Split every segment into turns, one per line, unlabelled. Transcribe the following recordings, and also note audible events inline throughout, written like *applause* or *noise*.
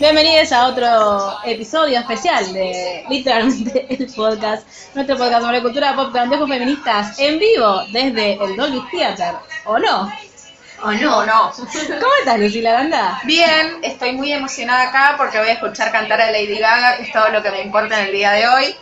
Bienvenidos a otro episodio especial de literalmente *laughs* el podcast, nuestro podcast sobre cultura pop de anteojos feministas en vivo desde el Dolby Theater, ¿o no?
Oh, no, no.
¿Cómo estás, Lucila Banda?
Bien, estoy muy emocionada acá porque voy a escuchar cantar a Lady Gaga, que es todo lo que me importa en el día de hoy.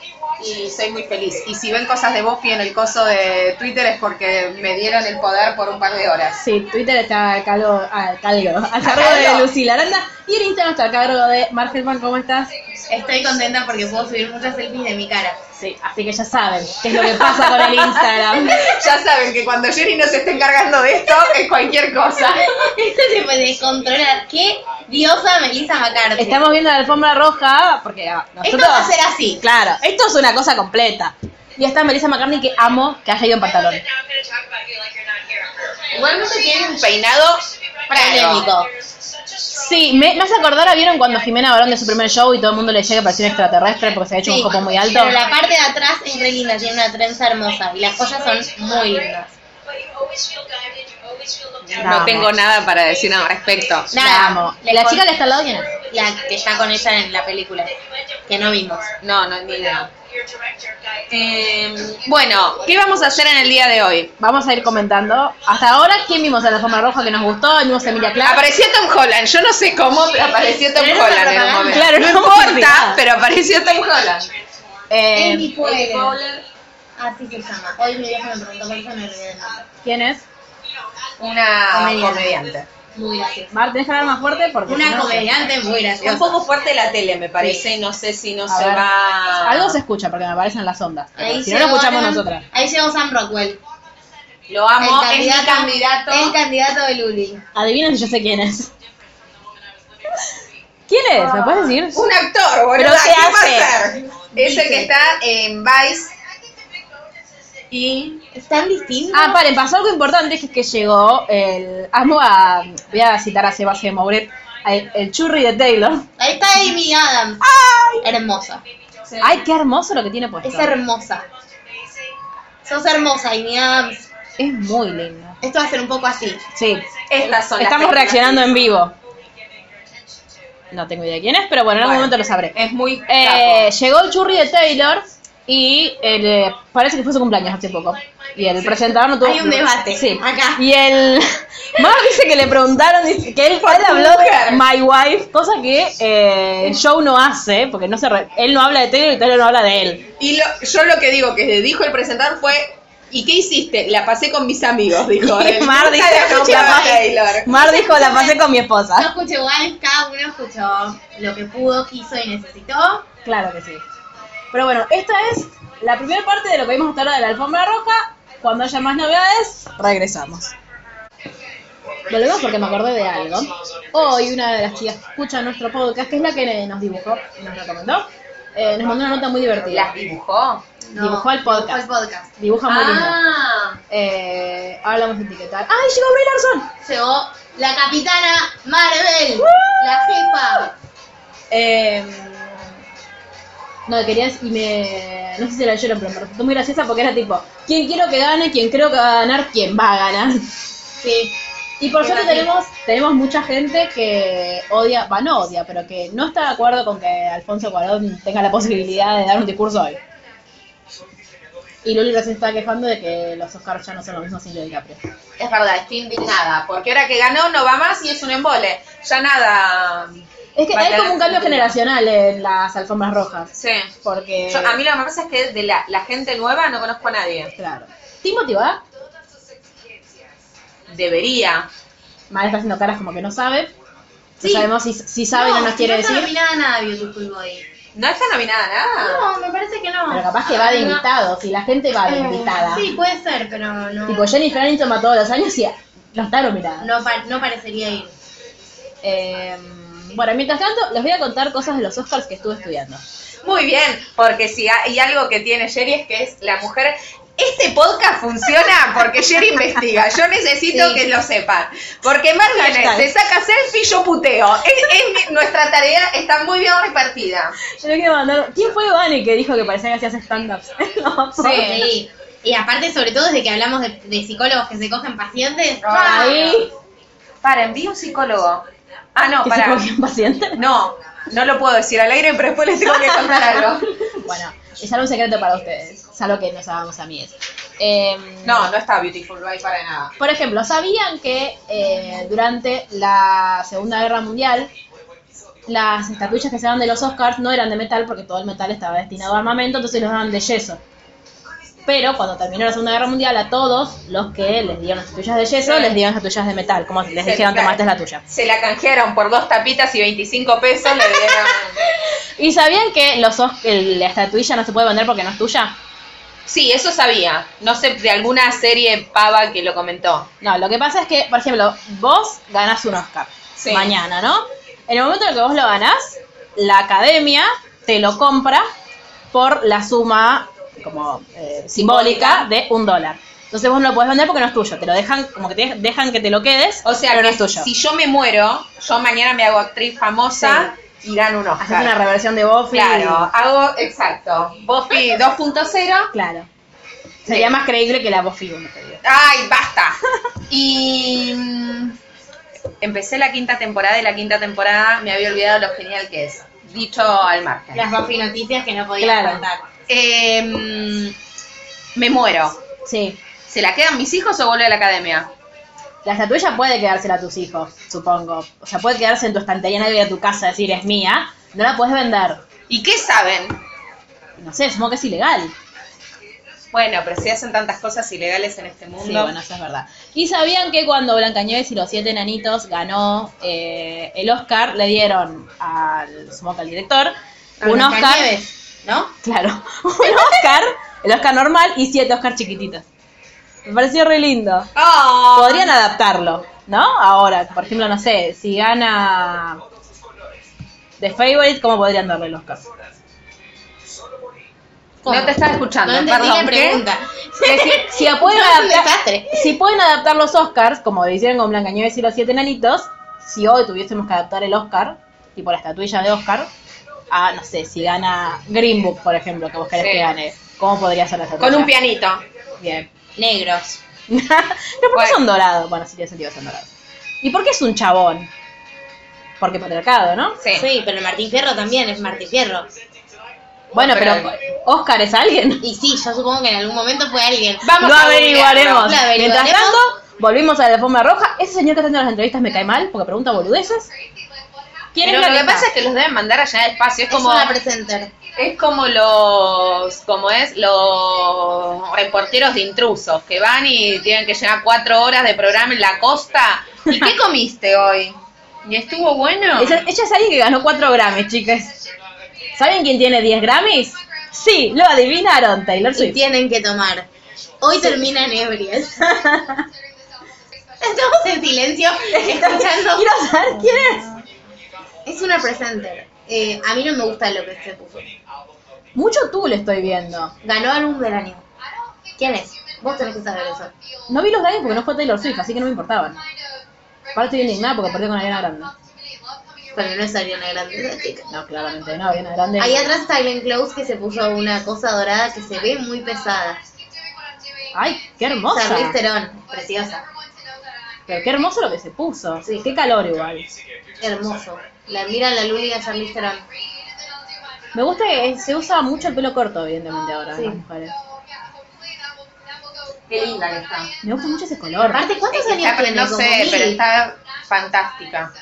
Y soy muy feliz. Y si ven cosas de Buffy en el coso de Twitter es porque me dieron el poder por un par de horas.
Sí, Twitter está a cargo, a cargo, a cargo de
cargo.
Lucila Aranda y el Instagram está a cargo de Margelman, ¿cómo estás?
Estoy contenta porque puedo subir muchas selfies de mi cara.
Sí, así que ya saben qué es lo que pasa con el Instagram.
*laughs* Ya saben que cuando Jerry no se esté encargando de esto, es cualquier cosa.
*laughs* Esto se puede controlar. ¡Qué diosa Melissa McCarthy!
*laughs* Estamos viendo la alfombra roja porque ah,
Esto
nosotros...
va a ser así.
Claro, esto es una cosa completa. Y está Melissa McCartney que amo que haya ido en pantalón.
Igualmente tiene un peinado
Polémico.
Sí, me, me hace acordar a vieron cuando Jimena Barón de su primer show y todo el mundo le llega que parecía un extraterrestre porque se había hecho
Sí,
un copo muy alto.
Pero la parte de atrás es re linda, tiene una trenza hermosa y las joyas son muy lindas.
No tengo nada para decir al respecto.
La
Nada,
amo.
le
¿La
con-
chica que está al lado quién es?
La que está con ella en la película, que no vimos.
No, no, ni idea. Eh, bueno, ¿qué vamos a hacer en el día de hoy?
Vamos a ir comentando. Hasta ahora, ¿quién vimos en la forma roja que nos gustó? Vimos a Emilia Clarke.
Apareció Tom Holland, yo no sé cómo pero apareció Tom
Pero era una
Holland en un
propaganda.
momento.
Claro,
no
no
importa,
significa.
pero apareció Tom Holland.
Eh,
Andy Poehler. Así se llama. Hoy mi vieja me preguntó por eso me olvidé del nombre.
¿Quién es?
Una
Ah, Comediante.
comediante.
Muy graciosa.
Mar, tenés que hablar más fuerte porque. si
Una
no-
comediante muy graciosa.
fuerte la tele, me parece, no sé si no
A ver. Algo se escucha porque me aparecen las ondas.
Ahí
Si no lo
llegó
escuchamos
Sam-
nosotras.
Ahí llegó Sam Rockwell.
Lo amo, es mi candidato.
El candidato de Luli.
Adivinen si yo sé quién es. *laughs* ¿Quién es? ¿Me puedes
Ah,
decir?
Un actor, boludo. ¿Qué
¿Pero
va
qué hace?
a hacer? Es el que está en Vice. Y
Es tan distinto.
Ah, paren, pasó algo importante que es que llegó el. Amo a. Voy a citar a Sebastián Mouret, a el, el churri de Taylor.
Ahí está Amy Adams. Hermosa.
Ay, qué hermoso lo que tiene puesto.
Es hermosa. Sos hermosa, Amy Adams.
Es muy lindo.
Esto va a ser un poco así.
Sí.
estas son las
Estamos
películas.
reaccionando en vivo. No tengo idea quién es, pero bueno, en algún
Bueno,
momento lo sabré.
Es muy capo.
Eh, llegó el churri de Taylor y el, eh, parece que fue su cumpleaños hace poco. Y el presentador no tuvo.
Hay un debate,
Sí.
acá.
Y el. *laughs* Mar dice que le preguntaron, dice que él, él habló de My Wife, cosa que eh, Joe no hace, porque no se re- él no habla de Taylor y Taylor no habla de él.
Y lo- yo lo que digo que dijo el presentador fue ¿Y qué hiciste? La pasé con mis amigos, dijo.
*laughs* Y
él.
Mar
Nunca
dijo,
le
la,
escuchaba a Taylor.
pasé- Mar dijo, la pasé con mi
Yo
esposa.
escuché igual, cada uno escuchó lo que pudo, quiso y necesitó.
Claro que sí. Pero bueno, esta es la primera parte de lo que vimos hasta ahora de la alfombra roja. Cuando haya más novedades, regresamos. Volvemos porque me acordé de algo. Hoy una de las chicas que escucha nuestro podcast, que es la que nos dibujó y nos recomendó, eh, nos mandó una nota muy divertida.
dibujó?
No,
Dibujó el podcast.
Dibujó el podcast.
Dibuja muy lindo.
Ah,
Eh, ahora la vamos a etiquetar. ¡Ay, llegó Brie Larson!
Llegó la capitana Marvel, la jefa.
Eh, no, querías y me. No sé si la leyeron, pero me resultó muy graciosa porque era tipo: ¿Quién quiero que gane? ¿Quién creo que va a ganar? ¿Quién va a ganar?
Sí.
Y por
Qué
suerte
gracioso.
tenemos, tenemos mucha gente que odia, va, no odia, pero que no está de acuerdo con que Alfonso Cuarón tenga la posibilidad de dar un discurso hoy. Y Luli se está quejando de que los Oscars ya no son los mismos sin Leo DiCaprio.
es verdad, estoy indignada. Porque ahora que ganó no va más y es un embole. Ya nada.
Es que
Va a
hay
quedar
como un cambio
sin duda.
generacional en las alfombras rojas.
Sí.
Porque.
Yo- a mí lo que me pasa es que de la, la gente nueva no conozco a nadie.
Claro. Timothy va,
Debería.
Mal está haciendo caras como que no sabe. No sabemos si, si sabe no, nos quiere
no está
decir. Ah.
nominada a nada Beautiful Boy.
No está nominada a nada.
No, me parece que no. Ah,
Pero capaz que va de
No.
invitado, si la gente va de
Eh,
invitada.
Sí, puede ser, pero no.
Tipo, Jennifer Aniston va todos los años y no está nominada.
no, pa- no parecería ir.
Eh, bueno, mientras tanto, les voy a contar cosas de los Oscars que estuve estudiando.
Muy bien, porque si hay algo que tiene Jerry es que es la mujer. Este podcast funciona porque Jerry investiga. Yo necesito que lo sepan. Porque Margaret
Hashtag.
se saca selfie y yo puteo. Es- es mi- nuestra tarea está muy bien repartida.
Yo le quiero mandar. ¿Quién fue Vane que dijo que parecía que hacías stand-ups? *laughs* No,
Sí. Y aparte, sobre todo, desde que hablamos de, de psicólogos que se cogen pacientes.
Ah. Ahí,
Para, envío un psicólogo. Ah, no,
que se
para.
cogió un paciente.
No, no lo puedo decir al aire, pero después les tengo que contar algo.
*laughs* Bueno, es algo un secreto para ustedes. Es algo que no sabemos a mí. Es. Eh,
No, no está Beautiful Boy para nada.
Por ejemplo, ¿sabían que eh, durante la Segunda Guerra Mundial las estatuillas que se daban de los Oscars no eran de metal porque todo el metal estaba destinado a armamento, entonces los daban de yeso? Pero cuando terminó la Segunda Guerra Mundial, a todos los que les dieron estatuillas de yeso, les dieron estatuillas de metal. Como les
Sí,
dijeron,
claro.
tomaste la tuya.
Se la canjearon por dos tapitas y 25 pesos, le dieron.
¿Y sabían que los Os- el- la estatuilla no se puede vender porque no es tuya?
Sí, eso sabía. No sé, de alguna serie pava que lo comentó.
No, lo que pasa es que, por ejemplo, vos ganás un Oscar
Sí.
mañana, ¿no? En el momento en el que vos lo ganás, la academia te lo compra por la suma como eh, simbólica de un dólar. Entonces vos no lo podés vender porque no es tuyo. Te lo dejan, como que te dejan que te lo quedes.
O sea,
pero
que
no es tuyo.
si yo me muero, yo mañana me hago actriz famosa y gano un
Haces una
Oscar.
reversión de Buffy.
Claro, hago, exacto. Buffy
*laughs*
2.0.
Claro. Sería más creíble que la Buffy uno, te digo.
Ay, basta. Y mm, empecé la quinta temporada y la quinta temporada me había olvidado lo genial que es. Dicho al margen.
Las Buffy noticias que no podían
Claro.
faltar.
Eh, mm, me muero.
Sí.
¿Se la quedan mis hijos o vuelve a la academia?
La estatuilla puede quedársela a tus hijos, supongo. O sea, puede quedarse en tu estantería en algo de tu casa, decir, es mía. No la puedes vender.
¿Y qué saben?
No sé, supongo que es ilegal.
Bueno, pero si hacen tantas cosas ilegales en este mundo.
Sí, bueno, eso es verdad. Y sabían que cuando Blancanieves y los siete enanitos ganó eh, el Oscar, le dieron al, supongo que al director,
A
un Oscar.
Blancanieves, ¿no?
Claro, *laughs* un Oscar, el Oscar normal y siete Oscar chiquititos. Me pareció re lindo.
¡Oh!
Podrían adaptarlo, ¿no? Ahora, por ejemplo, no sé, si gana The Favorite, ¿cómo podrían darle el Oscar?
No te estaba escuchando.
No entendí
perdón,
la
¿qué?
pregunta.
Que
*laughs*
si, si la
*laughs*
pueden
No, es un
adaptar,
desastre.
si pueden adaptar los Oscars, como lo hicieron con Blancanieves y los siete enanitos, si hoy tuviésemos que adaptar el Oscar, tipo la estatuilla de Oscar, a, no sé, si gana Green Book, por ejemplo, que vos querés
Sí.
que gane, ¿cómo podría ser la estatuilla?
Con un pianito.
Bien. *laughs*
Negros.
no, porque
Bueno.
son dorados. Bueno, sí tiene sentido que son dorados. ¿Y por qué es un chabón? Porque patriarcado, ¿no?
Sí.
Sí, pero Martín Fierro también es Martín Fierro.
Bueno,
Pero-
pero, Oscar es alguien.
Y sí, yo supongo que en algún momento fue alguien.
Vamos
lo
a
averiguaremos.
googlearlo. Lo averiguaremos.
Mientras tanto, volvimos a la alfombra roja. Ese señor que está haciendo las entrevistas me cae mal porque pregunta boludeces. ¿Quién
Pero
es
lo que
Blanca?
pasa es que los deben mandar allá al espacio. Es
Es
como,
una presenter.
es como los, como es, los reporteros de intrusos que van y tienen que llenar cuatro horas de programa en la costa. ¿Y
*laughs*
qué comiste hoy? ¿Y estuvo bueno?
Ella, ella es alguien que ganó 4 Grammys, chicas. ¿Saben quién tiene 10 Grammys? Sí, lo adivinaron, Taylor
Y
Swift. *laughs*
tienen que tomar. Hoy terminan ebrias. *laughs* Estamos en silencio, escuchando.
Quiero saber quién es.
Es una presenter. Eh, a mí no me gusta lo que se puso.
Mucho tú le estoy viendo.
Ganó álbum del año. ¿Quién es? Vos tenés que saber eso.
No vi los Grammys porque no fue Taylor Swift, así que no me importaban. Aparte estoy indignada porque perdió con Ariana Grande.
Pero no es Ariana Grande esa chica.
No, claramente no, Ariana Grande.
Ahí atrás está Glenn Close que se puso una cosa dorada que se ve muy pesada.
Ay, qué hermosa.
Charlize Theron, preciosa.
Pero qué hermoso lo que se puso.
Sí.
Qué calor igual.
Hermoso. La mira la lúdica Charlize Theron.
Me gusta que se usa mucho el pelo corto, evidentemente, ahora
Sí.
las mujeres.
Qué linda que está.
Me gusta mucho ese color.
Aparte, ¿cuántos años
Está, pero
tiene?
no
Como
sé,
mil.
pero está fantástica.
No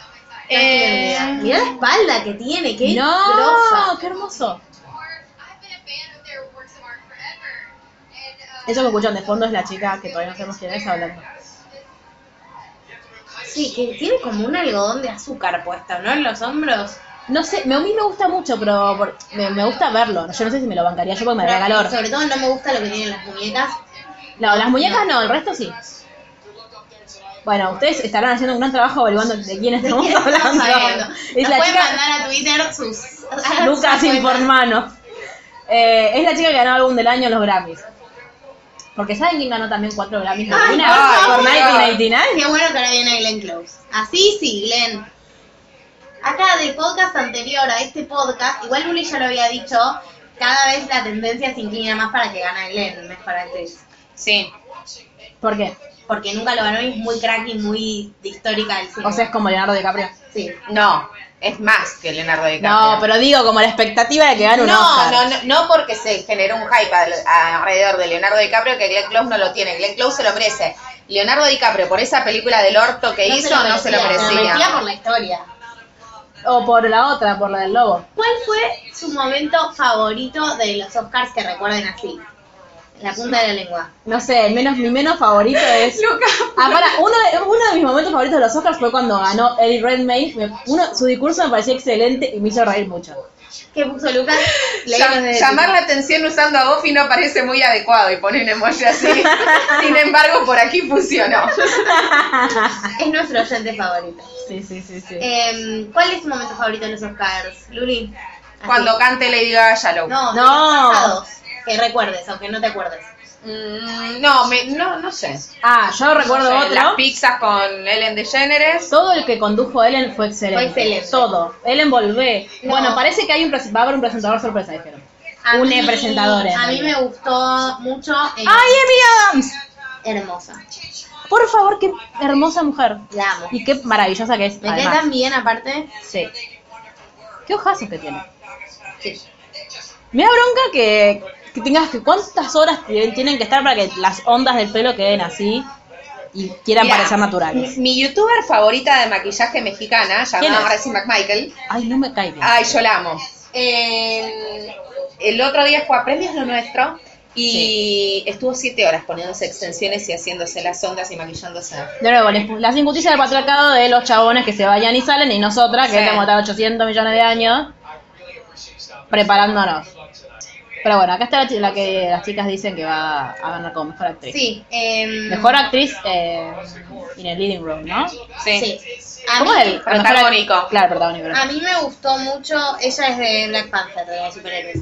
tiene idea. Mirá la espalda que tiene, qué
Eh, no,
grosa.
qué hermoso. Eso que escuchan de fondo es la chica que todavía no sabemos quién es hablando.
Sí, que tiene como un algodón de azúcar puesto, ¿no? En los hombros.
No sé, me, a mí me gusta mucho, pero por- me, me gusta verlo. Yo no sé si me lo bancaría yo porque me daría calor.
Sobre todo no me gusta lo que tienen las muñecas.
No, las muñecas no, el resto sí. Bueno, ustedes estarán haciendo un gran trabajo averiguando de quién estamos hablando. Es
Nos
la
pueden
chica
mandar a Twitter sus...
*laughs*
*laughs*
Lucas Informano. Eh, es la chica que ganó álbum del año en los Grammys. Porque ¿saben quién ganó también cuatro Grammys? de
Ay,
una? Ah,
por
por
favor.
1989.
Qué bueno que ahora viene Glenn Close. Así sí, Glenn. Acá del podcast anterior a este podcast, igual Luli ya lo había dicho, cada vez la tendencia se inclina más para que gane Glenn, mejor actriz. Sí.
¿Por qué?
Porque nunca lo ganó y es muy crack y muy de histórica del cine.
O sea, es como Leonardo DiCaprio.
sí.
No, es más que Leonardo DiCaprio.
No, pero digo, como la expectativa de que gane
No,
un
no,
Oscar.
no, no porque se generó un hype al- alrededor de Leonardo DiCaprio que Glenn Close no lo tiene. Glenn Close se lo merece. Leonardo DiCaprio, por esa película del orto que hizo, no se lo
Se lo merecía
merecía.
por la historia.
O por la otra, por la del lobo.
¿Cuál fue su momento favorito de los Oscars que recuerden así? En la punta de la lengua.
No sé, el menos, mi menos favorito *laughs* es. Ah, pará, uno, de, uno de mis momentos favoritos de los Oscars fue cuando ganó Eddie Redmayne. Me- uno, su discurso me pareció excelente y me hizo reír mucho.
¿Qué
*laughs*
puso Lucas? Leemos
Llam-
desde
llamar
tu-
la atención usando a Buffy no parece muy adecuado y pone un emoji así. Sin embargo, por aquí funcionó.
Es nuestro oyente favorito.
Sí, sí, sí, sí.
Em, ¿Cuál es tu momento favorito de los Oscars, Luli? Así.
Cuando cante Lady Gaga Shallow.
No,
No.
no. Pasados, que recuerdes, aunque no te acuerdes.
Mm, no, me- no, no sé.
Ah, yo recuerdo
No sé, Las
otro.
pizzas con Ellen DeGeneres.
Todo el que condujo Ellen fue excelente.
Fue excelente.
Todo. Ellen volvé.
No.
Bueno, parece que hay un, pre- va a haber un presentador sorpresa, dijeron.
A
Un
mí-
presentador, en
A mí me
realidad.
gustó mucho. eh,
¡Ay, Amy Adams!
Hermosa.
Por favor, qué hermosa mujer.
La amo.
Y qué maravillosa que es.
Me cae
además.
tan bien, aparte.
Sí. Qué ojazos que tiene.
Sí.
Me da bronca que, que tengas que. ¿Cuántas horas tienen tienen que estar para que las ondas del pelo queden así y quieran
Mirá,
parecer naturales?
Mi youtuber favorita de maquillaje mexicana,
¿Quién es?
llamada Racing McMichael.
Ay, no me cae bien.
Ay, yo la amo. Eh, el otro día fue a Premios Lo Nuestro y estuvo siete horas poniéndose extensiones y haciéndose las ondas y maquillándose.
De nuevo, les- las injusticias del patriarcado de los chabones que se vayan y salen y nosotras, que
Sí.
estamos hasta 800 millones de años, preparándonos. Pero bueno, acá está la, chi- la que las chicas dicen que va a ganar como mejor actriz.
Sí. em,
Mejor actriz eh, en el living room, ¿no?
Sí. A
¿Cómo
mí-
es el
Protagónico.
mejor actriz? Claro, protagónico.
A mí me gustó mucho, ella es de Black Panther, de los superhéroes.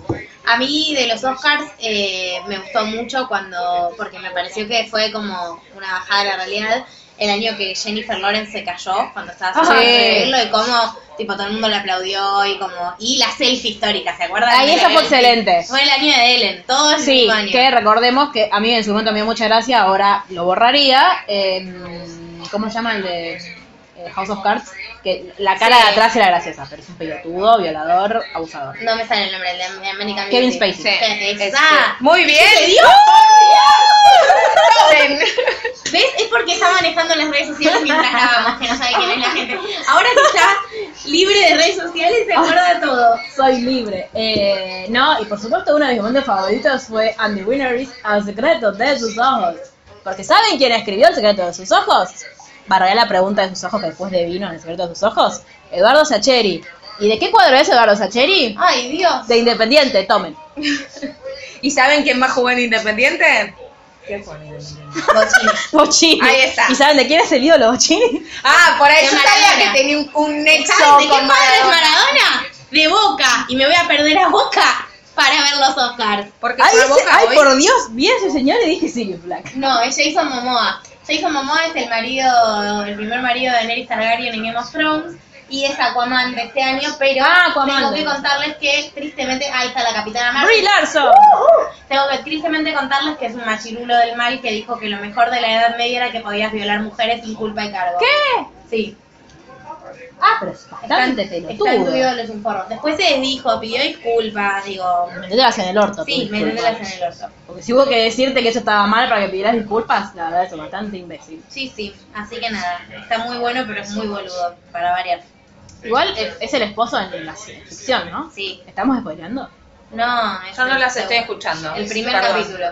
A mí de los Oscars eh, me gustó mucho cuando, porque me pareció que fue como una bajada de la realidad, el año que Jennifer Lawrence se cayó cuando estaba
Ah,
haciendo
sí.
el revelarlo y cómo tipo todo el mundo le aplaudió y como y la selfie histórica, ¿se acuerdan?
Ay,
De
esa
la
fue
selfie?
excelente.
Fue el año de Ellen, todo el
Ah, Sí,
mismo año.
que recordemos que a mí en su momento me dio mucha gracia, ahora lo borraría. em, ¿Cómo se llama el de eh, House of Cards? Que la cara de atrás era graciosa, pero es un pelotudo, violador, abusador.
No me sale el nombre, el de American
Kevin
Beauty.
Spacey.
Sí.
Exacto.
Muy bien.
*laughs*
Tomen.
¿Ves? Es porque está manejando las redes sociales mientras grabamos, que no sabe quién es la
*laughs*
gente. Ah. Ahora que está libre de redes sociales, se acuerda todo.
Soy libre. Eh, no, y por supuesto uno de mis momentos favoritos fue Andy Wineries al secreto de sus ojos. Porque ¿saben quién escribió el secreto de sus ojos? Barré la pregunta de sus ojos que después de vino en el secreto de sus ojos. Eduardo Sacheri. ¿Y de qué cuadro es Eduardo Sacheri?
Ay, Dios.
De Independiente, tomen. *laughs*
¿Y saben quién más jugó en Independiente?
Bochini.
Ahí está.
¿Y saben de quién es el ídolo Bochini?
Ah, por ahí
De
yo
Maradona.
sabía que tenía un, un nexo
¿Sabes de qué
con
cuadro es
Maradona.
Maradona? De Boca. Y me voy a perder a Boca para ver los Oscars.
Porque
Ay,
fue a
ese-
Boca
ay,
hoy.
por Dios, vi a ese señor y dije Sirius Black.
No, es Jason Momoa. Jason Momoa es el marido, el primer marido de Daenerys Targaryen en Game of Thrones y es Aquaman de este año, pero
Ah, Aquaman.
tengo que contarles que tristemente, ahí está la Capitana
Ah.
Marvel.
Brie Larson.
Uh-huh.
Tengo que tristemente contarles que es un machirulo del mal que dijo que lo mejor de la Edad Media era que podías violar mujeres sin culpa y cargo.
¿Qué?
Sí.
Ah, pero es bastante
Están-
pelotudo.
están incluidos los informes. Después se desdijo, pidió disculpas, digo...
Metetelas en el orto. tu
Sí,
disculpa.
métetelas en el orto.
Porque si hubo que decirte que eso estaba mal para que pidieras disculpas, la verdad es bastante imbécil.
Sí, sí. Así que nada, está muy bueno, pero es muy boludo, para variar.
Igual es, es el esposo en la ficción, ¿no?
Sí.
¿Estamos spoileando?
No, es
Yo no
el
las estoy
segundo.
escuchando.
El primer
Perdón.
capítulo.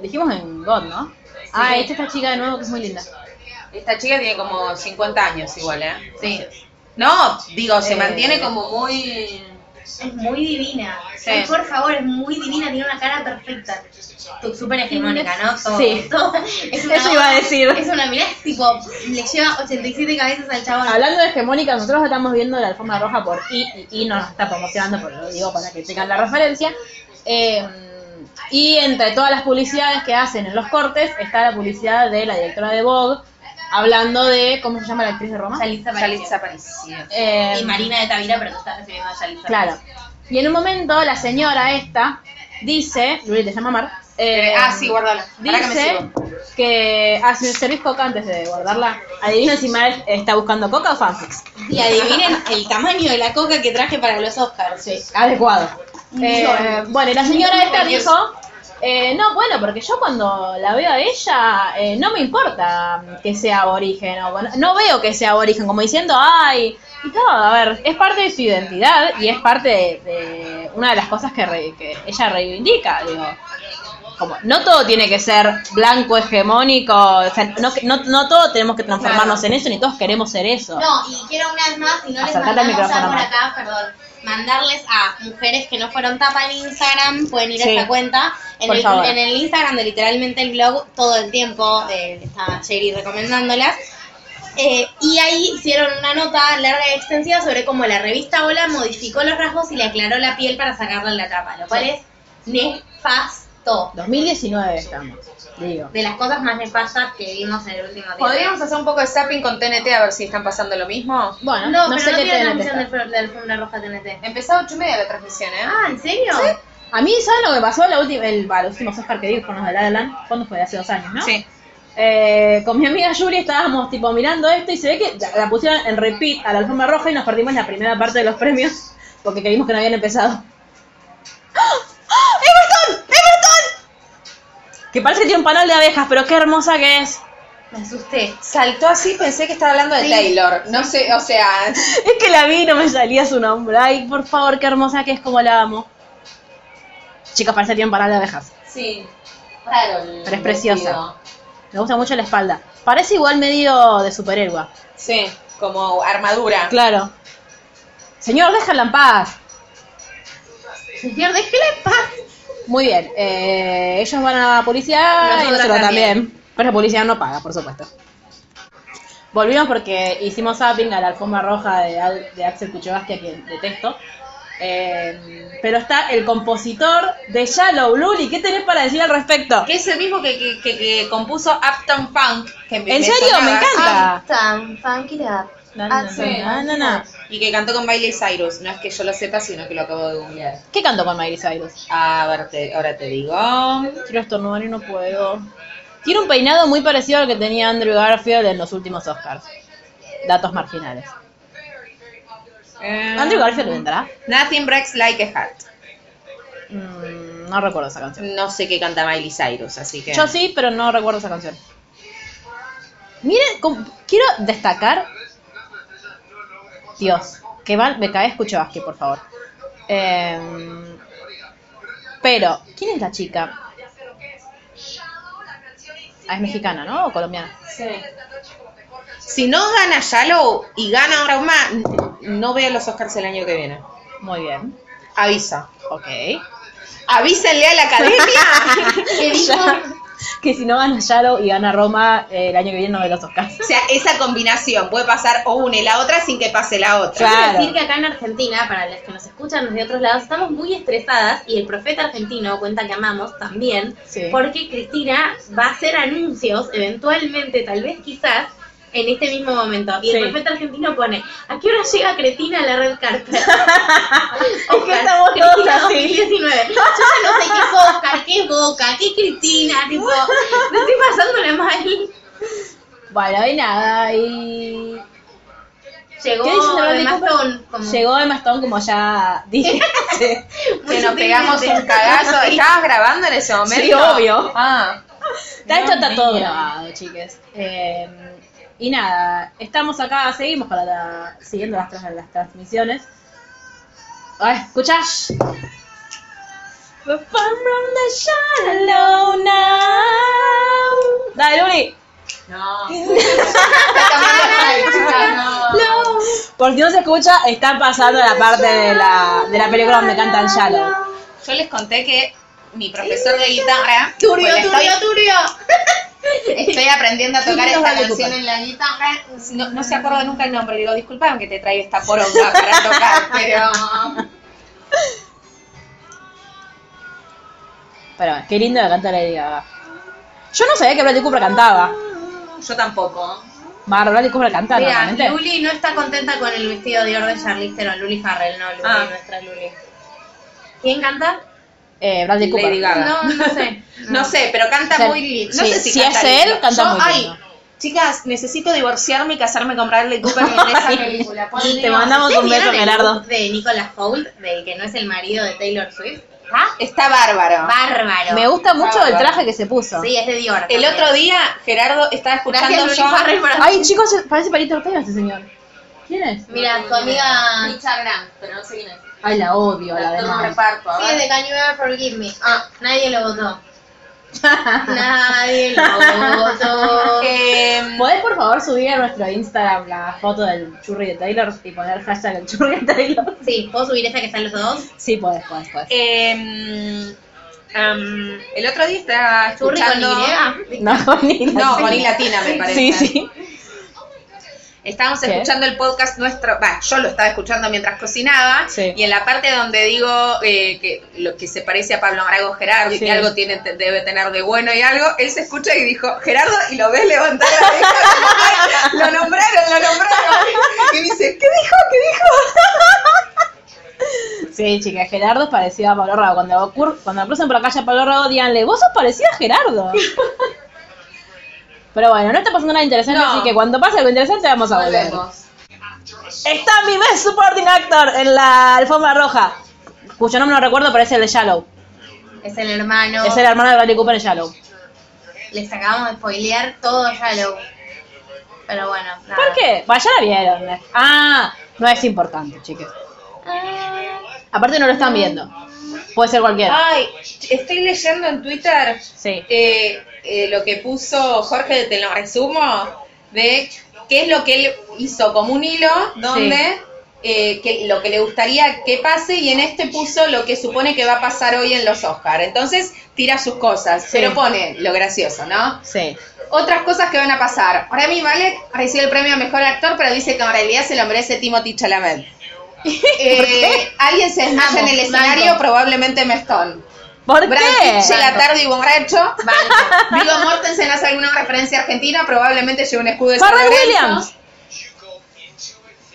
Dijimos en God, ¿no? Ah, esta es esta chica de nuevo que es muy linda.
Esta chica tiene como 50 años igual, ¿eh? Sí. No, digo, se mantiene como muy...
Es muy divina.
Sí.
Ay, por favor, es muy divina, tiene una cara perfecta. Tu- Súper hegemónica, ¿no? Todo-
Sí.
*laughs*
todo- es una-
Eso iba a decir.
Es una mirada, es tipo, le lleva 87 cabezas al chabón.
Hablando de hegemónica, nosotros estamos viendo la alfombra roja por I y I no nos está promocionando, pero lo digo para que tengan la referencia. Eh, y entre todas las publicidades que hacen en los cortes está la publicidad de la directora de Vogue hablando de, ¿cómo se llama la actriz de Roma?
Yalitza
Yalitza
Aparicio.
Aparicio.
Eh,
Y Marina de Tavira, pero tú estás recibiendo a Yalitza
Claro.
Aparicio.
Y en un momento la señora esta dice, Luli te llama Mar. eh,
Eh, ah, sí, guárdala. Para que me
Dice
sigo.
que hace un servicio coca antes de guardarla. Adivinen si Mar está buscando coca o fanfics.
Y adivinen el tamaño de la coca que traje para los Oscars.
Sí, adecuado. Eh, bueno, y la señora esta dijo, eh, no, bueno, porque yo cuando la veo a ella, eh, no me importa que sea aborigen, o, no veo que sea aborigen, como diciendo, ay, y no, a ver, es parte de su identidad y es parte de, de una de las cosas que, re- que ella reivindica, digo. Como, no todo tiene que ser blanco, hegemónico, o sea, no, que- no, no todos tenemos que transformarnos en eso, ni todos queremos ser eso.
No, y quiero una vez más, si no les
Acercate al
mandamos ya
micrófono,
por
Mar.
acá, perdón, mandarles a mujeres que no fueron tapa en Instagram, pueden ir
Sí.
a esa cuenta. En
Por
el,
favor.
en el Instagram de literalmente el blog, todo el tiempo, eh, está Sherry recomendándolas. Eh, y ahí hicieron una nota larga y extensiva sobre cómo la revista Hola modificó los rasgos y le aclaró la piel para sacarla en la tapa, lo cual es nefasto.
2019 estamos, digo.
De las cosas más nefastas que vimos en el último tiempo.
¿Podríamos hacer un poco de zapping con TNT a ver si están pasando lo mismo?
Bueno,
No,
no,
pero
sé
no
qué
tiene
TNT
transmisión
está.
de, alf- de alfombra roja TNT.
Empezó a 8 y media la transmisión, ¿eh?
Ah, ¿en serio?
A mí, ¿saben lo que me pasó? La última, el, bah, los últimos Oscar que vi con los de La La Land, ¿cuándo fue? Hace dos años, ¿no?
Sí.
Eh, con mi amiga Yuri estábamos tipo mirando esto y se ve que la, la pusieron en repeat a la alfombra roja y nos perdimos la primera parte de los premios porque creímos que no habían empezado. ¡Ah! ¡Ah! ¡Everton! ¡Everton! Que parece que tiene un panal de abejas, pero qué hermosa que es.
Me asusté.
Saltó así, pensé que estaba hablando de Taylor. No sé, o sea, *laughs*
Es que la vi y no me salía su nombre. Ay, por favor, qué hermosa que es, como la amo. Chicas, parece que tiene un panal de abejas.
sí. Raro. el
Pero es preciosa.
vestido.
Me gusta mucho la espalda. Parece igual medio de superhéroe.
Sí, como armadura.
Claro. Señor, déjala en paz.
Señor, déjela en paz.
Muy bien. eh, ellos van a la policía y
Nosotros
nosotros también.
también.
Pero la policía no paga, por supuesto. Volvimos porque hicimos zapping a la alfombra roja de, Al- de Axel Kuchovaski, a quien detesto. Eh, pero está el compositor de Shallow, Luli. ¿Qué tenés para decir al respecto?
Que es el mismo que, que, que- que compuso Uptown Funk. Que
¿En serio? Me encanta.
I'm tan funky up.
No, no, no, no, no.
Y que cantó con Miley Cyrus. No es que yo lo sepa, sino que lo acabo de googlear.
¿Qué canto con Miley Cyrus?
A ver, te- ahora te digo.
Quiero estornudar y no puedo. Tiene un peinado muy parecido al que tenía Andrew Garfield en los últimos Oscars. Datos marginales.
Eh,
¿Andrew Garfield vendrá?
Nothing Breaks Like a Heart.
Mm, no recuerdo esa canción.
No sé qué canta Miley Cyrus, así que.
Yo sí, pero no recuerdo esa canción. Miren, com- quiero destacar. Dios, que van, me cae, escucho Vázquez, por favor. Eh, pero, ¿quién es la chica? Ah, es mexicana, ¿no? ¿O colombiana?
Si no gana Shallow y gana ahora más, n- no veo los Oscars el año que viene.
Muy bien.
Avisa.
Ok.
Avísenle a la academia. *laughs*
¿Qué dijo?
*laughs* que si no gana Yaro y gana Roma, eh, el año que viene no ve los Oscars.
o sea, esa combinación puede pasar o una y la otra sin que pase la otra.
Claro.
Quiero decir que acá en Argentina, para las que nos escuchan desde otros lados, estamos muy estresadas y el profeta argentino cuenta que amamos también,
Sí.
porque Cristina va a hacer anuncios eventualmente, tal vez quizás, en este mismo momento. Y el
Sí.
profeta argentino pone, ¿a qué hora llega Cristina a la red
*laughs*
carpet?
Es que estamos todos
Cristina
así.
2019. Yo ya no sé qué es Oscar, qué es Boca, qué es Cristina, tipo, no estoy pasándola mal.
Bueno, y nada, y...
Llegó,
¿Qué dices de Bradley
además,
Cooper?
con, como
Llegó Emma Stone como ya dije. *laughs* Sí.
muy
Que nos pegamos un
sutilmente.
cagazo. ¿Estabas grabando en ese momento?
Sí, obvio.
Ah.
Está hecho está todo grabado, chiques. Eh, y nada, estamos acá, seguimos para la- siguiendo las, tras- las transmisiones. Ay, ¿escuchás? But I'm from the shallow now. Dale, Luli.
No. Está *laughs* cambiando para el chica, no.
Por si no se escucha, están pasando la parte de la, de la película donde cantan Shallow.
Yo les conté que mi profesor de guitarra.
Turbio,
cuando
turbio,
estoy,
turbio.
estoy aprendiendo a tocar
Turbio
esta
vale
canción
ocupar.
en la guitarra. No, no se acuerda nunca el nombre. Le digo, disculpa, aunque te traiga esta poronga
*laughs*
para tocar, pero.
Pero qué lindo la canta Lady Gaga. Yo no sabía que Bradley Cooper cantaba.
Yo tampoco.
Mar, Bradley Cooper canta
Mira,
normalmente.
Luli no está contenta con el vestido de oro de Charlize Theron, Luli Harrell, no, Luli,
Ah.
nuestra Luli. ¿Quién canta?
Eh, Bradley Cooper.
Lady Gaga.
No, no
*laughs*
sé.
No sé, pero canta
O sea,
muy lindo. No
Ah. sí,
sé si,
si
canta
es él,
lindo.
canta
Yo,
muy
ay,
lindo.
Chicas, necesito divorciarme y casarme con Bradley Cooper en esa película. por
Te
Dios.
mandamos
¿Ustedes
un beso,
vieron el
Melardo.
look De Nicolas Hoult, del que no es el marido de Taylor Swift.
Está bárbaro.
Bárbaro.
Me gusta mucho el
Bárbaro.
traje que se puso.
Sí, es de Dior.
El
también.
otro día, Gerardo estaba escuchando
Gracias,
yo.
Luli Farrell, por-
Ay, chicos, parece Palito Ortega este señor. ¿Quién es?
Mira, tu amiga Richa Grant, pero no sé quién es.
Ay, la odio, la de Mar.
Sí, es de Can You Ever Forgive Me. Ah, nadie lo votó. *laughs* nadie lo votó. *laughs*
Eh,
¿Podés por favor subir a nuestro Instagram la foto del churri de Taylor y poner hashtag el churri de Taylor?
Sí, ¿puedo subir esta que están los dos?
Sí, podés, podés, podés.
eh, um, el otro día estaba
¿Churri con
escuchando.
Y?
No, *laughs* ni la-
No, con I latina me parece.
¿eh? Sí, sí.
Estábamos
¿Qué?
escuchando el podcast nuestro, va, yo lo estaba escuchando mientras cocinaba,
Sí.
y en la parte donde digo eh, que lo que se parece a Pablo Marago Gerardo, y
Sí.
que algo tiene, te- debe tener de bueno y algo, él se escucha y dijo, Gerardo, y lo ves levantar la oreja, lo nombraron, lo nombraron, lo nombraron. Y me dice, ¿qué dijo? ¿Qué dijo?
Sí, chicas, Gerardo es parecido a Pablo Rago. Cuando, ocur- cuando crucen por la calle a Pablo Rago, díganle, vos sos parecida a
*laughs*
Gerardo. Pero bueno, no está pasando nada interesante,
No.
así que cuando pase algo interesante vamos a volver.
Volvemos.
Está mi best supporting actor en la alfombra roja, cuyo nombre no recuerdo, pero es el de Shallow.
Es el hermano.
Es el hermano de Bradley Cooper en Shallow.
Les acabamos de spoilear todo Shallow. Pero bueno, nada.
¿Por qué? Bueno, ya la vieron. Ah, no es importante, chicos.
Ah.
Aparte no lo están viendo. Puede ser cualquiera.
Ay, estoy leyendo en Twitter
Sí.
eh, eh, lo que puso Jorge, te lo resumo, de qué es lo que él hizo como un hilo, donde eh, que, lo que le gustaría que pase y en este puso lo que supone que va a pasar hoy en los Oscars. Entonces tira sus cosas, pero pone lo gracioso, ¿no?
Sí.
Otras cosas que van a pasar. Rami Malek recibe el premio a Mejor Actor, pero dice que en realidad se lo merece Timothy Chalamet. Eh, alguien se desmaya
Vamos,
en el escenario,
banco.
probablemente Mestón.
¿Por
Brad
qué?
Pitt llega tarde y borracho. Vigo Mortensen hace alguna referencia argentina, probablemente lleve un escudo de San
Farrell
Lorenzo.
Williams.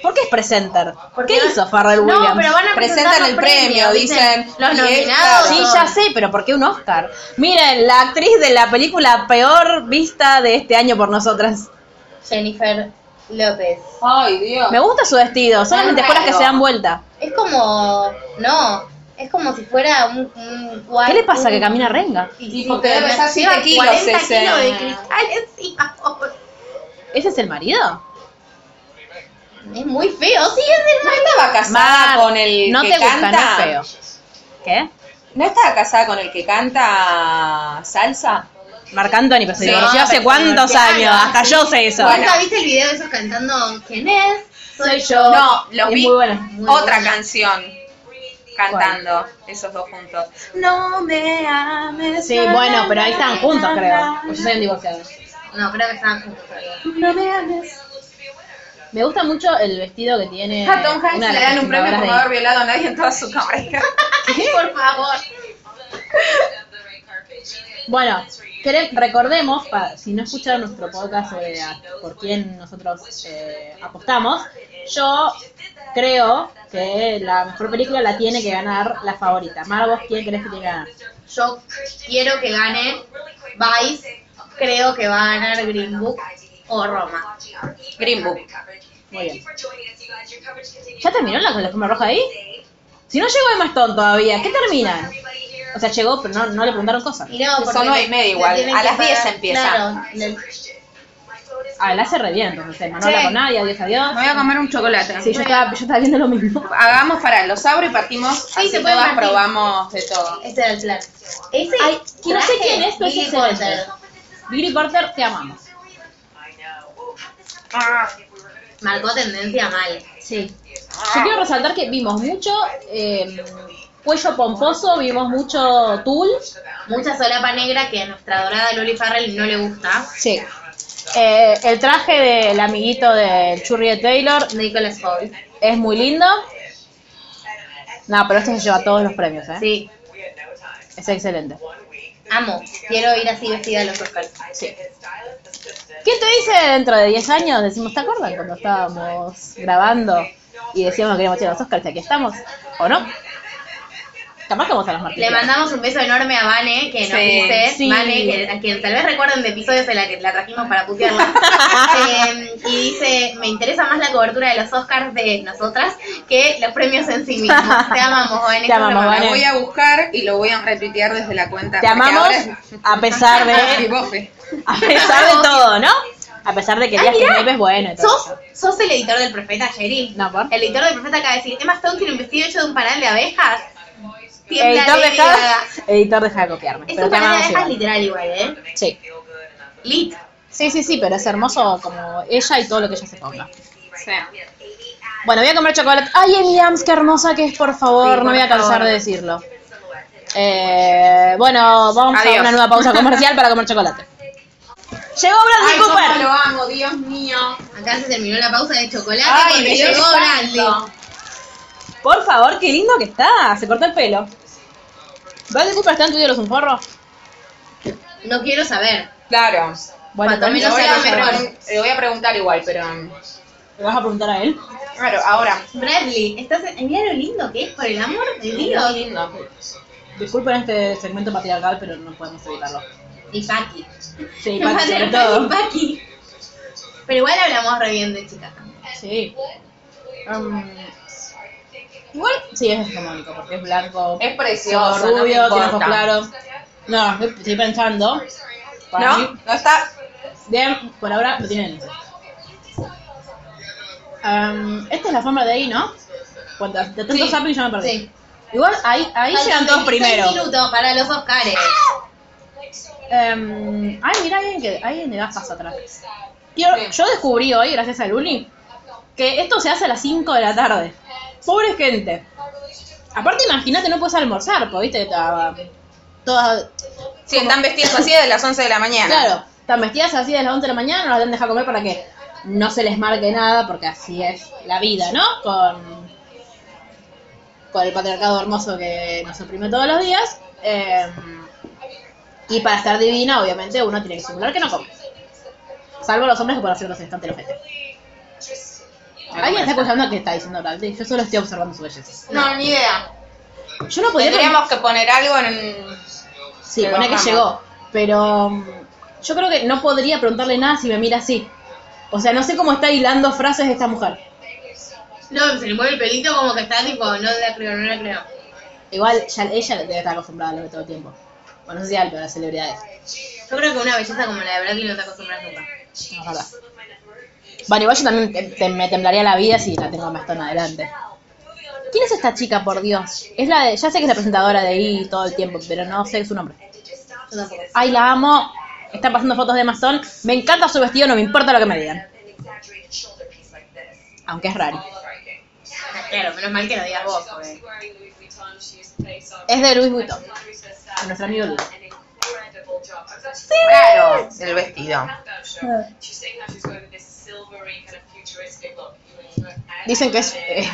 ¿Por qué es presenter? ¿Qué hizo Farrell
No,
Williams?
pero van a presentar
Presentan
los
el premio,
premios,
dicen.
Los
y es-
nominados.
Sí, ya sé, pero ¿por qué un Oscar? Miren, la actriz de la película peor vista de este año por nosotras.
Jennifer López.
Ay, Dios.
Me gusta su vestido, solamente
Es
fueras que
raro.
se dan vuelta.
Es como. No. Es como si fuera un. un
¿Qué le pasa
un-
que camina renga?
Y
Tipo, que debe pesar
lleva
7 kilos
40
ese.
kilos de cristales encima, pobre.
¿Ese es el marido?
Es muy feo, sí, es
¿No estaba casada
Mar,
con el
no
que
te gusta,
canta?
no es feo. ¿Qué?
¿No estaba casada con el que canta salsa?
Marc Anthony, pero se
Sí,
divorció hace
pero
cuántos
claro,
años, hasta yo sé eso.
del mal. ¿Nunca viste el video de esos cantando quién es? Soy yo.
No, los
es
vi.
muy buena.
Muy
Otra
buena.
canción cantando esos dos juntos.
Sí, bueno, pero ahí están juntos, creo. O ya se han divorciado.
No, creo que estaban juntos todavía.
Me gusta mucho el vestido que tiene.
A Tom Hanks
Eh, una de
le
las
dan un premio por no
presentadoras
haber
de-
violado a nadie en toda su carrera.
Por favor.
Bueno, quere- recordemos, pa- si no escucharon nuestro podcast sobre a- por quién nosotros eh, apostamos, yo creo que la mejor película la tiene que ganar la favorita. Margot, ¿quién crees que tiene que ganar?
Yo quiero que gane Vice. Creo que va a ganar Green Book o Roma.
Green Book.
Muy bien. ¿Ya terminó la, la alfombra roja ahí? Si no llegó Emma Stone todavía, ¿qué terminan? O sea, llegó, pero no, no le preguntaron cosas.
Y no,
Son
porque
nueve y
le-
media
le
igual,
tienen
a
que
las 10
pagar-
empieza.
Claro, le-
Ah, la hace re bien, entonces Emma, no habla
Sí.
con nadie, adiós, adiós.
*laughs* Me voy a comer un chocolate.
Sí, yo estaba, yo estaba viendo lo
*laughs*
mismo.
Hagamos para, los abro y partimos. así
se puede
todas
partir.
probamos de todo.
Ese este era el plan. Ese
Ay, que no sé
traje,
quién es, pero es
Billy
excelente.
Porter.
Billy Porter, te amamos.
Marcó tendencia mal.
Sí. Yo quiero resaltar que vimos mucho eh, cuello pomposo, vimos mucho tul.
Mucha solapa negra que a nuestra dorada Loli Farrell no le gusta.
Sí. Eh, el traje del amiguito del Churri de Taylor
Nicholas Hoult.
es muy lindo. No, pero este se lleva todos los premios, ¿eh?
Sí.
Es excelente.
Amo. Quiero ir así vestida a los Oscars.
Sí. ¿Quién te dice dentro de 10 años? Decimos, ¿te acuerdan cuando estábamos grabando y decíamos que queríamos ir a los Oscars? Y aquí estamos, ¿o no? Capaz que vamos a los
Le
martillos.
mandamos un beso enorme a Vane, que nos
Sí,
dice,
sí.
Vane, que, a quien tal vez recuerden de episodios en la que la trajimos para
*laughs*
putearla, Eh, y dice, me interesa más la cobertura de los Oscars de nosotras que los premios en sí mismos. Te amamos, Vane.
Te amamos,
Vane.
Lo
Vale.
voy a buscar y lo voy a retuitear desde la cuenta.
Te
porque
amamos
ahora es-
a pesar
Ah,
*laughs*
y
de
bofe.
a pesar de todo, ¿no? A pesar de que
Ah,
Díaz
mirá.
Snape es bueno. y todo
¿Sos,
eso.
¿Sos el editor del profeta, Jerry?
No, ¿por?
El editor del profeta acaba de decir, Emma Stone tiene un vestido hecho de un panal de abejas. Tiembla
Editor
Lady
deja,
Gaga.
editor deja de copiarme.
Es
pero
un
te
panal de
amamos
abejas
igual.
literal igual, ¿eh?
Sí.
Lit.
sí, sí, sí, pero es hermoso como ella y todo lo que ella se ponga.
Sí.
Bueno, voy a comer chocolate. Ay, Amy Adams, qué hermosa que es, por favor.
Sí,
no voy a
por
cansar
favor.
de decirlo. Eh, bueno, vamos a
Adiós.
una nueva pausa comercial para comer chocolate. Llegó Bradley
Ay, cómo
Cooper.
lo amo, Dios mío.
Acá se terminó la pausa de chocolate
Ay,
porque
me
llegó
llegó
Bradley.
Por favor, qué lindo que está. Se cortó el pelo. ¿Bradley Cooper está en tu los un forro?
No quiero saber.
Claro.
Bueno,
Cuanto
también
menos
ahora
sea
lo
mejor.
sabremos.
Le voy a preguntar igual, pero. um,
¿Le vas a preguntar a él?
Claro, ahora.
Bradley, estás en... mira lo lindo que es, por el amor de
Lindo,
Dios.
lindo.
Disculpen este segmento patriarcal, pero no podemos evitarlo.
Y Paki. *laughs*
*laughs*
Sí,
Nos va a
Pati, sobre
tener
todo.
Paki, Paki. Pero igual hablamos re bien de chicas.
Sí. Um, igual, sí, es hegemónico, porque es blanco,
Es precioso. no me
rubio, tiene ojos
importa.
claros. No, estoy- estoy pensando. Para
No,
mí,
no está.
de- por ahora lo tienen. Um, esta es la alfombra de ahí, ¿no? Cuando, de tanto
Sí.
zapping yo me perdí.
Sí.
Igual ahí, ahí llegan todos primero.
minutos para los Oscars.
Em, ay, mira, hay alguien que hay alguien de gafas atrás. Yo, yo descubrí hoy, gracias a Luli, que esto se hace a las 5 de la tarde. Pobre gente. Aparte, imagínate, no puedes almorzar, porque viste, estaba- todas.
Sí, están vestidos así desde las 11 de la mañana.
Claro, están vestidas así desde las 11 de la mañana, no las deben dejar comer para que no se les marque nada, porque así es la vida, ¿no? Con, con el patriarcado hermoso que nos oprime todos los días. Eh, y para estar divina, obviamente, uno tiene que simular que no come. Salvo los hombres que por hacer los estantes los gente. ¿Alguien está escuchando qué está diciendo Raldi? Yo solo estoy observando su belleza.
No, ni idea.
Yo no podía creer-
Tendríamos que poner algo en.
Sí,
Pero
pone que
vamos.
llegó. Pero mm, yo creo que no podría preguntarle nada si me mira así. O sea, no sé cómo está hilando frases esta mujer.
No, se le mueve el pelito como que está tipo, no la creo, no la creo.
Igual ya ella debe estar acostumbrada a lo de todo el tiempo. Bueno, no sé si alto, las celebridades.
Yo creo que una belleza como la de Bradley no te acostumbras nunca.
No, es verdad. Bueno, igual yo también te- te- me temblaría la vida si la tengo más tan adelante. ¿Quién es esta chica, por Dios? Es la de, ya sé que es la presentadora de ahí todo el tiempo, pero no sé su nombre.
Yo tampoco.
Ay, la amo. Está pasando fotos de Amazon. Me encanta su vestido, no me importa lo que me digan. Aunque es raro.
Claro, menos mal que lo digas vos, porque
Es de Luis Vuitton. de Nuestro amigo Luis.
Claro, el vestido.
Dicen que es eh,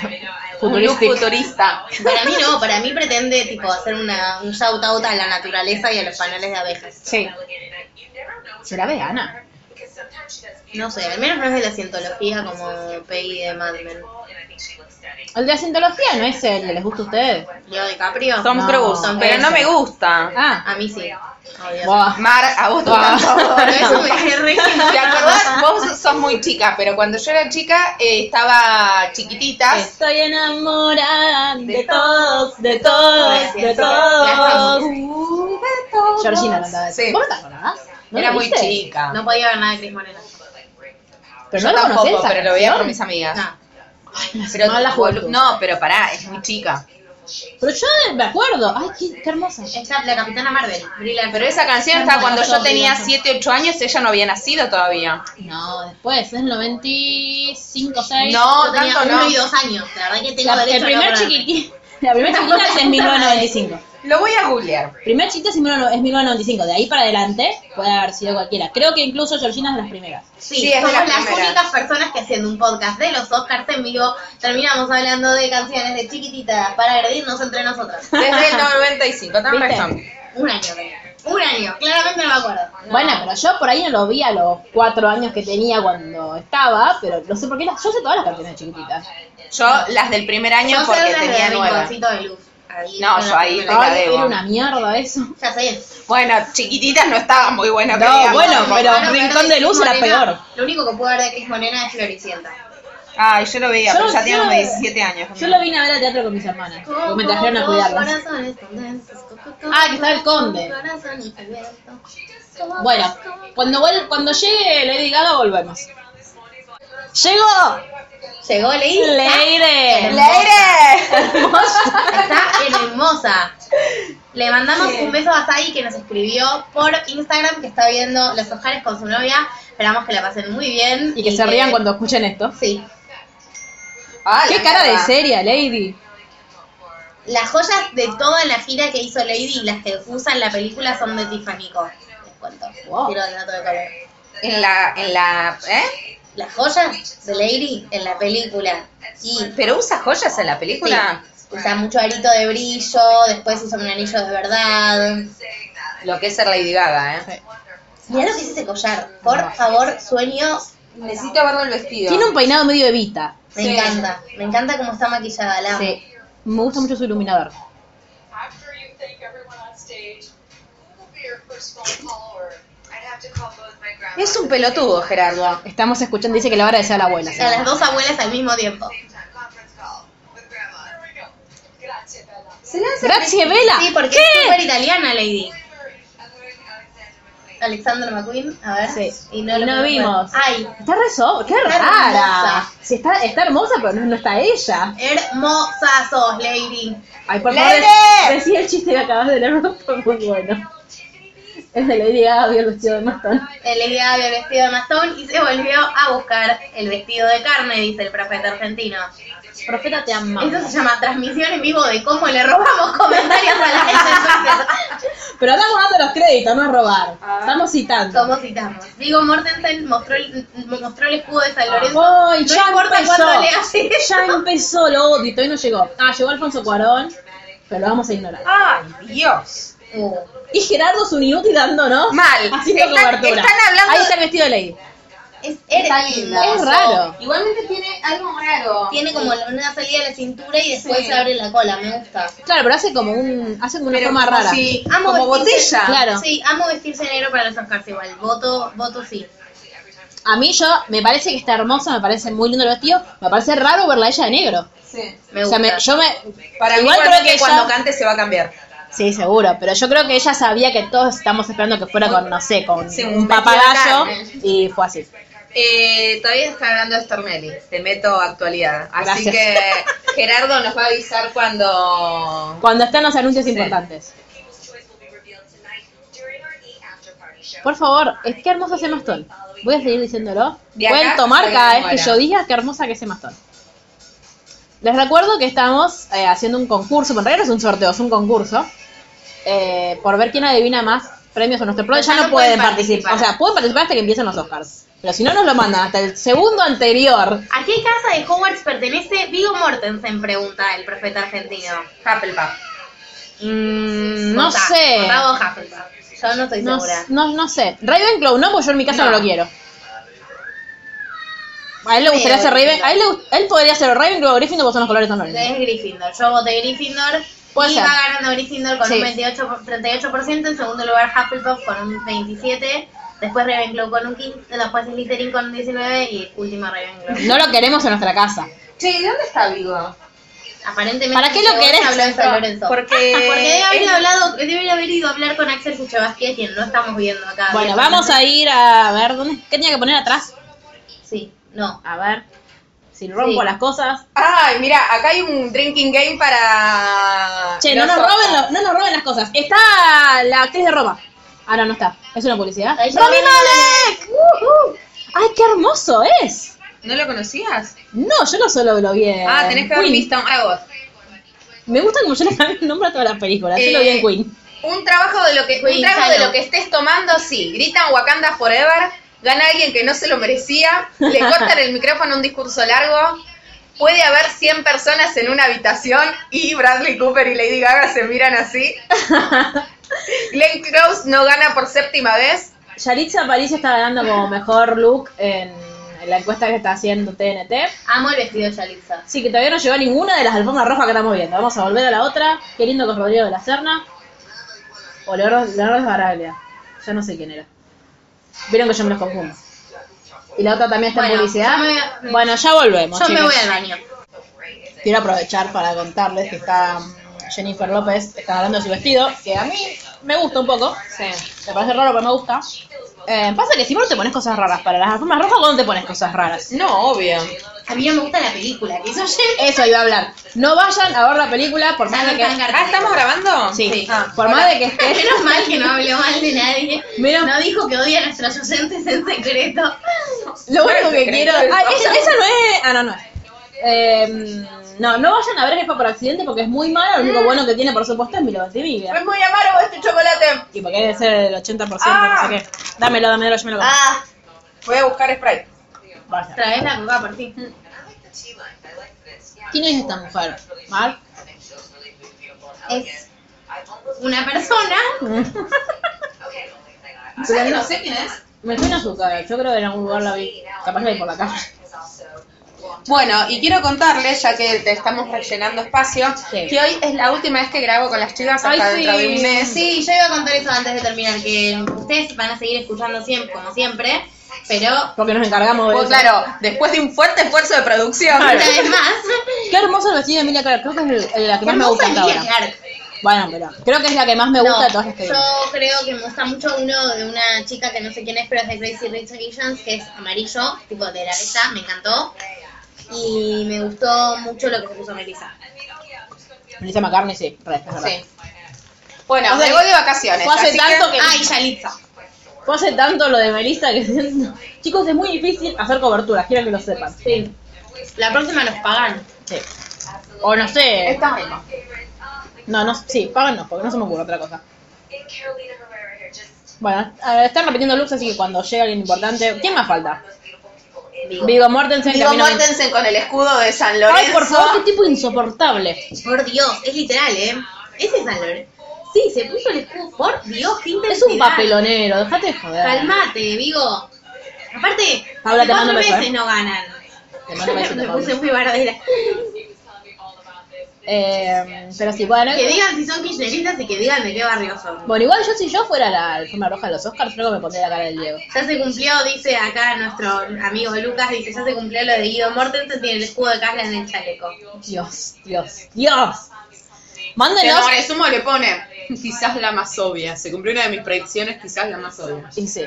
Un look
futurístico.
futurista.
Para mí no, para mí pretende tipo hacer una, un shout out a la naturaleza y a los panales de abejas.
Sí. ¿Será vegana?
No sé, al menos no es de la cientología como Peggy de Mad Men.
El de la cientología no es el que les gusta a ustedes.
Leo DiCaprio.
Tom
No,
Cruise,
Tom
pero no me
Cruise.
gusta.
Ah,
A mí sí. obvio.
buah.
Mar, a vos te *laughs*
Pero eso
encantó.
me re
¿Te acordás? Vos sos muy chica, pero cuando yo era chica eh, estaba chiquititas.
Estoy enamorada de todos, de todos, de
Las
todos.
Uh, de todos.
Georgina cantaba eso.
Sí.
¿Vos no te acordás? ¿No
Era
lo
muy
viste?
chica.
No podía ver nada de Cris Morena.
Pero
yo
no lo
tampoco,
conocés, esa
pero lo veía
canción.
con mis amigas.
No.
Pero,
No, la juventud.
no, pero pará, es muy chica.
Pero yo me acuerdo. Ay, qué, qué hermosa.
Esta, la Capitana Marvel. Brie Larson.
Pero esa canción
Son
está cuando
buenas
yo tenía
todas,
7, 8 años, ella no había nacido todavía.
No, después, es 95, 6.
No,
Yo tenía
tanto
uno
no.
y dos años. La verdad que tengo
La-
derecho
el
a
primer
no acordarme.
chiquitín. *laughs* La primera chiquita es en 1995.
Lo voy a googlear.
Primera chiquita es en 19- es 1995. De ahí para adelante puede haber sido cualquiera. Creo que incluso Georgina es de las primeras.
Sí,
Sí, es de
somos
las
las,
primeras.
únicas personas que haciendo un podcast de los Oscars en vivo terminamos hablando de canciones de chiquititas para agredirnos
*laughs*
entre nosotras.
Desde
*laughs*
el 95, tan
¿Viste?
razón.
Un año, creo. un año. Claramente no me acuerdo. No.
Bueno, pero yo por ahí no lo vi a los cuatro años que tenía cuando estaba, pero no sé por qué. las- Yo sé todas las canciones chiquititas.
Yo las del primer año
yo
porque
soy
tenía
de
nueve.
Rinconcito de luz. Ahí
No,
son
yo
las
ahí
primeras.
La
Ay,
debo.
era una mierda eso.
Ya sé.
Bueno, chiquititas no estaba muy buena. que
No,
digamos.
bueno, pero
Bueno,
Rincón de
Cris
Luz era
Morena,
peor.
Lo único que puedo ver de Cris Morena es Floricienta.
Ay, yo lo veía,
Yo
pero
lo-
ya tenía
yo lo
como
veía.
17 años. Eh.
Yo la vine a ver al teatro con mis hermanas. porque me trajeron a
Como dos
cuidarlas.
corazones contentos, co- co- co-
Ah, que estaba el conde.
corazones abiertos.
Bueno, cuando, vuel- cuando llegue Lady Gaga volvemos. ¡Llegó!
Llegó Lady.
¡Leire!
¡Leire!
Está hermosa. Le mandamos un beso a Sai que nos escribió por Instagram que está viendo los Oscars con su novia. Esperamos que la pasen muy bien.
Y que se rían cuando escuchen esto.
Sí.
Ah, la
¡Qué cara de
mierda.
seria, Lady!
Las joyas de toda la gira que hizo Lady y las que usa en la película son de Tiffany Co. Les cuento.
Wow.
Quiero el dato de color.
En la, en la, ¿eh?
Las joyas de Lady en la película. Y
¿Pero usa joyas en la película?
Sí. Usa mucho arito de brillo, después usa un anillo de verdad.
Lo que es ser Lady Gaga, ¿eh?
Mirá lo que es ese collar. Por favor, sueño.
Necesito verlo el vestido.
Tiene un peinado medio evita.
Me
Sí.
encanta. Me encanta cómo está maquillada la. amo.
Sí. Me gusta mucho su iluminador.
Es un pelotudo, Gerardo.
Estamos escuchando, dice que la hora de ser la abuela.
O sea, las dos abuelas al mismo tiempo.
¡Gracias, Vela!
Sí, porque es súper italiana, Lady.
e, uh,
Alexander McQueen, a ver.
Sí.
Y
Y
no lo
no
podemos
vimos.
ver. Ay,
Está re so- ¡Qué
Está
rara!
hermosa.
Sí, está, está hermosa, pero no, no está ella.
hermosa sos, Lady.
Ay, por favor,
¡Lady!
de- decí el chiste que acabas de leer, *laughs* fue muy bueno. Es de Lady Gaga, vio el vestido de Mastón.
Eh, Lady Gaga vio el vestido de mastón y se volvió a buscar el vestido de carne, dice el profeta argentino.
Profeta, te ama.
Eso se llama transmisión en vivo de cómo le robamos *laughs* comentarios a la gente.
Pero andamos dando los créditos, no es robar. Estamos citando.
¿Cómo citamos? Digo, Mortensen mostró el, mostró el escudo de San Lorenzo.
¡Ay,
no
ya
importa cuánto le hace.
empezó! Ya empezó, lo odio, y todavía no llegó. Ah, llegó Alfonso Cuarón, pero lo vamos a ignorar.
¡Ay, Dios!
Uh,
Y Gerardo es un inútil dándonos.
Mal.
Haciendo
Están-
cobertura.
están hablando-
Ahí está el vestido de Lady.
es,
Está
es,
linda.
Es raro.
Igualmente tiene algo raro.
Tiene como la- una salida de la cintura y después se abre la cola, me gusta.
Claro, pero hace como un, hace como una
Pero
forma
como
rara.
si-
Amo
como
vestirse-
botella.
Claro.
Sí, amo vestirse de negro para los Oscars igual. Voto, voto sí.
A mí yo, me parece que está hermosa, me parece muy lindo el vestido, me parece raro verla a ella de negro.
Sí.
Me
o sea,
gusta.
me- yo me...
Para
igual
mí,
creo que
que cuando
ella-
cante se va a cambiar.
Sí, seguro, pero yo creo que ella sabía que todos estamos esperando que fuera con, no sé, con
Sí, un
un
vestido
papagayo
de carne.
y fue así.
Eh, todavía está hablando de Stormelli. Te meto actualidad. Así
Gracias.
que Gerardo nos va a avisar cuando.
Cuando están los anuncios
Sí.
importantes.
e
Por favor, es que hermosa ese mastón. Voy a seguir diciéndolo.
De
Pueden
acá
tomar
soy
cada
la
vez que
nuera.
yo diga que hermosa que ese mastón. Les recuerdo que estamos eh, haciendo un concurso, en realidad no es un sorteo, es un concurso, eh, por ver quién adivina más premios en nuestro programa.
Pero
Ya no, pueden participar.
participar.
O sea, pueden participar hasta que empiecen los Oscars. Pero si no, nos lo mandan hasta el segundo anterior.
¿A qué casa de Hogwarts pertenece Vigo Mortensen? Pregunta el profeta argentino.
Hufflepuff.
Mm, no
Votá,
sé.
votá vos, Hufflepuff. Yo no estoy
No,
segura.
no, no sé. Ravenclaw no, porque yo en mi casa no,
No.
lo quiero. A él le gustaría
Medio
ser Raven,
Gryffindor.
a él, le gust- él podría ser o Ravenclaw o Gryffindor porque son los colores son
Entonces
los
es Gryffindor. Yo voté Gryffindor.
Puede
y
ser.
va ganando Gryffindor con
Sí.
un 28, por- 38%. En segundo lugar, Hufflepuff con un 27%. Después Ravenclaw con un 15%. Después Slytherin con un 19%. Y último Ravenclaw.
No lo queremos en nuestra casa.
Che, ¿y dónde está Vigo?
Aparentemente.
¿Para qué lo
Diego
querés?
habló en San Lorenzo.
Ah, Porque-
Porque debe haber,
es-
hablado, debe haber ido a hablar con Axel Kuchevaski, quien no estamos viendo
Ah,
acá.
Bueno, vamos a ir a ver dónde. ¿Qué tenía que poner atrás?
Sí, no.
A ver. si rompo
Sí.
las cosas.
Ay, mira, acá hay un drinking game para.
Che, no
los
nos, roben
Oscars.
lo- no nos roben las cosas. Está la actriz de Roma. Ah, no, no está. Es una publicidad.
Ahí
¡Rami
está Rami
Malek! ¡Uh, uh! ay qué hermoso es!
¿No lo conocías?
No, yo no solo lo vi en
ah, tenés que haber
Queen.
visto un Abbott.
Me gusta como
*laughs*
yo le cambio el nombre a todas las películas. Yo lo vi
Eh,
en Queen.
Un trabajo de lo que, un
Queen,
trago
sano.
de lo que estés tomando, sí. Gritan Wakanda Forever, gana alguien que no se lo merecía, le cortan el micrófono un discurso largo, puede haber 100 personas en una habitación y Bradley Cooper y Lady Gaga se miran así. Glenn Close no gana por séptima vez.
Yaritza Aparicio está ganando como mejor look en, en la encuesta que está haciendo TNT.
Amo el vestido de Yalitza.
Sí, que todavía no llegó a ninguna de las alfombras rojas que estamos viendo. Vamos a volver a la otra. Qué lindo con Rodrigo de la Serna. O Leonardo, Leonardo Baraglia. Ya no sé quién era. Vieron que yo me los confundo. Y la otra también está en
Bueno,
publicidad.
yo me-
Bueno, ya volvemos.
Yo me
chicos.
voy al baño.
Quiero aprovechar para contarles que está mm, Jennifer López, está hablando de su vestido, que a mí me gusta un poco. Me parece raro, pero me gusta. Eh, pasa que si vos te pones cosas raras para las alfombras rojas, ¿cuándo te pones cosas raras?
No, obvio.
A mí no me gusta la película, que eso ya
Eso iba a hablar. No vayan a ver la película por más de que...
Ah, ¿estamos grabando?
Sí,
Ah,
por más de que estés...
*laughs* Menos mal que no habló mal de nadie.
Menos-
No dijo que odia a nuestros docentes en secreto.
Lo único que quiero. Ah,
O
esa,
sea-
esa no es. Ah, no, no. Eh, no, no vayan a ver Jefa por accidente porque es muy malo. Lo único
Eh.
bueno que tiene, por supuesto, es mi
Es
Lobatibibia.
muy amargo este chocolate.
Y porque debe ser el 80%,
Ah.
no sé qué. Dámelo, dámelo, yo me lo como.
Ah,
Voy a buscar Sprite.
Vaya.
traes la coca por ti.
¿Quién es esta mujer? ¿Mar?
Es una persona.
no sé quién es?
Me suena su cara. Yo creo que en algún lugar la vi. Capaz la vi por la calle.
Bueno, y quiero contarles, ya que te estamos rellenando espacio,
Sí.
que hoy es la última vez que grabo con las chicas
Ay,
hasta
sí.
dentro de un mes.
Sí, yo iba a contar eso antes de terminar, que ustedes van a seguir escuchando siempre, como siempre, pero
Porque nos encargamos de
Pues
eso.
claro, después de un fuerte esfuerzo de producción.
una vez más,
Qué hermoso el vestido de Emilia Clarke. Creo que es el- la que más me gusta
hermosa
hasta
Emilia
ahora.
Clarke.
Bueno, pero creo que es la que más me gusta de todas las que vi.
yo creo que me gusta mucho uno de una chica que no sé quién es, pero es de Crazy Rich Asians, que es amarillo, tipo de la beta, me encantó. Y me gustó mucho lo que se puso Melissa.
Melissa McCartney, sí. re, es verdad.
Sí. Bueno,
O sea,
me voy de vacaciones.
Fue hace
así
tanto que...
Ay, Yalitza.
Fue hace tanto lo de Melissa que *laughs* siento- Chicos, es muy difícil hacer coberturas, quiero que lo sepan. Sí.
La próxima nos pagan.
O no sé.
Esta misma.
No, no, sí, páganos, porque no se me ocurre otra cosa. Bueno, eh, están repitiendo looks, así que cuando llegue alguien importante. ¿Quién más falta? Vigo Mortensen, que a
Vigo
mí no me-
Mortensen con el escudo de San Lorenzo.
Ay, por favor, qué tipo insoportable.
Por Dios, es literal, ¿eh? Ese es San Lorenzo. Sí, se puso el escudo. Por Dios, qué
Es un
intensidad.
papelonero, déjate de joder.
Calmate, Vigo. Aparte,
Paula, te mando
cuatro
un beso,
veces
¿eh?
no ganan.
Te mando un besito,
*laughs* Me
Paula.
puse muy bardera.
Eh, pero sí, bueno.
Que digan si son kirchneristas y que digan de qué barrio son.
Bueno, igual yo si yo fuera la alfombra roja de los Oscars, creo que me pondría la cara del Diego.
Ya se cumplió, dice acá nuestro amigo Lucas, dice, ya se cumplió lo de Guido Mortensen, tiene el escudo de Casla en el chaleco.
Dios, Dios, Dios.
Pero
Mándenos.
ahora sumo le pone, quizás la más obvia. Se cumplió una de mis predicciones, quizás la más *laughs* obvia.
Y sí.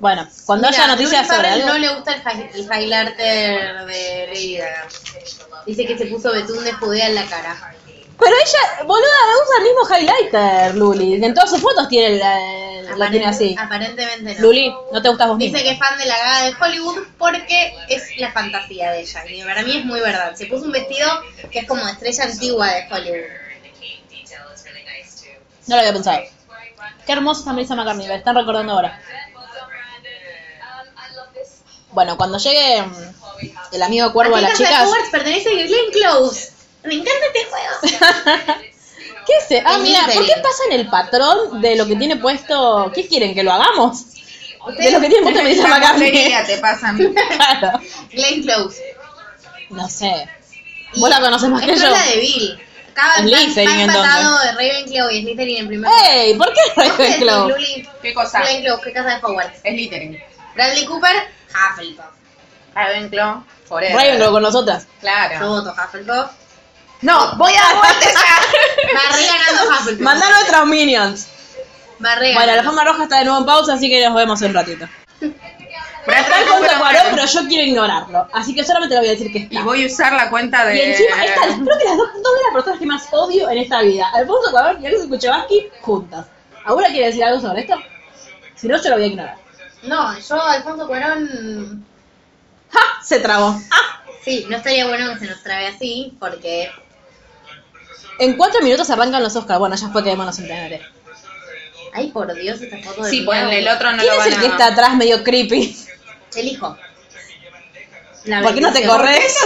Bueno, cuando
Mira,
haya noticias
Luli
sobre
Farrell
algo.
no le gusta el, hi- el highlighter de Lady Gaga. Dice que se puso betún de judea en la cara.
Pero ella, boluda, usa el mismo highlighter, Luli. En todas sus fotos tiene el, el- la tiene así.
Aparentemente no.
Luli, no te gustas vos misma.
Dice que es fan de la gaga de Hollywood porque es la fantasía de ella. Y para mí es muy verdad. Se puso un vestido que es como de estrella antigua de Hollywood.
No lo había pensado. Qué hermosa esa Melissa McCartney, la están recordando ahora.
um,
Bueno, cuando llegue mm, el amigo cuervo a
Aquí
las
Casa de
chicas.
Hogwarts pertenece a Glenn Close. Me encanta este
*laughs*
juego.
¿Qué es ese? Ah,
Es
mira, ¿por qué
Misery.
pasan el patrón de lo que tiene puesto? ¿Qué quieren? ¿Que lo hagamos? De lo que tiene
*laughs*
puesto Melissa
Esta
McCartney.
porquería te pasan.
*laughs* Claro.
Glenn Close.
No sé. Vos la conocés más que
Es
yo.
la de Bill. Acaba
Es Slytherin,
está empatado
entonces.
de Ravenclaw y Slytherin en primer
¡Ey! ¿Por qué
¿Vos qué decís,
Eh, *laughs* Ravenclaw?
Luli?
¿Qué
*laughs*
cosa?
Glenn Close, que casa de Hogwarts.
Es littering.
Bradley Cooper, Hufflepuff.
Ravenclaw. Forever.
Ravenclaw con nosotras.
Yo
Claro.
voto Hufflepuff.
No, voy a dar *laughs* vueltas ya.
Va re ganando
Ah,
Hufflepuff.
Mandar nuestros minions.
Va re
Bueno, la
ganando.
fama roja está de nuevo en pausa, así que nos vemos en un ratito. Está contra Cuarón, pero yo quiero ignorarlo. Así que solamente le voy a decir que
Y
está.
voy a usar la cuenta de.
Y encima, esta, creo que las dos, dos de las personas que más odio en esta vida, Alfonso Cuarón y Alexis Kuchevaski, juntas. ¿Alguna quiere decir algo sobre esto? Si no, yo lo voy a ignorar.
No, yo, Alfonso Cuarón.
¡Ja! Se trabó. ¡Ah!
Sí, no estaría bueno que se nos trabe así, porque.
En cuatro minutos arrancan los Oscars. Bueno, ya fue que los entrenadores.
Ay, por Dios, esta foto de.
Sí,
Milagro.
ponle el otro, no
¿Quién
lo
es
van
el
a.
que está atrás medio creepy?
El hijo.
¿Por qué no te corres?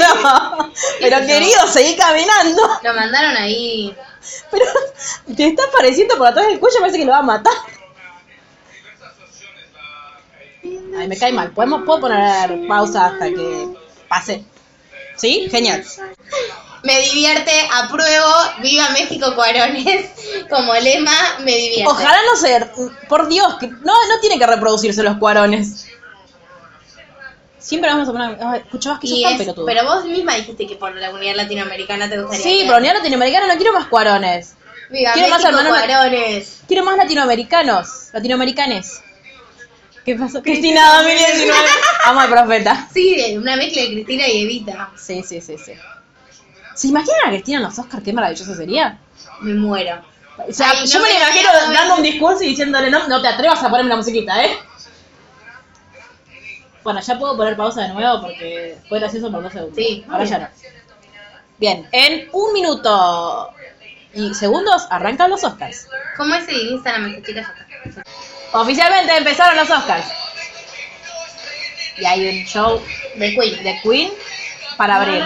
No. *laughs* Pero
No.
querido, seguí caminando.
Lo mandaron ahí.
Pero te está apareciendo por atrás del cuello, parece que lo va a matar. Ay, me cae mal. ¿Podemos, puedo poner pausa hasta que pase. ¿Sí? Genial.
Me divierte, apruebo, viva México Cuarones. *laughs* Como lema, me divierte.
Ojalá no se... Por Dios, que no, no tiene que reproducirse los cuarones. Siempre vamos a poner... ay, Escuchabas que
Y
yo
es-
pelotudo.
pero vos misma dijiste que por la unidad latinoamericana te gustaría.
Sí,
que-
pero ni a latinoamericano no quiero más cuarones.
Viva
quiero más
México
hermanos-
Cuarones.
Quiero más latinoamericanos. Latinoamericanes. ¿Qué pasó? Cristina 2019. Amo al profeta.
Sí, de una mezcla de Cristina y Evita.
Sí, sí, sí, sí. ¿Se imaginan a Cristina en los Oscars? Qué maravilloso sería.
Me muero.
O sea,
Ay,
yo
no
me la
me
imagino
creo,
dando
eh.
un discurso y diciéndole, no, no te atrevas a ponerme la musiquita, ¿eh? Bueno, ya puedo poner pausa de nuevo porque fue gracioso por dos segundos.
Sí,
ahora
muy
ya no. Bien, en un minuto y segundos arrancan los Oscars.
¿Cómo es el Instagram de chicas acá?
Oficialmente empezaron los Oscars. Y hay un show
De Queen.
de Queen para abrir.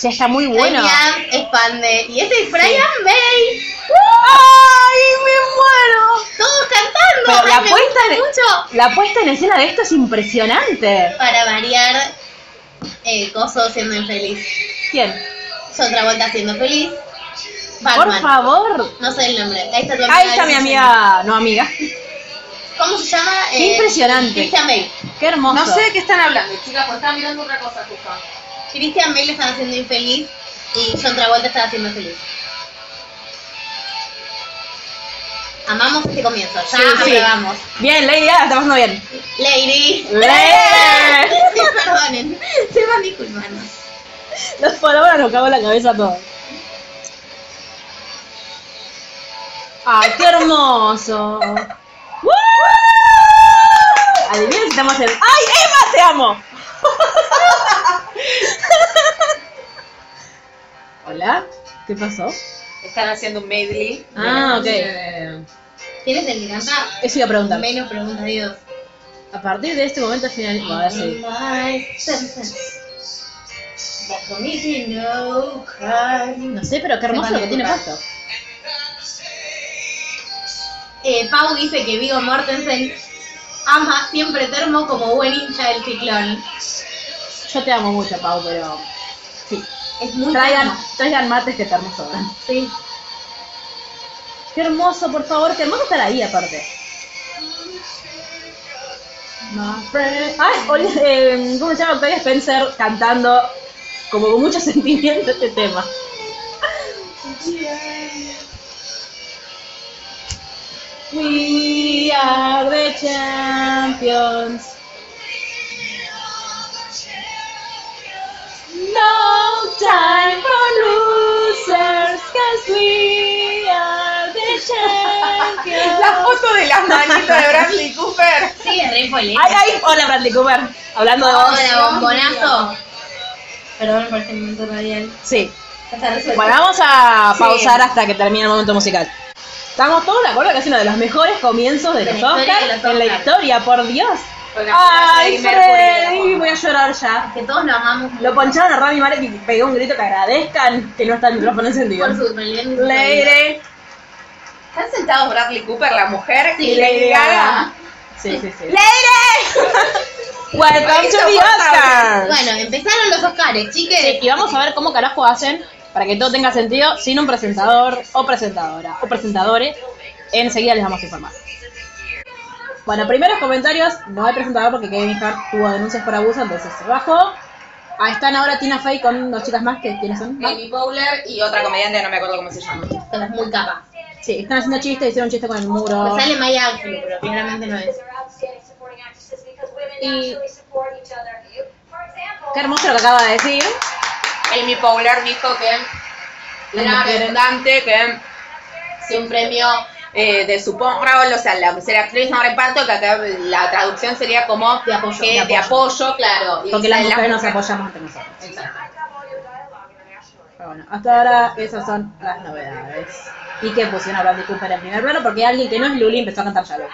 Ya está muy bueno.
Bueno. es fan de. Y ese es Brian May.
¡Ay, me muero!
Todos cantando.
Pero
Ay,
la
me
puesta,
gusta
en, e-
mucho.
la puesta en escena de esto es impresionante.
Para variar, eh, Coso siendo infeliz.
¿Quién?
Es otra vuelta siendo feliz. Batman.
Por favor.
No sé el nombre. Ahí está tu
Ahí está mi
Alicia.
amiga, no amiga.
¿Cómo se llama? Eh,
Qué impresionante.
Christian Bale.
Qué hermoso.
No sé de qué están hablando, chicas, porque estaba pues, mirando otra cosa, justo.
Christian Bale estaba haciendo infeliz y John Travolta estaba haciendo feliz. Amamos este comienzo. Ya
Sí, sí.
aprobamos.
Bien, Lady Gaga, está pasando bien.
Lady.
¡Lady!
*laughs* Perdonen. Se van disculpando.
Nos, por ahora nos cagó la cabeza a todos. ¡Ay, qué hermoso! ¡Woo! Adivinen si estamos en... ¡Ay, Emma, te amo! *laughs* ¿Hola? ¿Qué pasó?
Están haciendo un medley. eh,
Ah, ok.
¿Quién es el que canta?
Eso iba a preguntar.
Menos pregunta Dios.
A partir de este momento final... Bueno, ahora sí. No sé, pero qué hermoso lo que tiene puesto.
Eh, Pau dice que Vigo Mortensen ama siempre termo como buen hincha del ciclón.
Yo te amo mucho, Pau, pero... Sí.
Es muy
Traigan,
termo.
traigan mates que ¿eh? estamos sobran.
Sí.
Qué hermoso, por favor, qué hermoso estar ahí aparte. Ay, oye, eh, ¿cómo se llama Octavia Spencer cantando como con mucho *laughs* sentimiento este tema? We are the champions. No time for losers, cause we are the champions.
La foto de las manitas de Bradley Cooper.
Sí, es re polémico.
Ay, ay, hola Bradley Cooper, hablando de vos.
Hola, bombonazo. Perdón por este momento radial.
Sí.
Hasta resuelto.
Bueno, vamos a pausar hasta que termine el momento musical. Estamos todos de acuerdo que es uno de los mejores comienzos de
De
los
la historia
Oscars
de los
en la
Oscars.
historia, por Dios.
Con la
Ay,
frase de Freddie
Freddy,
Mercury.
voy a llorar ya.
Que todos lo amamos mucho
Lo poncharon a Rami Malek y pegué un grito que agradezcan que no está el micrófono encendido.
por su supervivencia.
Lady.
Están sentados Bradley Cooper, la mujer,
Sí,
y Lady Gaga.
Sí, sí, sí. Welcome to the Oscars.
Bueno, empezaron los Oscars, chiques.
Y vamos a ver cómo carajo hacen para que todo tenga sentido sin un presentador o presentadora o presentadores. Enseguida les vamos a informar. Bueno, primeros comentarios. No hay presentador porque Kevin Hart tuvo denuncias por abuso, entonces se bajó. Ahí están ahora Tina Fey con dos chicas más que quiénes son. ¿No?
Amy Powler y otra comediante, no me acuerdo cómo se llama.
Estamos muy Pues capas.
Sí, están haciendo chistes, hicieron chistes con el muro.
Pues sale Maya Angelou, pero claramente no es.
Y qué hermoso lo que acaba de decir.
Amy Powler dijo que era redundante, que si un premio eh, de support role, o sea, la mejor actriz no reparto, que acá la traducción sería como
De apoyo,
que
de
de apoyo, claro. Y
Porque
dice,
las mujeres nos
mujer-
apoyamos entre nosotros.
Exacto.
Pero bueno, hasta ahora esas son las novedades. Y que pusieron a Bradley Cooper en primer plano porque alguien que no es Luli empezó a cantar ya lo.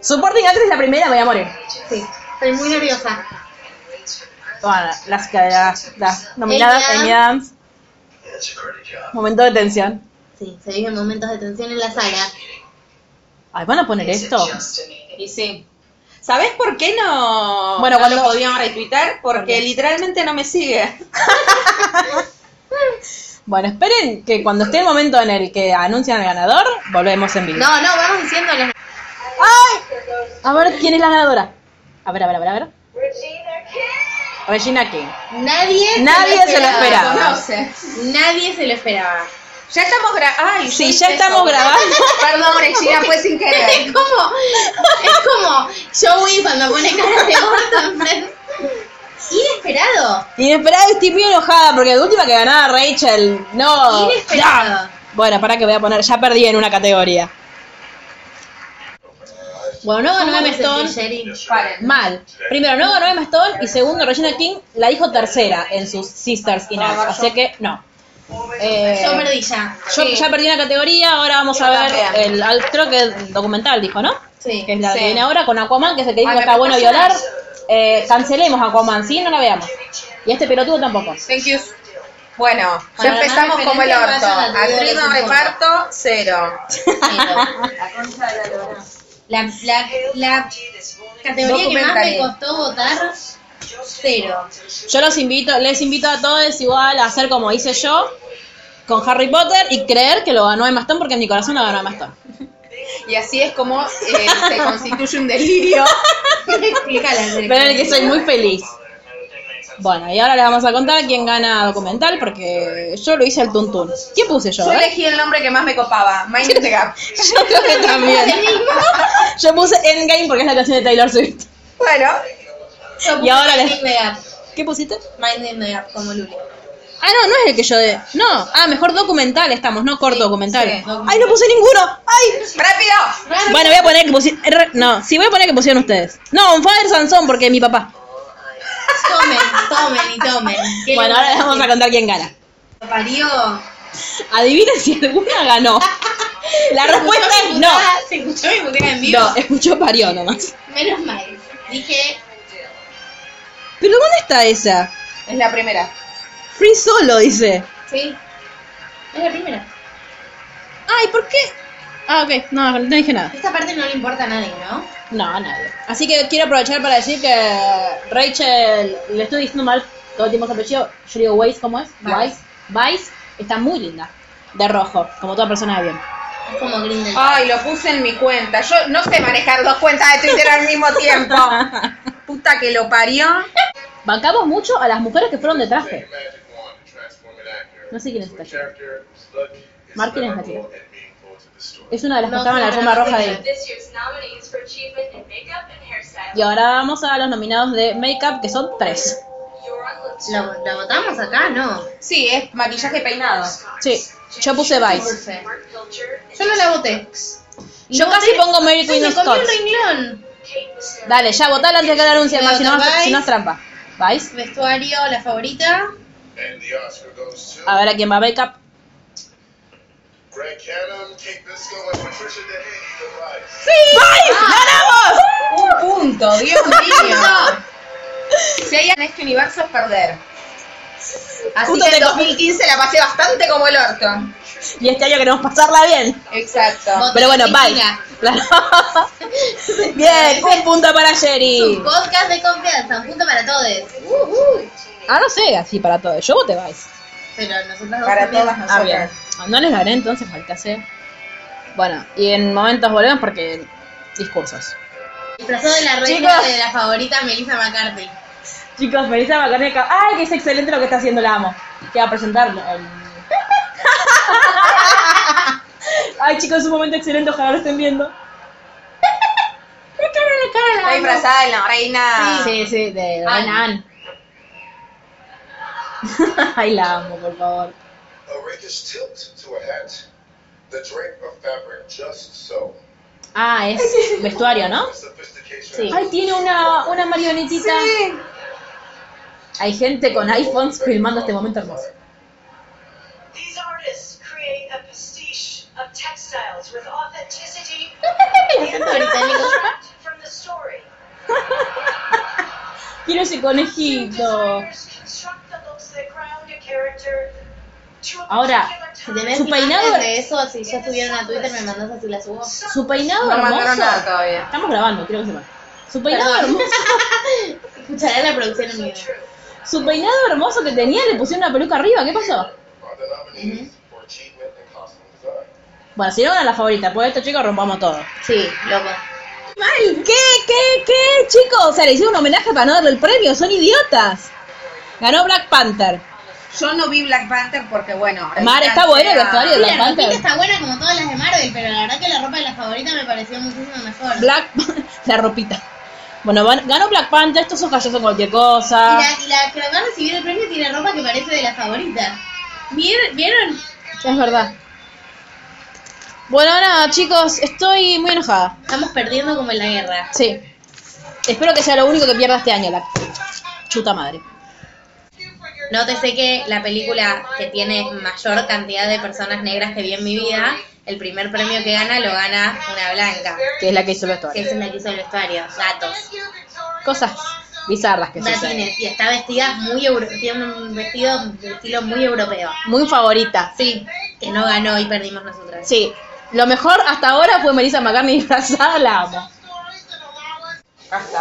Supporting Actress es la primera, me voy a morir.
Sí, estoy muy nerviosa.
Bueno, las, que- las, las nominadas Amy Adams. Momento de tensión.
Sí, se viven momentos de tensión en la sala.
Ay, ¿van a poner esto?
Y sí. ¿Sabes por qué no,
Bueno,
bueno,
cuando-
lo podían retweetar? Porque literalmente no me sigue.
Bueno, esperen que cuando esté el momento en el que anuncian al ganador, volvemos en vivo.
No, no, vamos diciéndoles.
A ver quién es la ganadora. A ver, a ver, a ver, a ver. Regina King.
Nadie,
Nadie se lo esperaba.
Conoce.
Nadie se lo esperaba.
Ya estamos grabando. Ay,
Sí,
yo
ya
sé
estamos
sobre-
grabando.
*laughs* Perdón, Regina, fue sin querer.
Es como, es como Joey cuando pone cara de gordo en Friends. Inesperado.
Inesperado, estoy muy enojada porque de última que ganaba Rachel. No.
Inesperado.
Oh, Ya. Bueno, para que voy a poner. Ya perdí en una categoría. Bueno, no ganó Emma Stone.
Paren.
Mal. Primero, no ganó Emma Stone. Y segundo, Regina King la dijo tercera en sus Sisters in Arts. Así que, no. Eh,
Yo perdí ya.
yo ya perdí una categoría. Ahora vamos a ver el. al- Creo que el documental dijo, ¿no?
Sí.
que es la
Sí.
que viene ahora, con Aquaman, que es el que dijo
Ay,
que
me
está bueno
parece
violar.
mal.
Eh, cancelemos Aquaman, ¿sí? No la veamos. Y este pelotudo tampoco.
Thank you. Bueno, ya
Bueno,
empezamos
nada,
como el orto.
referente, vayan al
Actriz
video
no
de los
reparto, cero.
La, la, la categoría que más me
Documentaré.
costó votar,
*laughs*
cero.
Yo los invito, les invito a todos igual a hacer como hice yo con Harry Potter y creer que lo ganó Emma Stone porque en mi corazón lo ganó Emma Stone.
Y así es como eh, se constituye un delirio.
Explícala.
Pero en el que soy muy feliz. Bueno, y ahora les vamos a contar quién gana documental porque yo lo hice el tuntún. ¿Qué puse yo?
Yo
eh?
elegí el nombre que más me copaba, Mind the Gap.
*laughs* Yo creo que también. Yo puse Endgame porque es la canción de Taylor Swift.
Bueno,
Yo puse
Y ahora
Mind
les-
the Gap.
¿Qué pusiste?
Mind the Gap, como Luli.
Ah, no, no es el que yo de. No, ah, mejor documental estamos, no corto documental.
sí, documental.
Ay, no puse ninguno. Ay.
rápido.
Bueno, voy a poner que pusieron. No, sí, voy a poner que pusieron ustedes. No, On Fire Sansón, porque es mi papá.
Tomen, tomen y tomen.
*laughs*
¿Qué
Bueno,
le
ahora les
voy
vamos a contar quién gana.
decir? Parió.
Adivinen si alguna ganó. La respuesta es no.
Ah, ¿Se escuchó mi puteada en vivo?
No, escuchó parió nomás.
Menos mal. Dije,
Pero ¿dónde está esa?
Es la primera.
Free solo, dice.
sí. Es la primera.
Ay, ¿por qué? Ah, ok, no, no dije nada.
Esta parte no le importa a nadie, ¿no?
No, a nadie. Así que quiero aprovechar para decir que Rachel, le estoy diciendo mal todo el tiempo su apellido, yo digo Weiss, ¿cómo es?
Weiss.
Weiss. Weiss está muy linda, de rojo, como toda persona de bien.
Es como Grindel.
Ah.
Ay, lo puse en mi cuenta. Yo no sé manejar dos cuentas de Twitter al mismo tiempo. Puta que lo parió.
Bancamos mucho a las mujeres que fueron de traje. No sé quién es esta chica. Martín es la chica. Es una de las que
No,
estaban en la
no, no,
alfombra
no,
roja
no,
de
no.
Y ahora vamos a los nominados de Makeup, que son tres.
¿La, la votamos acá? No.
Sí, es maquillaje y peinado.
Sí, yo puse Vice.
Dulce. Yo no la voté.
Yo casi pongo Mary Queen of
me comí
Scots.
un riñón.
Dale, ya votala antes de que lo anuncien,
Me
más, si no,
voto
si no
Vice.
es trampa. Vice.
Vestuario, la favorita.
A ver a quién va Makeup. ¡Sí! Ah. ¡Vice! ¡Ganamos!
Un punto, Dios mío. Si hay en este universo es perder. Así
Justo
que en
te co-
2015 la pasé bastante como el orto.
Y este año queremos pasarla bien.
Exacto.
Voté
Pero bueno, bye.
Cristina.
*laughs* Claro. Bien, un punto para Sherry.
Su podcast de confianza, un punto para todos.
Ah, no sé, así para todos. Yo voté Vice.
Pero nosotros dos
Para
también.
todas
Ah, bien.
nosotras.
Ah, No les daré entonces al que hacer. Bueno, y en momentos volvemos porque discursos.
Disfrazado de la reina
Chicos.
de la favorita Melissa McCarthy.
Chicos, Melissa McCartney acá. ¡Ay, que es excelente lo que está haciendo la amo! Que va a presentarlo. *laughs* el- Ay, chicos, es un momento excelente, ojalá lo estén viendo. Pero claro, la cara
Está disfrazada de la reina.
Sí, sí, de
Ah.
Ana Ann.
*laughs* Ay, la amo, por favor.
A rig is tipped to a hat, the drape of fabric just so.
Ah, es.
Vestuario, ¿no?
Sophistication
Sí.
Ay, tiene una, una marionetita. Hay gente con iPhones filmando este momento
*laughs*
hermoso.
These artists create a pastiche of textiles with authenticity
El acento británico.
extract from the story.
Quiero ese
Two
conejito.
designers construct the looks that ground a character to a
Ahora,
Si
particular time.
tenés
Su
imágenes
peinado-
de eso, si ya subieron a Twitter, me mandás así las subo.
Su peinado
No mandaron nada
hermoso.
todavía.
Estamos grabando, quiero que sepan. Su peinado
Perdón.
hermoso.
*laughs* Escucharé la producción en
So
vivo.
true.
Su peinado hermoso que tenía le pusieron una peluca arriba. ¿Qué pasó?
Are the nominees for achievement in costume design.
Bueno, si no ganan la favorita, pues estos chicos rompamos todo.
Sí, loco.
Mal, ¿qué, qué, qué? Chicos, o sea, le hicieron un homenaje para no darle el premio, son idiotas. Ganó Black Panther.
Yo no vi Black Panther porque, bueno.
Mar, está bueno el vestuario de
Sí,
Black
la ropita
Panther.
está buena como todas las de Marvel, pero la verdad que la ropa de la favorita me pareció muchísimo mejor.
Black, *laughs* la ropita. Bueno, van- ganó Black Panther, estos son callos con cualquier
Y
cosa.
la, y la que va a recibir el premio tiene ropa que parece de la favorita. ¿Vieron? ¿Vieron?
Es verdad. Bueno, nada, chicos, estoy muy enojada.
Estamos perdiendo como en la guerra.
Sí. Espero que sea lo único que pierda este año, la chuta madre.
Nótese que la película que tiene mayor cantidad de personas negras que vi en mi vida, el primer premio que gana lo gana una blanca,
Que es la que hizo el
que
vestuario.
esa es la que hizo el vestuario, gatos,
Cosas bizarras que suceden.
gatines, y está vestida muy euro tiene un vestido de estilo muy europeo.
Muy favorita.
Sí, que no ganó y perdimos nosotras.
Sí, lo mejor hasta ahora fue Melissa McCartney *laughs* disfrazada, la amo.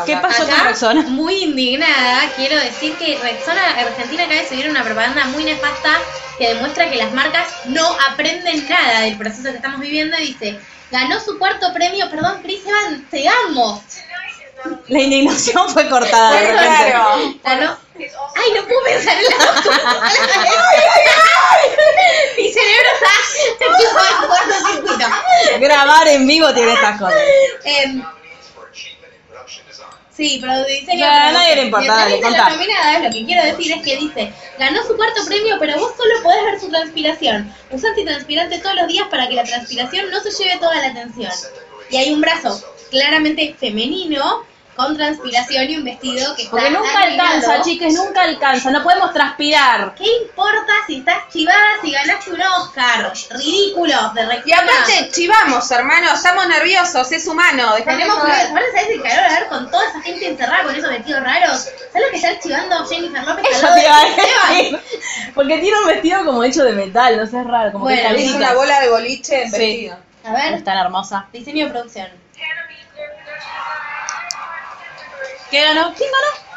¿Qué pasó con
Acá,
Rexona?
Muy indignada, quiero decir que Rexona Argentina acaba de subir una propaganda muy nefasta que demuestra que las marcas no aprenden nada del proceso que estamos viviendo y dice, ganó su cuarto premio, perdón Chris Evans, te amo.
La indignación fue cortada de repente.
Claro.
Ganó. Ay, no puedo pensar en las dos cosas a la vez. *laughs* Mi cerebro está empieza a jugar un circuito.
Grabar en vivo tiene estas cosas.
Em,
Nominees for achievement in production design.
Sí, pero diseño.
No, a nadie le importa, dale, contá.
lo que quiero decir es que dice, ganó su cuarto premio, pero vos solo podés ver su transpiración. Usa antitranspirante todos los días para que la transpiración no se lleve toda la atención. Y hay un brazo claramente femenino con transpiración y un vestido que está
Porque nunca
arruinado.
alcanza, chicas, nunca alcanza. No podemos transpirar.
¿Qué importa si estás chivada si ganaste un Oscar? Ridículo, de
Y aparte, chivamos, hermano, estamos nerviosos, es humano, dejemos
Tenemos que ver, ¿sabes el calor? A ver, con toda esa gente encerrada, con esos vestidos raros. ¿Sabes lo que está archivando Jennifer López? al
Eso
lado
te
de
iba a
Chris Evans?
decir. Porque tiene un vestido como hecho de metal, no sé, es raro. Como
Bueno,
que
Es
calcita.
una bola de boliche en
Sí.
vestido.
A
Es
ver,
tan hermosa.
diseño de producción.
¿Qué ganó? ¿Quién ganó?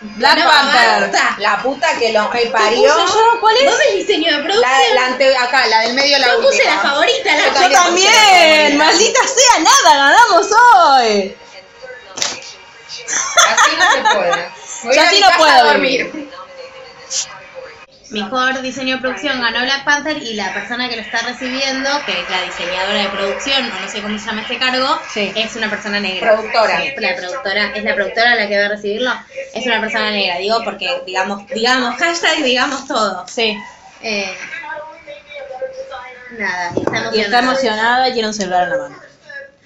Black
Panther.
La puta que lo me
¿Qué
parió.
puse yo? ¿Cuál es?
¿Vos ves diseño de producción?
La, la ante- acá, la del medio la
Yo puse
última.
la favorita, la
Yo también.
¡Maldita sea! ¡Nada! ¡Ganamos hoy!
Así no se puede. Voy
Yo
a
así
mi
no
casa
puedo
a dormir.
Mejor diseño de producción ganó Black Panther y la persona que lo está recibiendo, que es la diseñadora de producción, o no sé cómo se llama este cargo,
Sí.
es una persona negra.
Productora.
La productora, es la productora la que va a recibirlo, es una persona negra, digo porque, digamos, digamos, hashtag, digamos todo.
Sí.
Eh, nada, y está emocionada.
Y está emocionada y tiene un celular en la mano.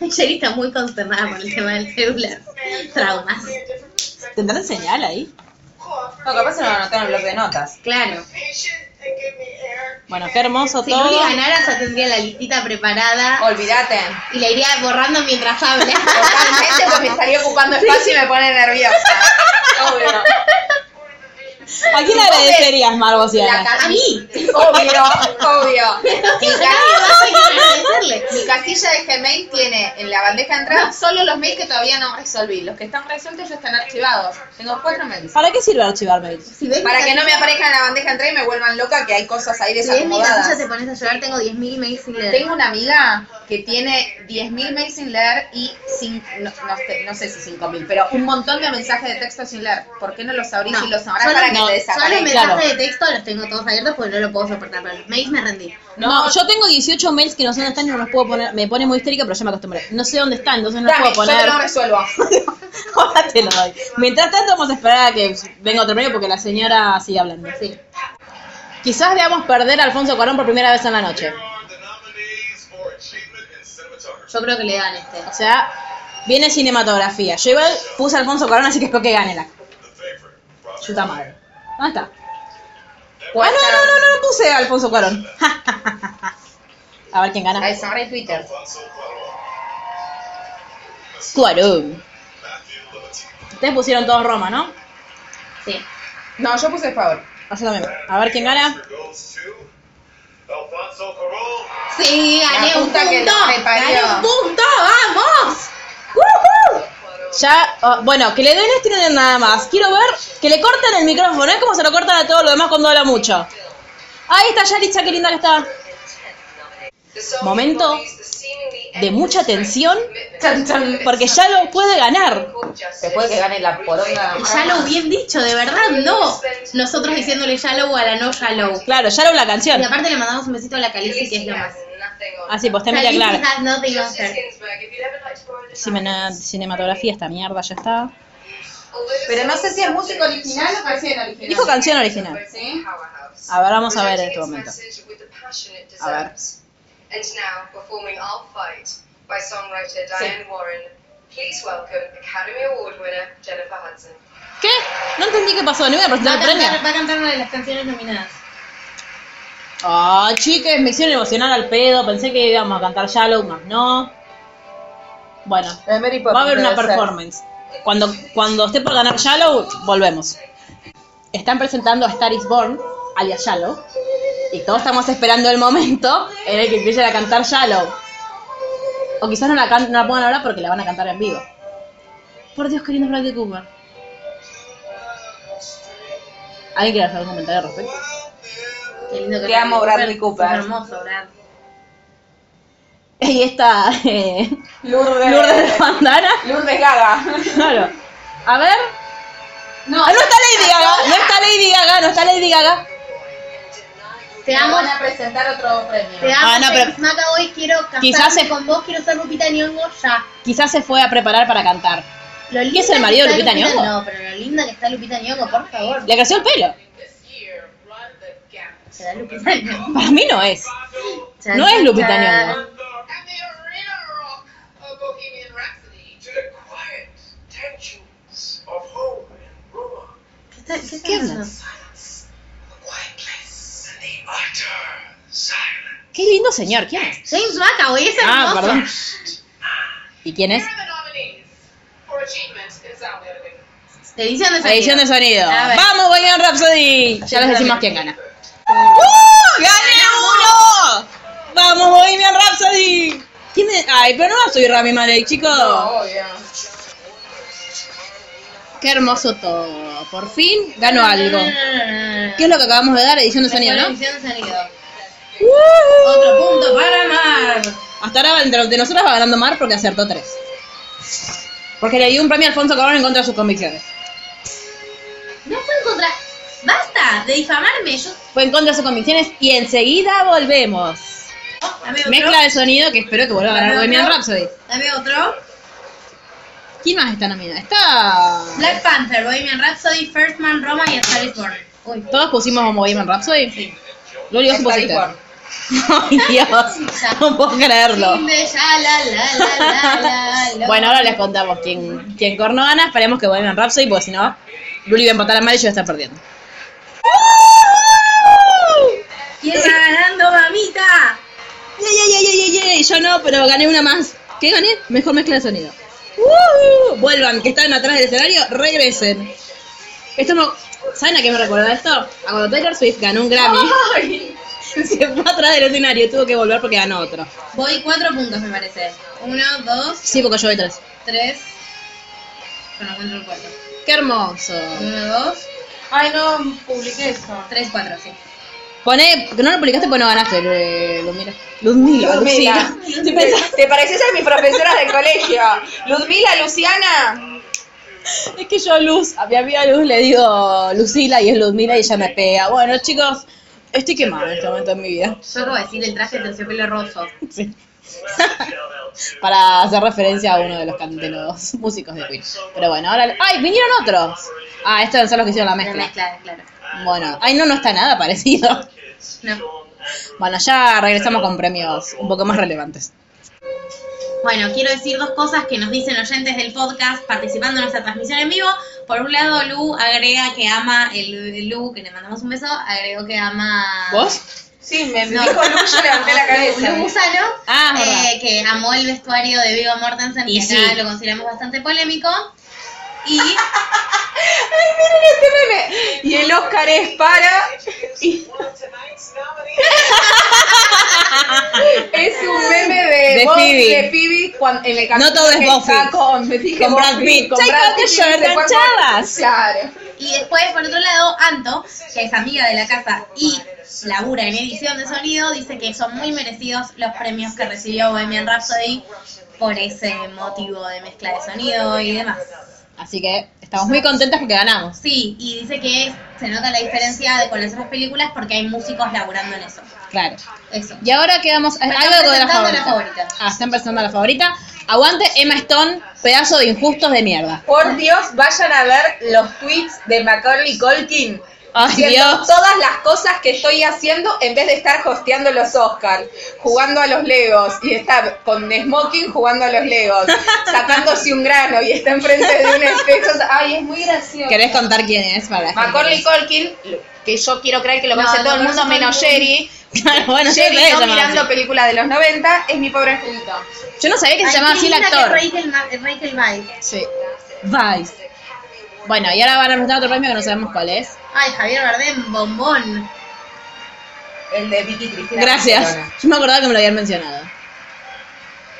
Sherry está muy consternada por el tema del celular. Traumas.
¿Tendrán señal ahí?
No, capaz se lo anotaron en bloque de notas.
Claro.
Bueno, qué hermoso
Si
todo.
Luli ganara, ya tendría la listita preparada
Olvídate.
y la iría borrando mientras *laughs* habla.
Totalmente,
*laughs*
pues me estaría ocupando espacio y me pone nerviosa. Obvio.
¿A quién le agradecerías, Margo, si
La
ganas?
ca-
A mí.
Obvio, obvio. Mi ca-
Hay que agradecerle.
Mi casilla de Gmail tiene en la bandeja de entrada solo los mails que todavía no resolví. Los que están resueltos ya están archivados. Tengo cuatro mails.
¿Para qué sirve archivar mails?
Si ves
Para
mi
que no me
casilla-
aparezca en la bandeja de entrada y me vuelvan loca que hay cosas ahí
Si ves mi casilla te
desacomodadas.
pones a llorar, tengo 10.000 emails sin leer.
Tengo una amiga que tiene 10.000 mails sin leer y cin- no, no sé- no sé si 5.000, pero un montón de mensajes de texto sin leer. ¿Por qué no los abrís y los sabrás
yo
para que
los-
no,
te
Yo los
desaparezcan?
mensajes
claro.
de texto los tengo todos abiertos porque no lo puedo soportar, pero los mails me rendí.
No, yo tengo 18 mails que no sé dónde están y no los puedo poner, me pone muy histérica, pero ya me acostumbré. No sé dónde están, entonces no los
Dame,
puedo
yo
poner. Ah,
te
*laughs*
lo resuelvo.
Ahora te lo doy. Mientras tanto, vamos a esperar a que venga otro premio porque la señora sigue hablando. Sí. Quizás debamos perder a Alfonso Cuarón por primera vez en la noche.
Yo creo que le dan este.
O sea, viene cinematografía. Yo igual puse a Alfonso Cuarón, así que espero que gane la. Chuta madre. ¿Dónde está? Ah, no, no, no, no, no puse a Alfonso Cuarón. *laughs* a ver quién gana.
Ay, sorry, Twitter.
Cuarón. Ustedes pusieron todos Roma, ¿no?
Sí.
No, yo puse favor.
Ah, Yo también. A ver quién gana.
Sí, gané
La
un punto.
puta que lo me parió.
Gané un punto, vamos.
¡Woohoo! Ya, ah, bueno, que le den este y no den nada más. Quiero ver que le corten el micrófono. Es como se lo cortan a todo lo demás cuando habla mucho. Ahí está Yaritza, qué linda que está. Momento de mucha tensión
Chan, chan.
porque ya lo puede ganar.
Después que gane la poronga.
Y Shallow bien dicho, de verdad, no. Nosotros diciéndole Shallow a la no Shallow.
Claro, ya lo la
Y
canción.
aparte le mandamos un besito a la Calice, que es lo más. ah,
Así, pues está media
Calice
clara.
has nothing on her.
Cimena- Cinematografía, esta mierda, ya está.
Pero no sé si es música original o canción original.
Dijo canción original.
Sí.
A ver, vamos a ver en este momento. A ver.
And now performing I'll Fight by songwriter Diane Warren. Please welcome Academy Award winner Jennifer Hudson.
¿Qué? No entendí qué pasó. ¿No iba a
Va
presentar
a
el premio?
cantar, va a cantar una de las canciones nominadas.
Ah, chicas, me hicieron emocionar al pedo. Pensé que íbamos a cantar Shallow, más no. Bueno,
La de Eh, Mary Poppins
va a haber una
debe ser.
performance. Cuando, cuando esté por ganar Shallow, volvemos. Están presentando a Star is Born, alias Shallow. Y todos estamos esperando el momento en el que empiecen a cantar Shallow. O quizás no la, can- no la pongan ahora porque la van a cantar en vivo. Por Dios, qué lindo es Bradley Cooper. ¿Alguien quiere hacer algún comentario al respecto? *laughs*
Qué lindo que
Te amo, Bradley Cooper.
Es hermoso, Brad.
Y esta eh,
Lourdes.
Lourdes de Bandana.
Lourdes Gaga.
Claro. A ver.
No,
Ah, no está Lady Gaga. No está Lady Gaga. No está Lady Gaga.
Te
Me
amo,
van a presentar otro premio.
te amo.
Ah, no, pero-
Félix Maca, hoy quiero casarme
Quizás es-
con vos, quiero ser Lupita Nyong'o ya.
Quizás se fue a preparar para cantar.
Lo
es
linda
el
que
marido de
está
Lupita Nyong'o?
No, pero lo linda que está Lupita Nyong'o, por favor.
Le creció el pelo.
Se da Lupita
*laughs*
Nyong'o.
Para mí no es.
Chan,
No es Lupita
chan, chan.
Nyong'o.
And the arena rock of Bohemian Rhapsody.
To the quiet tensions of home and Roma,
¿Qué, está- qué está haciendo?
the quiet place, and the utter silence.
Qué lindo señor. ¿Quién es?
James McAvoy es hermoso.
Ah, perdón. ¿Y quién es?
Here are the nominees for achievement in sound editing.
Edición de sonido.
Edición de sonido.
A ver.
¡Vamos, Bohemian Rhapsody! Ya les decimos quién gana. ¡Uh! ¡Gané uno! ¡Vamos, Bohemian Rhapsody! ¿Quién es? Ay, pero no va a subir Rami Malek, chicos.
Obvio.
Qué hermoso todo. Por fin ganó algo.
No, no, no, no.
¿Qué es lo que acabamos de dar? Edición de sonido,
Mejor
¿no?
Edición de sonido.
¡Woo!
Otro punto para Mar.
Hasta ahora va- entre de nosotras va ganando Mar porque acertó tres. Porque le dio un premio a Alfonso Cabrón en contra de sus convicciones.
No fue en contra. Basta de difamarme. Yo.
Fue en contra de sus convicciones y enseguida volvemos.
Dame Oh, otro.
Mezcla de sonido que espero que vuelva a ganar
Dame
Bohemian
otro.
Rhapsody.
Dame otro.
¿Quién más está nominada? Está...
Black Panther, Bohemian Rhapsody, First Man, Roma y A Star is Born. Uy.
¿Todos pusimos Bohemian Rhapsody? Sí. Lo único que
Está
pusiste.
igual.
*laughs* Ay, Dios. No puedo creerlo.
Dime ya, la, la, la, la, *laughs* la,
Bueno,
la.
ahora les contamos quién, quién corno gana. Esperemos que vuelvan Rhapsody, porque si no, Luli va a empatar a Mario y yo voy a estar perdiendo.
¿Quién va ganando, mamita?
¡Yay, yay, yay, yay, yay! Yo no, pero gané una más. ¿Qué gané? Mejor mezcla de sonido. ¡Woo! Vuelvan, que están atrás del escenario, regresen. Esto no... ¿Saben a qué me recuerda esto? A cuando Taylor Swift ganó un Grammy. *laughs* Se fue atrás del escenario, tuvo que volver porque ganó otro.
Voy cuatro puntos, me parece. Uno, dos,
Sí, porque yo voy tres.
tres. Bueno, encuentro el cuarto.
¡Qué hermoso!
Uno, dos,
Ay, no publiqué eso.
tres, cuatro, sí.
Poné... No lo publicaste porque no ganaste, eh, Ludmila. Ludmila,
Ludmila.
Lucila.
¿Te, pensás- te pareces a mis profesoras del colegio? Ludmila, Luciana.
Es que yo a Luz, a mi amiga Luz le digo Lucila y es Ludmila y ella me pega. Bueno, chicos, estoy quemada en este momento de mi vida.
*laughs* Yo voy a decir el traje de terciopelo roso.
Sí. Para hacer referencia a uno de los, can- de los músicos de Queen. Pero bueno, ahora. ¡Ay! ¡Vinieron otros! Ah, estos son los que hicieron la
La
mezcla.
mezcla, claro.
Bueno, ay, no, no está nada parecido.
No.
Bueno, ya regresamos con premios un poco más relevantes.
Bueno, quiero decir dos cosas que nos dicen oyentes del podcast participando en nuestra transmisión en vivo. Por un lado, Lu agrega que ama, el Lu, que le mandamos un beso, agregó que ama...
¿Vos?
Sí, me
No.
dijo Lu, yo levanté la cabeza.
Lu Gusano,
Ah, es
eh, que amó el vestuario de Vigo Mortensen,
Y
que acá
sí.
lo consideramos bastante polémico. Y
este Y el Oscar es para. y-
*laughs*
es un meme de,
De
Bob-
Phoebe.
de Phoebe cuan- en el capítulo
No todo es
que
Buffy.
está Con, me dije
Con Brad
Buffy,
Pitt.
con
Che,
Brad
creo que
Pitt y ese
lloran
cuerpo-
chavas.
Claro.
Y después, por otro lado, Anto, que es amiga de la casa y labura en edición de sonido, dice que son muy merecidos los premios que recibió Bohemian Rhapsody por ese motivo de mezcla de sonido y demás.
Así que estamos muy contentas porque ganamos.
Sí, y dice que se nota la diferencia de con las otras películas porque hay músicos laburando en eso.
Claro.
Eso.
Y ahora quedamos. Algo de la
presentando
favorita.
la favorita.
Ah, están presentando la favorita. Aguante Emma Stone, pedazo de injustos de mierda.
Por Dios, vayan a ver los tweets de Macaulay Colkin.
Ay,
Haciendo
Dios.
todas las cosas que estoy haciendo en vez de estar hosteando los Oscars, jugando a los Legos y estar con smoking jugando a los
*laughs*
Legos, sacándose un grano y está enfrente de un espejo. Ay, es muy gracioso.
¿Querés contar quién es para la
Macaulay Colkin, que yo quiero creer que lo conoce
No,
todo
lo
el mundo
conoce todo
menos
el mundo.
Jerry.
gente? Claro, bueno, yo
Jerry
sabía que se
no
llamaba
mirando
así.
películas de los 90 es mi pobre angelito.
Yo no sabía que se llamaba así el actor.
Rachel Weisz.
Sí. Vice. Bueno, y ahora van a presentar otro premio que no sabemos cuál es.
Ay, Javier Bardem, bombón.
El de Vicky Cristina.
Gracias.
Barcelona.
Yo me acordaba que me lo habían mencionado.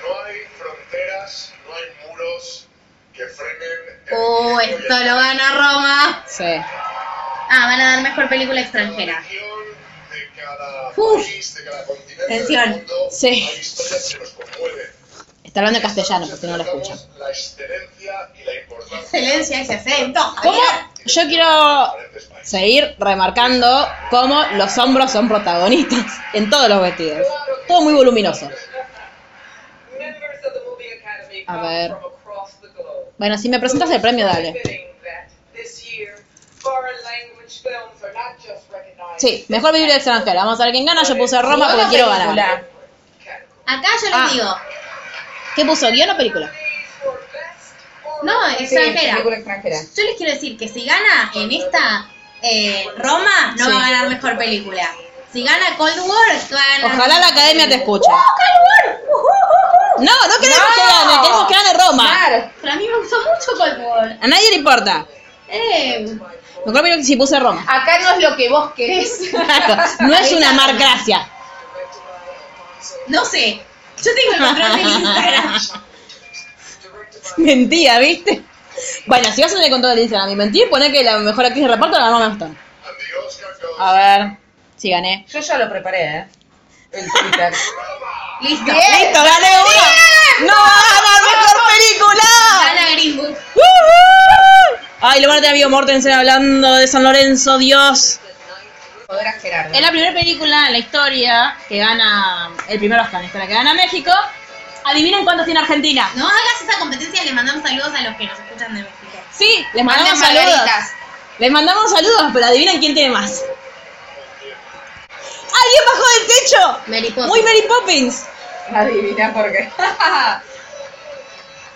No hay fronteras, no hay muros que frenen el
Oh,
tiempo y
esto
el
lo gana Roma.
Sí.
Ah, van a dar mejor película extranjera.
guión de cada
Uf.
país, de cada continente
Tensión.
del mundo.
Sí.
Hay historias que nos conmueven.
Está hablando en castellano, por si no lo
Destacamos
escuchan.
La excelencia y la importancia
Excelencia ese acento.
¿Cómo? Yo quiero
de diferentes países.
seguir remarcando cómo los hombros son protagonistas *laughs* en todos los vestidos. Todo muy voluminoso. A ver. Bueno, si me presentas el premio, dale. Sí, mejor película extranjera. Vamos a ver quién gana. Yo puse Roma porque
Buena
quiero
película.
ganar.
Acá yo les
Ah.
digo,
¿Qué puso? ¿Guión o película?
no,
Sí,
extranjera.
película extranjera.
Yo les quiero decir que si gana en esta eh, Roma, no
Sí.
va a ganar mejor película. Si gana Cold War, va a ganar.
Ojalá la academia te escuche.
¡Oh,
No, no queremos
No.
que gane, queremos que gane Roma.
Claro.
Pero a mí me gustó mucho Cold War.
A nadie le importa.
Eh,
Mejor película que si puse Roma.
Acá no es lo que vos querés.
No es una marcracia.
no sé. Yo tengo el control del
*laughs*
Instagram.
Mentía, ¿viste? Bueno, si vas a tener control de Instagram y mentir, poné que la mejor actriz de reparto la Roma Stone.
And the Oscar goes
A ver, si gané.
Yo ya lo preparé, ¿eh? El *laughs* Twitter.
Listo.
¡Listo, gané uno! ¡No va a ganar mejor película!
Gana Green Book.
¡Woohoo! Ay, lo van a tener a Viggo Mortensen hablando de San Lorenzo, Dios.
Podrás Gerardo.
Es la primera película en la historia que gana el primer Oscar, esta la que gana México. Adivinen cuántos tiene Argentina.
No hagas esa competencia y le mandamos saludos a los que nos escuchan de México.
Sí, les
Manden
mandamos saludos.
margaritas.
Les mandamos saludos, pero adivinen quién tiene más. ¡Alguien bajó del techo!
Mary Poppins.
Muy Mary Poppins.
*laughs* Adivina por qué. *laughs*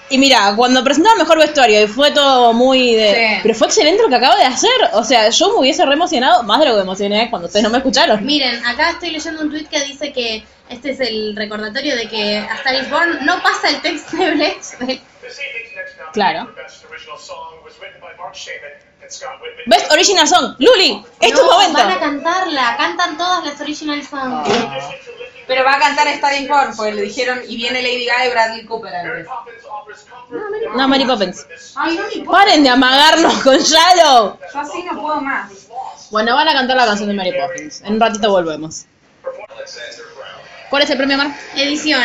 Y mira, cuando presentaba mejor vestuario y fue todo muy de.
Sí.
Pero fue excelente lo que acabo de hacer. O sea, yo me hubiese re emocionado más de lo que me emocioné cuando ustedes no me escucharon.
Miren, acá estoy leyendo un tuit que dice que este es el recordatorio de que A Star is Born no pasa el test de Blech.
This evening's next nominee
Claro.
for Best Original Song was written by Mark Shaman and Scott Whitman.
Best Original Song, Luli, es tu
No, Van a
momento.
cantarla, cantan todas las original songs.
Pero va a cantar Star is Born, porque le dijeron, y viene Lady Gaga y Bradley Cooper antes.
No, Mary Poppins.
Ay, no me importa,
Paren de amagarnos *laughs* con Shallow.
yo así no puedo más.
Bueno, van a cantar la canción de Mary Poppins. En un ratito volvemos. ¿Cuál es el premio, Mar?
Edición.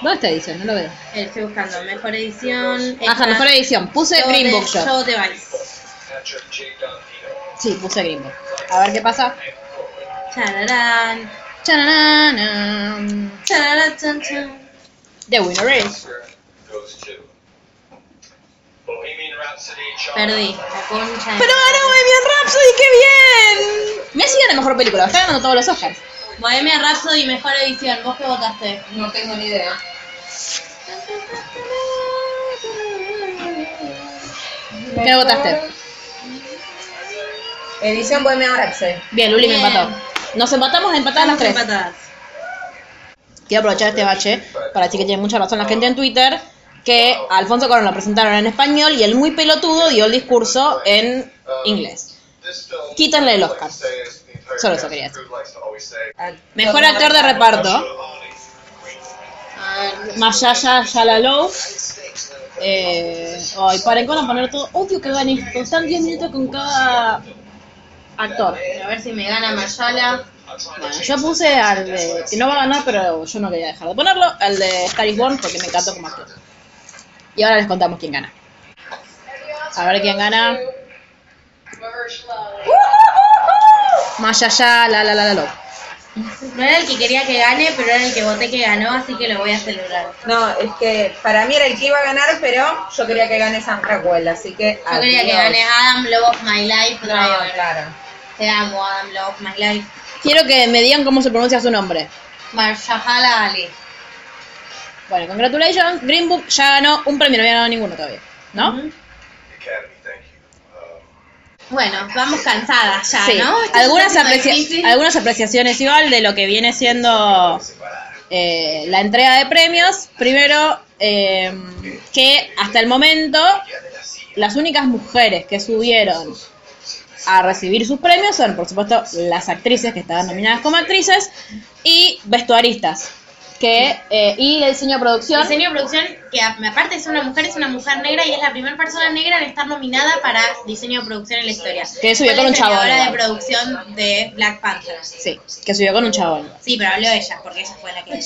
¿Dónde está edición? No lo veo.
Eh, Estoy buscando. Mejor edición.
Ajá, Ah, mejor edición. Puse Green Book yo.
Show de Vice.
Sí, puse Green Book. A ver qué pasa.
Chararán. Chananana, chanana, chan, chan.
The winner is.
goes to Bohemian Rhapsody,
Perdí, la concha. de-
Pero ganó Bohemian Rhapsody, qué bien. Me ha sido la mejor película, está ganando todos los Oscars.
Bohemia Rhapsody, mejor edición. ¿Vos qué votaste?
No tengo ni idea.
¿Qué votaste?
Edición Bohemian Rhapsody.
Bien, Luli me
Bien.
empató. Nos empatamos, empatadas las
Estamos
tres.
empatadas.
Quiero aprovechar este bache para decir que tiene mucha razón la gente en Twitter que a Alfonso Cuarón lo presentaron en español y el muy pelotudo dio el discurso en inglés.
This film,
Quítenle el
like
Oscar.
to say, is the entire
Solo eso
cast
quería
and crew likes to always say,
Mejor actor de reparto,
Ah,
Mayaya Yalalou. Eh, ay, paren con poner todo. Odio que hagan esto. Están 10 minutos con cada actor.
A ver si me gana Mayala.
Bueno, yo puse al de. que no va a ganar, pero yo no quería dejar de ponerlo. Al de Star is Born porque me encantó como actor. Y ahora les contamos quién gana. A ver quién gana. Mayaya, la la la la la.
No era el que quería que gane, pero era el que voté que ganó, así que lo voy a celebrar.
No, es que para mí era el que iba a ganar, pero yo quería que gane Sam Rockwell, así que.
Yo quería que gane Adam Love of My Life.
Ah,
Driver.
claro.
Te amo, Adam Love of My Life.
Quiero que me digan cómo se pronuncia su nombre.
Marshala Ali.
Bueno, congratulations. Green Book ya ganó un premio, no había ganado ninguno todavía. ¿No?
Academy, thank you. Um,
Bueno, vamos cansadas ya,
Sí.
¿no? Esto
Algunas,
está siendo
aprecia-
difícil.
algunas apreciaciones igual de lo que viene siendo eh, la entrega de premios. Primero, eh, que hasta el momento las únicas mujeres que subieron a recibir sus premios son, por supuesto, las actrices que estaban nominadas como actrices y vestuaristas. Que, eh, y el diseño de producción.
Diseño de producción, que a- aparte es una mujer, es una mujer negra y es la primera persona negra en estar nominada para diseño de producción en la historia.
Que subió
Fue
con
la
un chabón,
diseñadora de
igual.
producción de Black Panther.
Sí, que subió con un chabón.
Sí, pero habló ella, porque ella fue la que...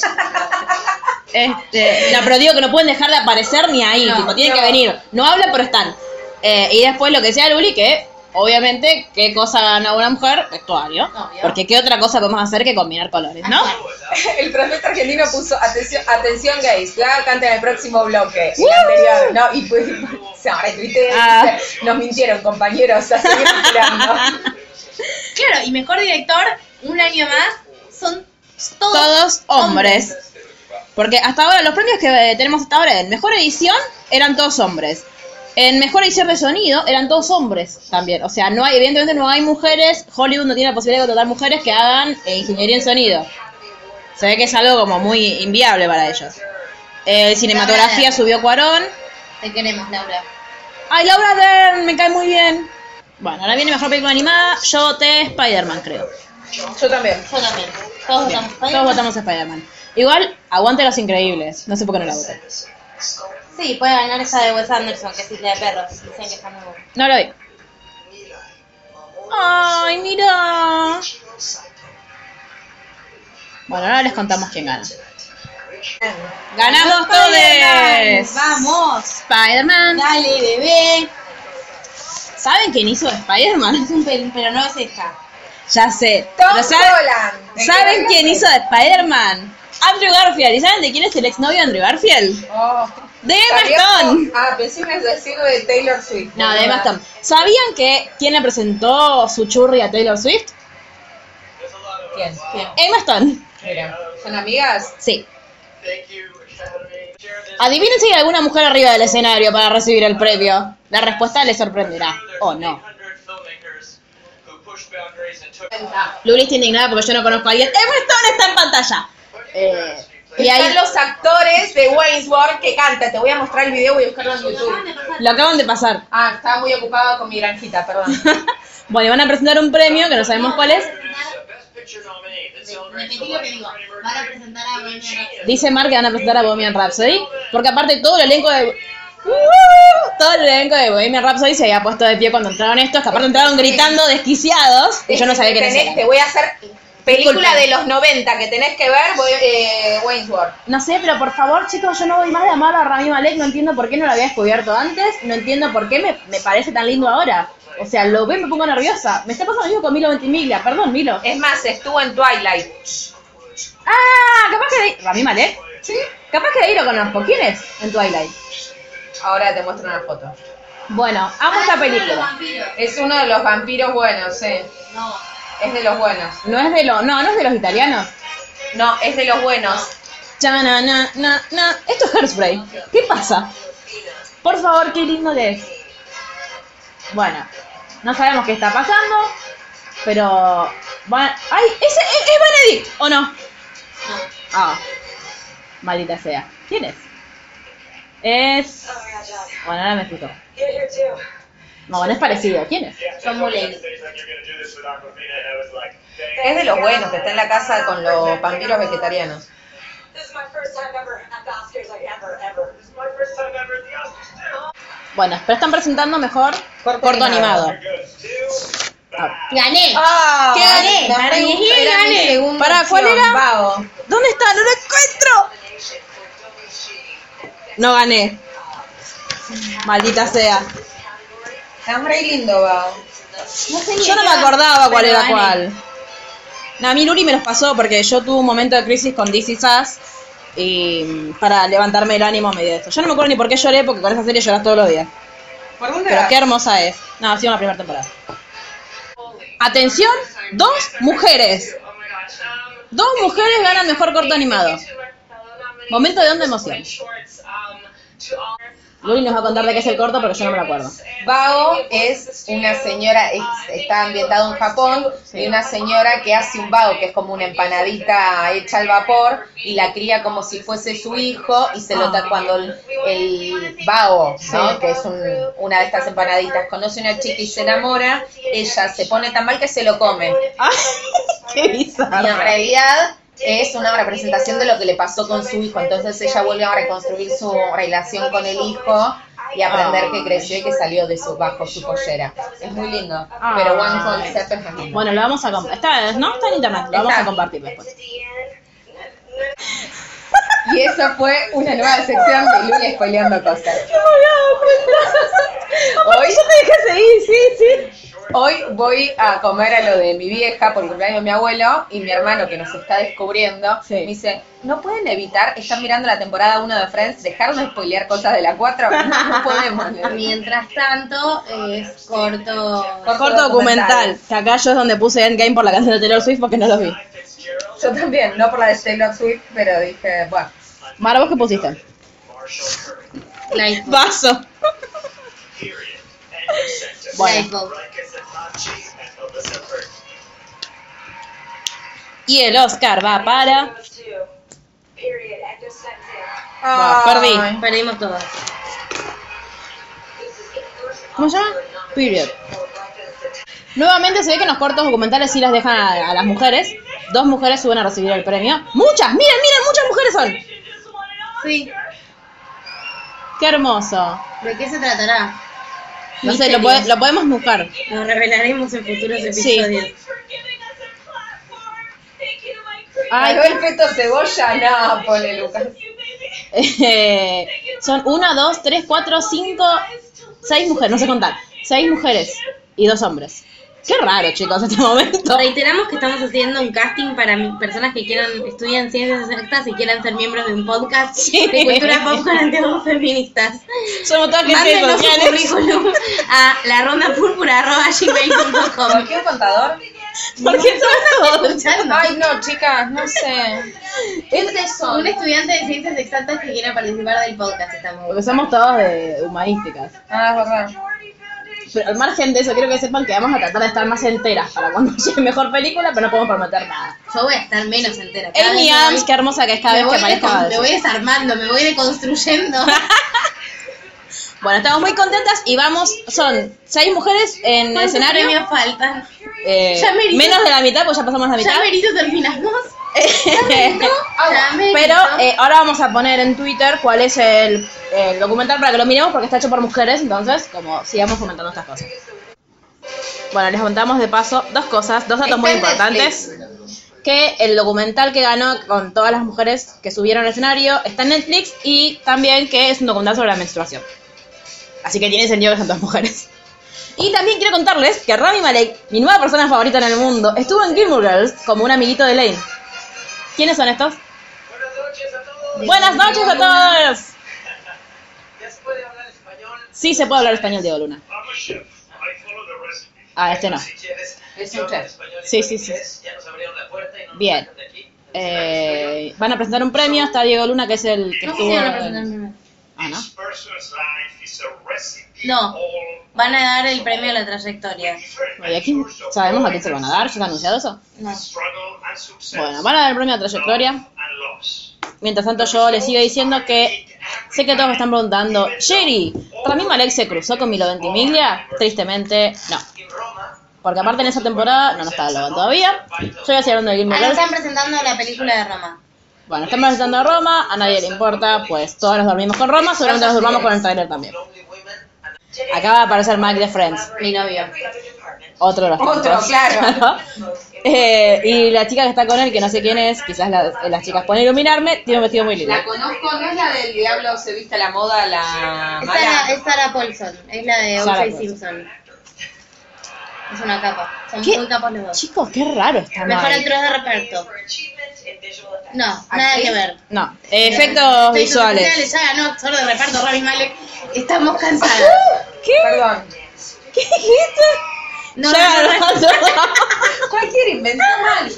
Este, no, pero digo que no pueden dejar de aparecer ni ahí,
No,
tipo, tienen
no.
que venir. No hablan, pero están. Eh, y después lo que decía Luli, que obviamente, ¿qué cosa gana una mujer? Vestuario.
Obvio.
Porque ¿qué otra cosa podemos hacer que combinar colores, *laughs* no?
*laughs* El profeta argentino puso atención, atención gays, la canta en el próximo bloque. El anterior, ¿no? Y pues, se ahora tuitea,
Ah.
dice, nos mintieron, compañeros, a seguir tirando.
*laughs*
Claro, y mejor director, un año más, son todos,
Todos hombres. Porque hasta ahora, los premios que eh, tenemos hasta ahora en mejor edición eran todos hombres. En mejor edición de sonido eran todos hombres también. O sea, no hay, evidentemente no hay mujeres. Hollywood no tiene la posibilidad de contratar mujeres que hagan eh, ingeniería en sonido. Se ve que es algo como muy inviable para ellos. Eh, cinematografía subió Cuarón.
Te queremos, Laura.
Ay, Laura Dern, me cae muy bien. Bueno, ahora viene mejor película animada. Yo voté Spider-Man, creo.
Yo también.
Yo también. Todos
Bien,
votamos para
todos votamos a Spider-Man. Igual, aguante los increíbles. No sé por qué no la voté.
Sí, puede ganar esa de Wes Anderson, que es Isla de Perros. Dicen que está muy buena.
No lo vi. Ay, mira. Bueno, ahora les contamos quién gana. ¡Ganamos todos!
¡Vamos!
Spider-Man.
¡Dale, bebé!
¿Saben quién hizo Spider-Man?
Es un pelín, pero no es esta.
Ya sé.
Tom
Pero ¿saben,
Holland.
¿saben quién hizo de Spider-Man? Andrew Garfield. ¿Y saben de quién es el exnovio de Andrew Garfield?
Oh.
De Emma Stone.
Ah, pensé que ibas a decir de Taylor Swift.
No, de Emma Stone. ¿Sabían que quién le presentó su churri a Taylor Swift?
¿Quién? ¿Quién?
Emma Stone.
Mira, ¿son amigas?
Sí.
Thank you, Academy. Share this
Adivinen si hay alguna mujer arriba del escenario para recibir el premio. La respuesta les sorprenderá, o Oh, no.
100 filmmakers who pushed boundaries and took
Luli está indignada porque yo no conozco a alguien. Emma Stone está en pantalla. Eh, y
Están
ahí
los actores de Wayne's World que canta. Te voy a mostrar el video, voy a buscarlo en YouTube.
lo acaban de pasar.
Ah, estaba muy ocupada con mi granjita, perdón.
*laughs* Bueno, y van a presentar un premio que no sabemos cuál es.
Best Picture nominee that
Me
celebrates
metí lo que digo. Van a presentar a Bohemian Rhapsody.
Dice Mark que van a presentar a Bohemian Rhapsody. Porque aparte todo el elenco de... ¡Uh! Todo el elenco de Bohemian Rhapsody se había puesto de pie cuando entraron estos, que aparte entraron gritando desquiciados y yo no sabía
Tenés-
quiénes
Te
eran.
voy a hacer película
Disculpen.
de los 90 que tenés que ver, voy, eh, Wayne's World.
No sé, pero por favor, chicos, yo no voy más de amar a Rami Malek. No entiendo por qué no lo había descubierto antes. No entiendo por qué me, me parece tan lindo ahora. O sea, lo veo y me pongo nerviosa. Me está pasando lo mismo con Milo Ventimiglia. Perdón, Milo.
Es más, estuvo en Twilight.
Ah, capaz que de ahí. ¿Rami Malek?
¿Sí?
Capaz que de ahí lo conozco. ¿Quién es en Twilight?
Ahora te muestro una foto.
Bueno, amo esta película.
Es uno de los vampiros buenos, sí.
No.
Es de los buenos.
No es de los. No, no es de los italianos.
No, es de los buenos.
Ya, na, na, na, na. Esto es Hairspray. ¿Qué pasa? Por favor, qué lindo que es. Bueno, no sabemos qué está pasando, pero... van- ¡Ay! ¿Ese es, es Benedict o no? Ah, maldita sea. ¿Quién es? Es... Bueno, ahora me explico.
You're here too.
No, bueno, es parecido. ¿Quién es?
John Mulaney.
Es de los buenos, que está en la casa con los vampiros vegetarianos.
This is my first time ever at the Oscars, like ever, ever. This is my first time ever at the Oscars, too.
Bueno, pero están presentando mejor corto, animado.
Gané.
¡Ah!
¿Qué gané?
Gané,
Gané,
era mi
gané.
segunda
¿Para cuál
opción,
era?
vago.
¿Dónde está? ¡No lo encuentro! No gané. Maldita sea.
Está muy lindo, Bao.
Yo no me acordaba cuál era cuál. No, a mí Luri me los pasó porque yo tuve un momento de crisis con DC Sass y mm, para levantarme el ánimo me dio esto. Yo no me acuerdo ni por qué lloré porque con esa serie lloras todos los días.
¿Por dónde
Pero
va?
qué hermosa es. No, ha sido la primera temporada. Atención, dos mujeres.
Oh my gosh. Um,
Dos mujeres ganan mejor corto animado. Momento de onda emoción.
um,
Luli nos va a contar de qué es el corto porque yo no me lo acuerdo.
Bao es una señora, es- está ambientado en Japón, y una señora que hace un bao, que es como una empanadita hecha al vapor, y la cría como si fuese su hijo, y se lo da cuando el, el bao, ¿no? que es un- una de estas empanaditas, conoce una chica y se enamora, ella se pone tan mal que se lo come.
Ay, *laughs* qué
Y en
bizarro.
realidad es una representación de lo que le pasó con su hijo. Entonces ella vuelve a reconstruir su relación con el hijo y aprender
Ah.
que creció y que salió de su bajo su pollera. Es muy lindo. Pero One Concept es muy lindo.
Bueno, lo vamos a compartir. Está, no está en internet, lo vamos a compartir después.
Y esa fue una nueva sección de Luli spoileando cosas. Hoy,
te dejé seguir, sí, sí.
hoy voy a comer a lo de mi vieja por el cumpleaños de mi abuelo y mi hermano que nos está descubriendo
Sí.
me dice, ¿no pueden evitar, están mirando la temporada 1 de Friends, dejar de spoilear cosas de la 4? No, no podemos. le digo.
Mientras tanto, es corto.
Corto documental, que acá yo es donde puse Endgame por la canción de Taylor Swift porque no los vi.
Yo también, no por la de Taylor Swift, pero dije, bueno.
Mara, ¿vos qué pusiste?
Lifeboat.
Vaso. Bueno,
Lifeboat.
y el Oscar va para...
Period. End of sentence.
Va, perdí.
Perdimos todos.
¿Cómo se llama? Period. Nuevamente se ve que en los cortos documentales sí las dejan a, a las mujeres. Dos mujeres suben a recibir el premio. ¡Muchas! ¡Miren, miren! ¡Muchas mujeres son!
Sí.
¡Qué hermoso!
¿De qué se tratará?
No sé, lo, pode- lo podemos buscar.
Lo revelaremos en futuros
Sí.
episodios.
Ay,
Ay, el feto cebolla, no,
Ah,
pone Lucas.
Eh, *laughs* son una, dos, tres, cuatro, cinco, seis mujeres, no sé contar. Seis mujeres y dos hombres. Qué raro, chicos, este momento.
Reiteramos que estamos haciendo un casting para mi- personas que quieran estudian ciencias exactas y quieran ser miembros de un podcast
Sí.
de cultura pop con anteojos feministas.
Somos todas gente
Mándenos su
sociales.
currículum a la ronda
¿Por qué un contador?
*laughs* ¿Por qué *laughs* son todos?
Ay, no, chicas, no sé. Es de eso.
Un estudiante de ciencias exactas que quiera participar del podcast, estamos.
Porque somos todos de humanísticas.
Ah, es verdad.
Pero al margen de eso, quiero que sepan que vamos a tratar de estar más enteras para cuando *laughs* llegue mejor película, pero no podemos prometer nada.
Yo voy a estar menos entera. Cada
Amy
vez me
Adams,
voy-
qué hermosa que es cada
me
vez que
voy
aparezca.
descon-
Madonna.
Me voy desarmando, me
*laughs*
voy deconstruyendo. *laughs*
Bueno, estamos muy contentas y vamos, son seis mujeres en el escenario.
me faltan?
eh,
Ya merito-
menos de la mitad, pues ya pasamos la mitad.
Ya merito terminamos.
*laughs*
Ya merito.
Pero eh, ahora vamos a poner en Twitter cuál es el, eh, el documental para que lo miremos porque está hecho por mujeres, entonces como sigamos comentando estas cosas. Bueno, les contamos de paso dos cosas, dos datos muy
Está en
importantes. Que el documental que ganó con todas las mujeres que subieron al escenario está en Netflix y también que es un documental sobre la menstruación. Así que tiene sentido que son todas mujeres. Y también quiero contarles que Rami Malek, mi nueva persona favorita en el mundo, estuvo en Gilmore Girls como un amiguito de Lane. ¿Quiénes son estos? Buenas noches a todos. Sí se puede hablar español, Diego Luna. Ah, este no.
Es un chef.
Sí, sí, sí. Bien. Eh, van a presentar un premio. Está Diego Luna, que es el que
No sé
estuvo.
si van a
en-
presentar un
Ah, ¿no?
No, van a dar el premio a la trayectoria.
Bueno, ¿Y aquí sabemos a quién se lo van a dar? ¿Ya está anunciado eso?
No.
Bueno, van a dar el premio a trayectoria. Mientras tanto, yo les sigo diciendo que sé que todos me están preguntando: Jerry, ¿para mí Malek se cruzó con Milo Ventimiglia? Tristemente, no. Porque aparte en esa temporada no, no estaba Logan todavía. Yo voy a seguir hablando de Gilmore
Ah,
Ahora
Girls.
están presentando la película de Roma.
Bueno, estamos visitando a Roma, a nadie le importa, pues todos nos dormimos con Roma, seguramente nos dormamos con el trailer también. Acaba de aparecer Mike de Friends,
Mi novio.
otro de los
Otro,
tantos. *laughs*
claro.
Eh, y la chica que está con él, que no sé quién es, quizás la- las chicas pueden iluminarme, tiene un vestido muy lindo.
La conozco, no es la del diablo se viste a la moda, la
Es Sarah,
mala.
es Sarah Paulson, es la de
Sarah
O.J.
Paulson.
Simpson. Es una capa. Son
¿Qué?
muy capos los dos.
Chicos, qué raro está
Mejor
Mike.
actriz de reparto. No, nada que ver.
No, efectos
Efectos
visuales.
Ya ganó actor de reparto Robin Malek. Estamos cansados.
*laughs* ¡Uh! ¿Qué?
Perdón.
¿Qué dijiste?
No,
Ya
no, no.
ganó todo.
Cualquier invento mal.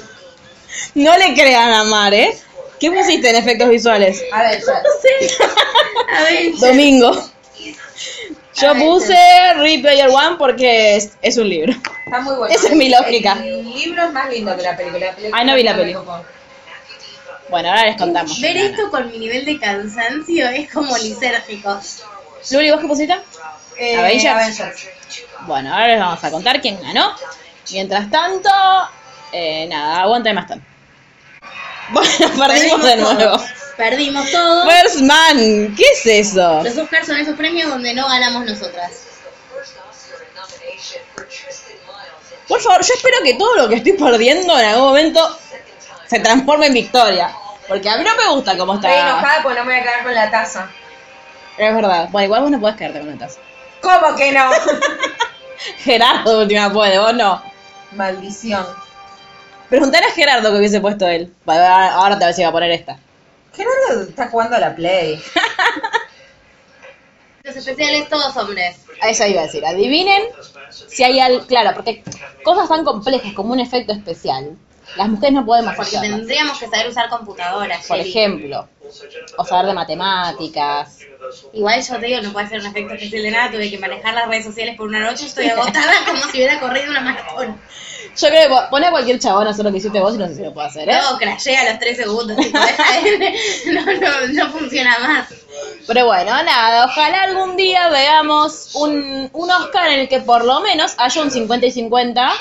No le crean a Mar, ¿eh? ¿Qué pusiste en efectos visuales?
A ver, ya.
A ver. *laughs*
Domingo. Yo
A ver,
puse Read Player One porque es, es un libro.
Está muy bueno.
Esa es mi lógica.
El libro es más lindo que la película. La película
Ay, no vi la
me
peli.
copó.
Bueno, ahora les contamos.
Ver esto con mi nivel de cansancio es como lisérgico.
Luli, ¿vos qué pusiste?
Eh,
Avengers.
Avengers.
Bueno, ahora les vamos a contar quién ganó. Mientras tanto, eh, nada, aguanta más tarde. Bueno, *laughs* perdimos de
todo.
nuevo.
Perdimos todo.
First Man, ¿qué es eso?
Los Oscars son esos premios donde no ganamos nosotras.
Por favor, yo espero que todo lo que estoy perdiendo en algún momento se transforme en victoria. Porque a mí no me gusta cómo
Estoy
está.
enojada porque no me voy a quedar con la taza.
Es verdad. Bueno, igual vos no podés quedarte con la taza.
¿Cómo
*laughs*
que no?
Gerardo, última puede, vos no.
Maldición.
Preguntale a Gerardo que hubiese puesto él. Va, va, Ahora te voy a decir, va a poner esta.
Gerardo está jugando a la Play.
Los especiales todos hombres.
A Eso iba a decir. Adivinen si hay algo. Claro, porque cosas tan complejas como un efecto especial, las mujeres no podemos
Porque
hacerlas.
tendríamos que saber usar computadoras.
Por
Jerry.
ejemplo, o saber de matemáticas.
Igual yo te digo, no puede hacer un efecto especial de nada. Tuve que manejar las redes sociales por una noche. Estoy agotada *laughs* como si hubiera corrido una maratón.
Yo creo que po- pone a cualquier chabón a hacer lo que hiciste vos y no sé si lo puede hacer, ¿eh?
No, crashé a los 3 segundos. tipo, *laughs* deja de- no, no, no funciona más.
Pero bueno, nada, ojalá algún día veamos un, un Oscar en el que por lo menos haya un 50 y 50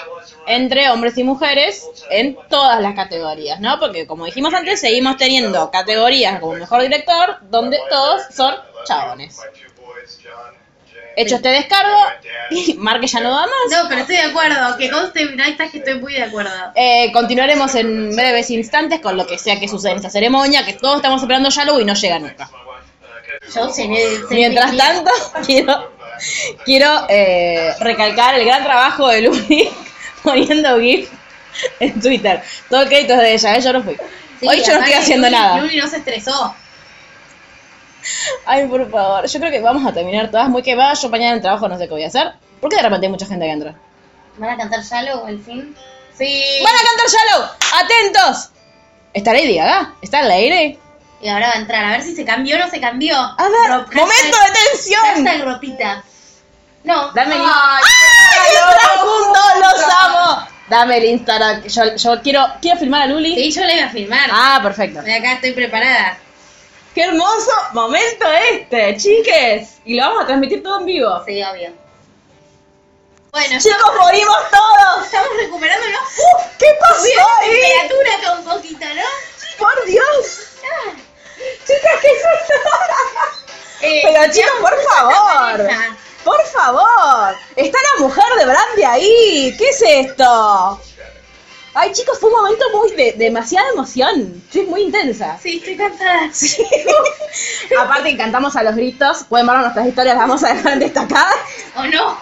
entre hombres y mujeres en todas las categorías, ¿no? Porque como dijimos antes, seguimos teniendo categorías como mejor director, donde todos son chabones. Hecho este descargo, y Marque ya no da más.
No, pero estoy de acuerdo. Que conste, no estás que estoy muy de acuerdo.
Eh, continuaremos en breves instantes con lo que sea que suceda en esta ceremonia, que todos estamos esperando ya luego y no llega nunca.
Yo cené- cené
Mientras
frío.
tanto, *laughs* quiero, quiero eh, recalcar el gran trabajo de Luli *laughs* poniendo GIF en Twitter. Todo el crédito es de ella, ¿eh? yo no fui.
Sí,
Hoy yo no estoy
aparte,
haciendo
Luli-
nada.
Luli no se estresó.
Ay, por favor, yo creo que vamos a terminar todas muy quemadas. Yo mañana en el trabajo no sé qué voy a hacer. ¿Por qué de repente hay mucha gente que entra?
¿Van a cantar Shallow al fin? Sí.
¡Van a cantar Shallow! ¡Atentos! ¿Está Lady Gaga? ¿Está al aire?
Y ahora va a entrar, a ver si se cambió o no se cambió.
A ver, momento de tensión.
Hashtag ropita. No.
Dame el
Ay,
¡Ay, están juntos! ¡Los amo! Dame el Instagram. Yo, yo quiero, quiero filmar a Luli.
Sí, yo la iba a filmar.
Ah, perfecto.
Acá estoy preparada.
Qué hermoso momento este, chiques. Y lo vamos a transmitir todo en vivo.
Sí, obvio. Bueno, ya
Chicos, morimos todos.
estamos recuperándonos.
Uf, ¿Qué pasó ahí?
Temperatura acá un poquito, ¿no?
Por Dios. Chicas, ¿qué es esto? *laughs*
Eh,
Pero chicos, por favor. Por favor. Está la mujer de Brandy ahí. ¿Qué es esto? Ay, chicos, fue un momento muy de demasiada emoción. Sí, muy intensa. *laughs*
Sí, estoy cansada.
Aparte, encantamos a los gritos. Pueden ver nuestras historias, las vamos a dejar en destacadas.
¿O no?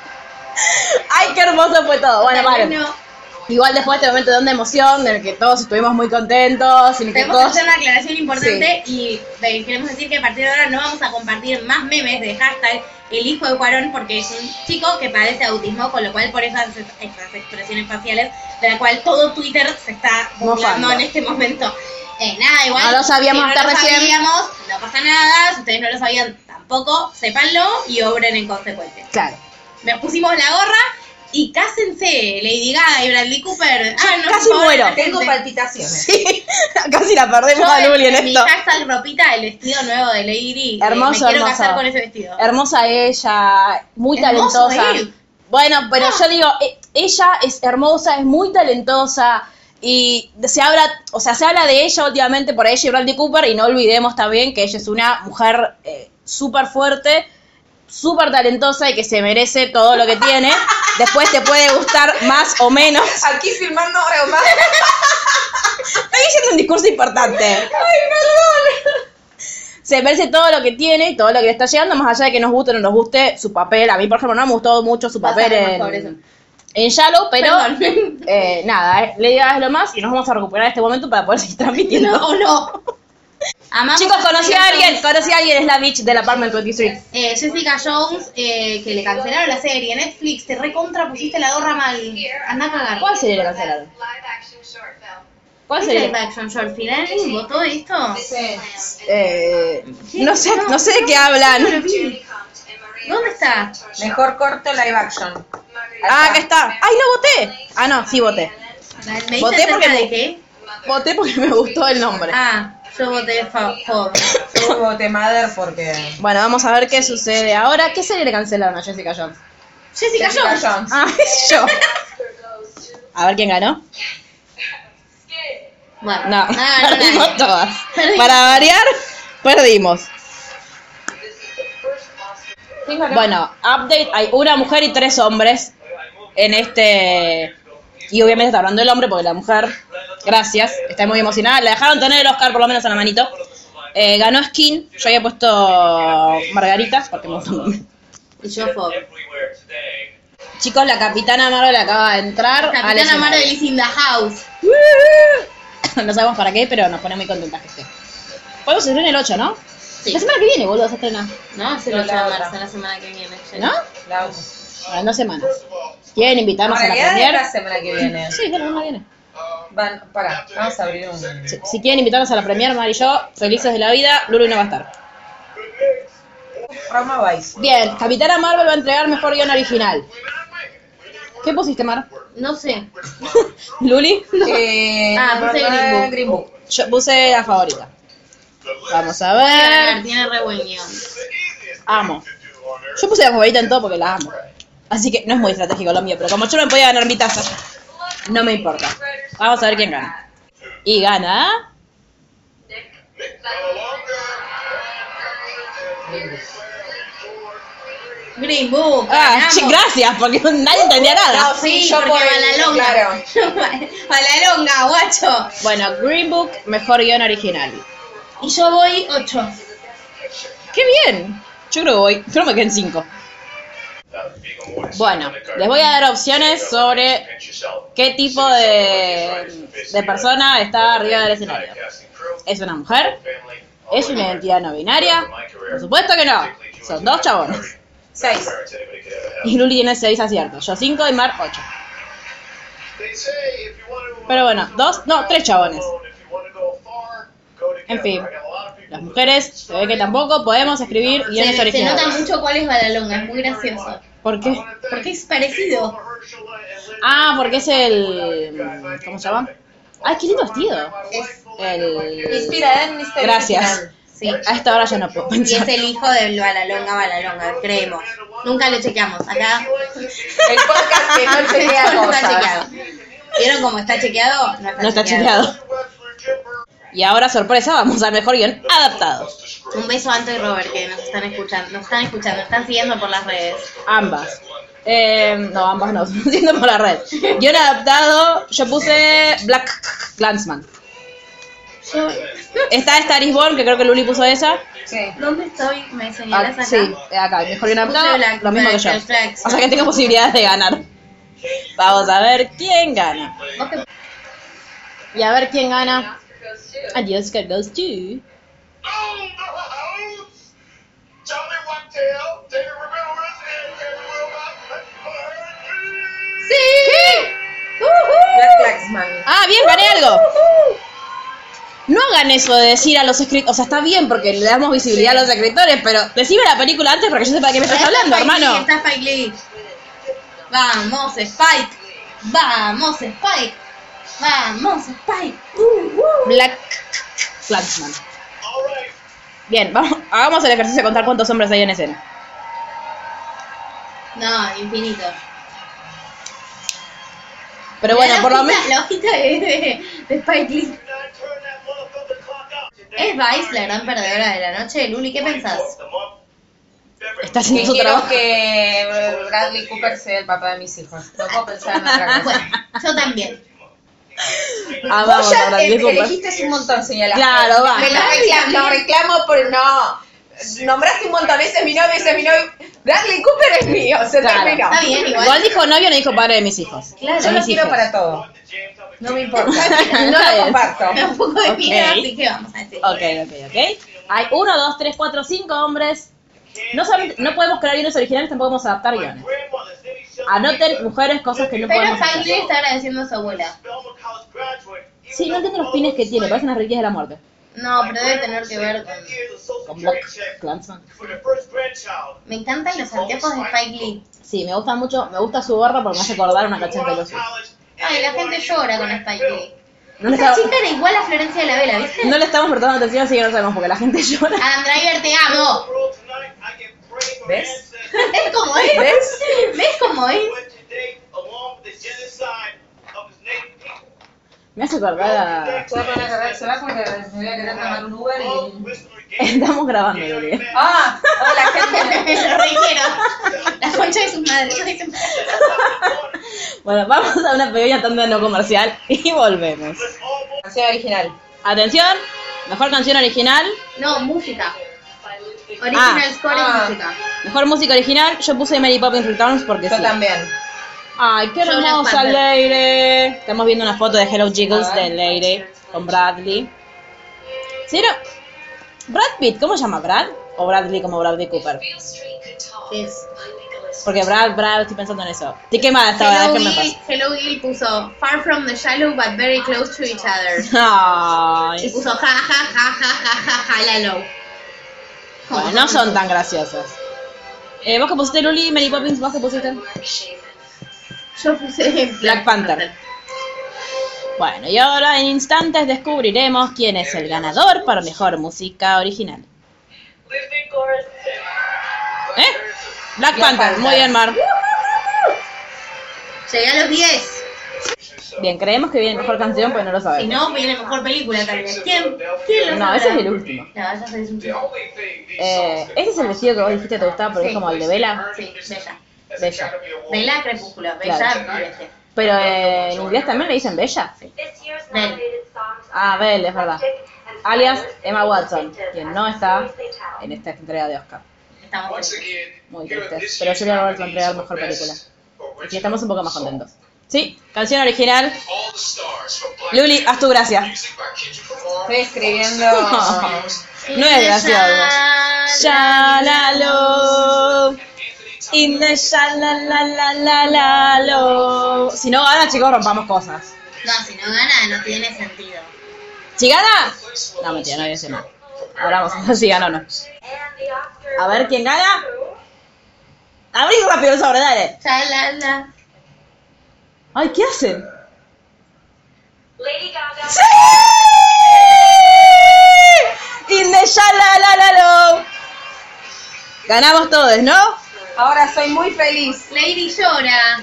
Ay, qué hermoso fue todo. Bueno,
Tal vez
Maru.
no.
Igual después de este momento de onda emoción, en el que todos estuvimos muy contentos, y ni qué
Tenemos que
cosa.
hacer una aclaración importante y eh, queremos decir que a partir de ahora no vamos a compartir más memes de hashtag el hijo de Cuarón porque es un chico que padece autismo, con lo cual por esas, esas expresiones faciales de la cual todo Twitter se está burlando
Mofando.
en este momento. Eh, nada, igual.
No lo sabíamos
si no
hasta
lo
recién.
sabíamos, no pasa nada, si ustedes no lo sabían tampoco, sépanlo y obren en consecuencia.
Claro.
Nos pusimos la gorra y cásense, Lady Gaga y Bradley Cooper. Ah, no,
casi
por favor,
muero.
la gente.
Tengo palpitaciones.
*laughs* Sí, casi la perdemos a
*laughs* Yo
Luli en
mi
esto.
hashtag ropita el vestido nuevo de Lady Di. eh,
Hermoso,
Me quiero
hermoso.
casar con ese vestido.
Hermosa ella, muy
Hermoso
talentosa.
él. Ah.
Bueno, pero yo digo, e- ella es hermosa, es muy talentosa y se habla, o sea, se habla de ella últimamente por ella y Bradley Cooper y no olvidemos también que ella es una mujer eh, súper fuerte, súper talentosa y que se merece todo lo que
*laughs*
tiene. Después te puede gustar más o menos. Estoy
Aquí filmando ahora o más.
*laughs* diciendo un discurso importante. se merece todo lo que tiene y todo lo que le está llegando, más allá de que nos guste o no nos guste su papel. A mí, por ejemplo, no me gustó mucho su papel
Pasamos por eso.
en, en Shallow, pero
Perdón.
eh, nada, eh, Lady Gaga es lo más y nos vamos a recuperar este momento para poder seguir transmitiendo.
No, no. Amamos
Chicos, conocí a
Jessica
alguien,
Jones.
conocí a alguien, es la bitch del Apartment 23.
Eh, Jessica Jones, eh, que le cancelaron la serie en Netflix, te recontra pusiste la gorra mal. Anda a cagar.
¿Cuál serie le cancelaron?
Live action short film.
¿Cuál
¿Viste
serie?
el action short film? ¿Alguien votó esto?
Eh, no sé, no sé de qué hablan.
Julie Compte and Maria
¿Dónde está?
Mejor corto live action.
Ah, acá está. ¡Ay, no voté! Ah, no, sí voté.
¿Me
Voté
dice
porque
acerca de
me-
qué?
Voté porque me gustó el nombre.
Ah, yo voté fa- favor.
Yo voté Mother porque.
Bueno, vamos a ver qué sucede ahora. ¿Qué serie le cancelaron a Jessica Jones?
Jessica Jones.
Jones.
Ah, *laughs* yo. A ver quién ganó.
Bueno,
No,
nada, Ah,
*laughs*
no,
perdimos
nadie.
todas.
Perdimos.
Para variar, perdimos. Bueno, update, hay una mujer y tres hombres en este... Y obviamente está hablando el hombre porque la mujer, gracias, está muy emocionada. La dejaron tener el Oscar por lo menos en la manito. Eh, ganó Skin, yo había puesto Margaritas porque me gusta
*laughs*
el nombre.
Y yo favor.
Ah, Chicos, la Capitana Marvel acaba de entrar. al
Capitana
escenario.
Marvel is in the house.
*laughs* No sabemos para qué, pero nos pone muy contentas que esté. ¿Cuándo se estrena el 8, no?
Sí.
La semana que viene, boludo, se estrena.
No, se
No,
lo
la
llama
otra.
marzo, la semana que viene. ya.
¿No?
La
Bueno, en dos semanas. ¿Quieren invitarnos a la
realidad es
premier?
la semana que viene.
Sí, de la semana que viene.
Van, para, vamos a abrir un.
Si, si quieren invitarnos a la premier, Mar y yo, felices de la vida, Lulu no va a estar.
Roma Vice.
Bien, Capitana Marvel va a entregar mejor guión original. ¿Qué pusiste, Mar?
No sé.
¿Luli?
Eh,
Ah, puse Green Book.
Green Book.
*laughs* Yo puse la favorita. Vamos a
Tiene-
ver.
Tiene re buen guión.
Amo. Yo puse la favorita en todo porque la amo. Así que no es muy estratégico lo mío, pero como yo no podía ganar mi taza, no me importa. Vamos a ver quién gana. Y gana.
Green Book.
Ah,
ganamos.
chi- gracias, porque nadie entendía nada.
No,
Sí,
sí, yo
porque
por
Balalonga. *laughs*
Claro.
Balalonga, guacho.
Bueno, Green Book, mejor guión original.
Y yo voy 8.
¡Qué bien! Yo creo que voy, creo que me quedé en 5. Bueno, les voy a dar opciones sobre qué tipo de, de persona está arriba del escenario. ¿Es una mujer? ¿Es una identidad no binaria? Por supuesto que no. Son dos chabones.
Seis.
Y Luli tiene 6 aciertos. Yo 5 y Mar 8. Pero bueno, dos, no, tres chabones. En fin, las mujeres se ve que tampoco podemos escribir
Se,
guiones
se nota
originales.
mucho cuál es Balalonga, es muy gracioso.
¿Por qué?
Porque es parecido.
Ah, porque es el. ¿Cómo se llama? Ay, qué lindo vestido.
Es,
El.
Inspira en Mr.
Gracias.
sí.
A esta hora ya no puedo
Y es
pensar.
el hijo de Balalonga, Balalonga, creemos. Nunca lo chequeamos. Acá
El podcast
*laughs*
*laughs*
que no chequea
no está chequeado.
cosas.
¿Vieron cómo está chequeado?
ah. No está chequeado. Y ahora, sorpresa, vamos al mejor guión adaptado.
Un beso a Anto y Robert que nos están escuchando, nos están escuchando, nos están siguiendo por las redes.
Ambas. Eh, no, ambas no, *laughs* siendo por la red. Guión adaptado, yo puse Black Clansman. Está Star is Born, que creo que Luli puso esa.
Sí.
¿Dónde estoy? ¿Me señalas
Ah,
acá?
sí, acá, mejor guión
Puse
adaptado,
Black
lo mismo que yo.
Flag, Flag,
O sea que tengo posibilidades de ganar. Vamos a ver quién gana. Y a ver quién gana. Adiós, que goes to. ¡Sí!
Black Lives Matter.
Ah, bien, gané algo. No hagan eso de decir a los escritores. O sea, está bien porque le damos visibilidad a los escritores, pero decime la película antes para que yo sepa de qué me estás hablando,
Spike Lee,
hermano.
Está Spike Lee. Vamos, Spike. Vamos, Spike. Vamos, Spike. Uh, uh.
Black Flagsman. Bien, vamos, hagamos el ejercicio de contar cuántos hombres hay en escena.
No, infinito.
Pero bueno,
La
por lo
hojita-
menos.
La hojita de, de- de Spike Lee. ¿Es Vice la gran perdedora de la noche? Luli, ¿qué pensás?
Está
Que
haciendo su
quiero
trabajo.
que Bradley Cooper sea el papá de mis hijos. No puedo pensar en otra cosa.
Ah, Bueno, yo también.
*laughs* Ah,
Vos
vamos,
ya
ahora,
eh,
disculpa.
elegiste un montón, señalaste.
Claro, va.
Me lo reclamo, lo reclamo por no. Nombraste un montón, ese es mi novio, ese es mi novio. Bradley Cooper es mío, se
Claro.
terminó.
Está bien, igual.
Igual dijo novio, no dijo padre de mis hijos.
Claro, yo
Son
lo
mis
quiero
hijos.
para todo. No me
*laughs*
importa. No
Está
lo
bien.
comparto.
Me da un poco de
Ok.
miedo, así que vamos a decir.
Ok, ok, ok. Hay uno, dos, tres, cuatro, cinco hombres. No, solamente- no podemos crear guiones originales, tampoco podemos adaptar guiones. Anoten mujeres cosas que no
Pero
podemos
Spike
hacer.
Lee está agradeciendo a su abuela.
Sí, no entiendo los pines que tiene, parecen las reliquias de la muerte.
No, pero debe tener que ver con...
Con Black Clansman.
Me encantan los anteojos de Spike Lee.
Sí, me gusta mucho, me gusta su gorra porque me hace acordar una cacheta de los
Ay, la gente llora con Spike Lee.
No le,
Esa
estamos,
chica era igual a Florencia de la Vela, ¿viste?
no le estamos prestando atención, así que no sabemos porque la gente *laughs* llora.
Adam Driver, te amo. *laughs*
¿Ves?
¿Ves cómo es?
¿Ves?
¿Ves
*laughs*
cómo es?
Me hace acordar a.
Se va a poner- me voy a querer tomar un Uber
Oh, pues,
y.
*laughs* Estamos grabando, Luli.
¡Ah! Hola, gente.
Lo requiero. La concha de su madre. de su madre.
Bueno, vamos a una pequeña tanda no comercial y volvemos.
Canción original.
Atención, mejor canción original.
No, música. Original
Ah.
score
Ah.
es música.
Mejor música original, yo puse Mary Poppins Returns porque
Yo
sí.
también.
Ay, qué
Jonas
hermosa
Panther.
Leire. Estamos viendo una foto de Hello Jiggles
A
de
ver.
Leire con Bradley. ¿Sí, no? Brad Pitt, ¿cómo se llama Brad? O Bradley como Bradley Cooper.
Es.
Porque Brad, Brad, estoy pensando en eso. Estoy quemada esta hora,
Hello,
déjenme en
Gil,
paz.
Hello Gil puso Far from the shallow but very close to each other. Y
Ay.
puso ja ja ja ja ja ja ja lalo.
Bueno, no son tan graciosas. Eh, ¿Vos qué pusiste, Luli? Mary Poppins, ¿vos qué pusiste?
Yo puse
Black Panther. Bueno, y ahora en instantes descubriremos quién es el ganador para mejor música original. ¿Eh? Black Panther,
Panther.
muy bien, Mar.
Llegué a los 10.
Bien, creemos que viene mejor canción, pero no lo
Si
sabemos.
no, viene mejor película tal vez. ¿Quién? ¿Quién lo
No,
sabrá?
ese es el último.
No, ese es el último.
Eh, ¿Ese es el vestido que vos dijiste que te gustaba porque
Sí.
es como el de Vela?
Sí, Bella.
Bella.
Bella Crepúsculo. Bella
Claro.
y este.
Pero eh, en inglés también le dicen Bella.
Bella.
Ah, Bell, es verdad. Alias Emma Watson, quien no está en esta entrega de Oscar.
Estamos bien.
Muy tristes. Pero Julia Roberts va a entregar mejor película. Y estamos un poco más contentos. Sí, canción original. Luli, haz tu gracia.
Estoy escribiendo. *laughs*
No es gracioso. Shalalo. In the shalalalalo. Si no gana, chicos, rompamos cosas.
No, si no gana, no tiene sentido.
¿Si gana? No, mentira, no voy a decir nada. Ahora vamos a ver *laughs* si gana o no. A ver quién gana. Abrí rápido el sobre, dale.
Shalala.
Ay, ¿qué hacen?
Lady Gaga.
¡Sí! In the shalalalalo. Ganamos todos, ¿no?
Ahora soy muy feliz.
Lady llora.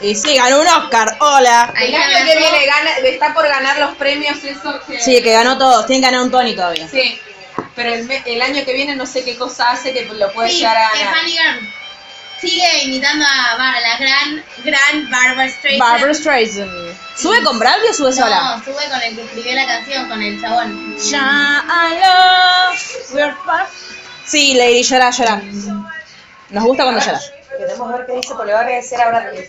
Y sí, ganó un Oscar. Hola.
Ahí
El
la
año que
ganó.
viene gana, está por ganar los premios esos que.
Sí, que ganó todos. Tienen que ganar un Tony todavía.
Sí, pero el, me- el año que viene no sé qué cosa hace que lo puede
Sí,
llegar a ganar.
Stephanie Graham. Sigue imitando a, Bar- a la gran, gran Barbara Streisand.
Barbara Streisand. ¿Sube con Bradley o sube sola?
No, sube con el que escribió la canción, con el chabón.
Ya, aló, we're far- Sí, Lady, llora, llora. Nos gusta cuando llora.
Queremos ver qué dice por le va a agradecer a Bradley.